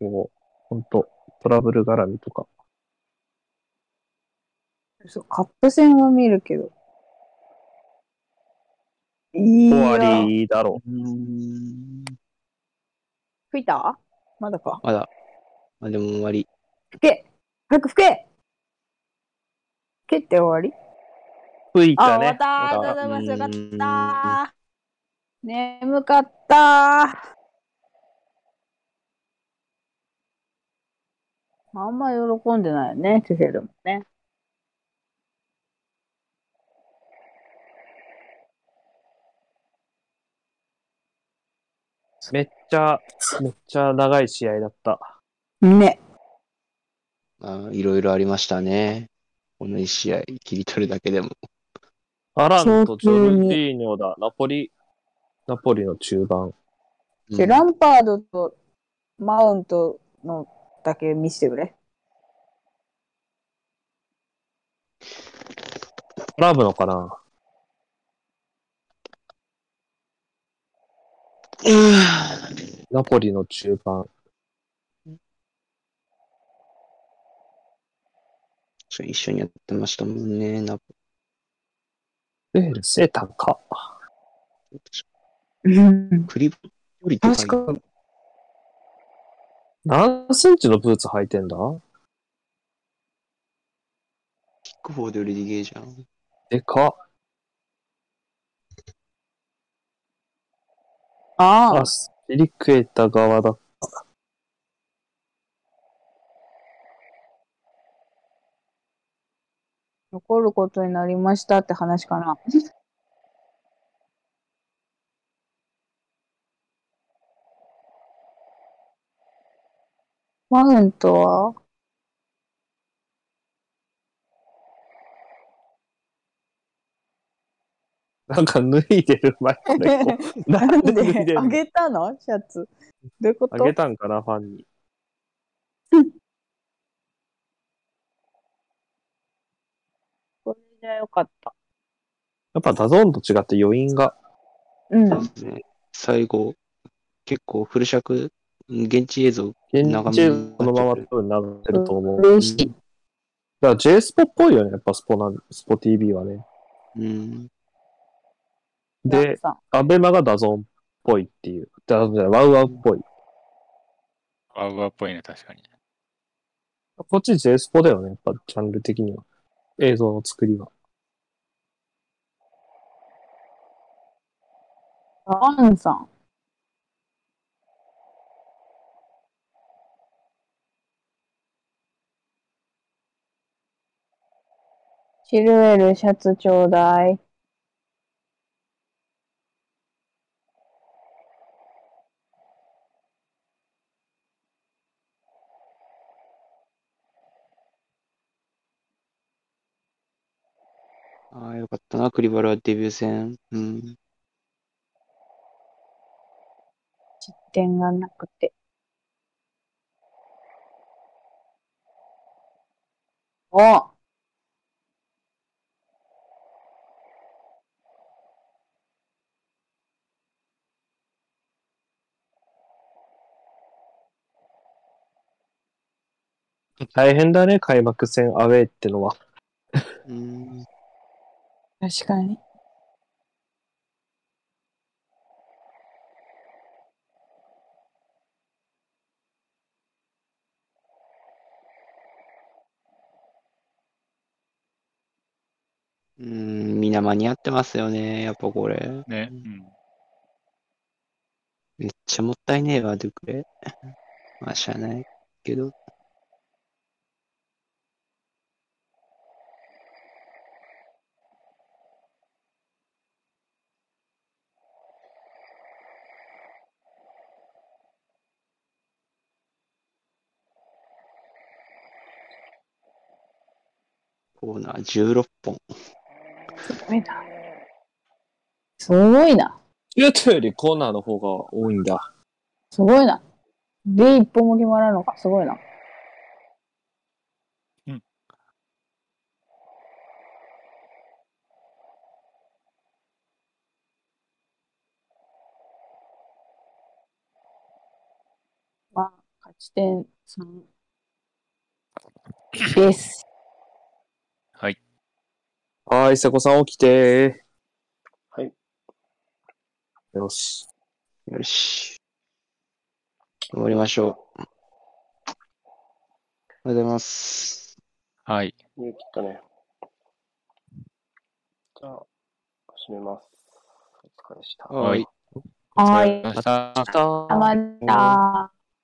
Speaker 1: こう、本当トラブル絡みとか。
Speaker 4: そう、カップ戦は見るけど。い
Speaker 1: 終
Speaker 4: や
Speaker 1: わりだろ
Speaker 5: うん。
Speaker 4: 吹いたまだか。
Speaker 5: まだ。まあでも終わり。
Speaker 4: 吹け早く吹け吹けって終わり
Speaker 1: う。吹い
Speaker 4: あ、
Speaker 1: た
Speaker 4: 終わ
Speaker 1: ね
Speaker 4: っ。たありがとうございます。よかった眠かったあんま喜んでないよね、チュヘルもね。
Speaker 1: めっちゃ、めっちゃ長い試合だった。
Speaker 4: ね。
Speaker 5: あいろいろありましたね。この1試合、切り取るだけでも。
Speaker 1: アランとジョルディーニョだ。ナポリ、ナポリの中盤。
Speaker 5: うん
Speaker 4: で、ランパードとマウントのだけ見せてくれ。
Speaker 1: 選ぶのかなナポリの中盤。
Speaker 5: そう一緒にやってましたもんね。ナポ
Speaker 1: ベール背高。
Speaker 5: クリボよりでかい
Speaker 4: 確かに。
Speaker 1: 何センチのブーツ履いてんだ
Speaker 5: キックフォードよりでけえじゃん。
Speaker 1: でかっ。
Speaker 4: あ
Speaker 1: あ、
Speaker 4: あ、
Speaker 1: スピリクエタ側だ。
Speaker 4: 残ることになりましたって話かな。 マウントは
Speaker 1: なんか脱いでる前これ。こう なんで脱いでん
Speaker 4: あ
Speaker 1: の
Speaker 4: げたのシャツ。どういうこ
Speaker 1: あ
Speaker 4: と
Speaker 1: げたんかな、ファンに。
Speaker 4: これじゃよかった。
Speaker 1: やっぱダゾーンと違って余韻が。
Speaker 4: うん。
Speaker 5: ね最後、結構フル尺、現地映像、
Speaker 1: 現
Speaker 5: 長め
Speaker 1: 地
Speaker 5: になっちゃってる
Speaker 1: このまま多分流れると思う。だか
Speaker 4: 嬉しい。
Speaker 1: ら J スポっぽいよね、やっぱスポな、スポ TV はね。
Speaker 5: うん。
Speaker 1: で、
Speaker 4: さ
Speaker 1: アベマがダゾーンっぽいっていう。ダゾーンじゃない、ワウワウっぽい。
Speaker 3: ワウワウっぽいね、確かに。
Speaker 1: こっち J スポだよね、やっぱジャンル的には。映像の作りは。
Speaker 4: アンさん。シルエルシャツちょうだい。
Speaker 5: ああ、よかったな、クリバルはデビュー戦。うん。
Speaker 4: 失点がなくて。お
Speaker 1: 大変だね、開幕戦アウェイってのは。
Speaker 5: うん。
Speaker 4: 確かに。
Speaker 5: うん、みんな間に合ってますよね、やっぱこれ。
Speaker 3: ね。
Speaker 5: う
Speaker 3: うんん。
Speaker 5: めっちゃもったいねえわ、デュクレ。まあ、しゃあないけど。コーナー16本。
Speaker 4: すごいな。すごいな。
Speaker 1: シュートよりコーナーの方が多いんだ。
Speaker 4: すごいな。で、一本も決まらんのか。すごいな。まあ、勝ち点3です。
Speaker 3: はい。
Speaker 1: はーい、瀬古さん起きて
Speaker 2: はい。
Speaker 1: よし。
Speaker 5: よし。終わりましょう。おはようございます。
Speaker 3: はい。
Speaker 2: 言い切ったね。じゃあ、閉めます。お疲れでした。
Speaker 3: はい。
Speaker 4: は
Speaker 3: お疲
Speaker 4: い
Speaker 3: れ様でした。
Speaker 1: あ
Speaker 4: たまった。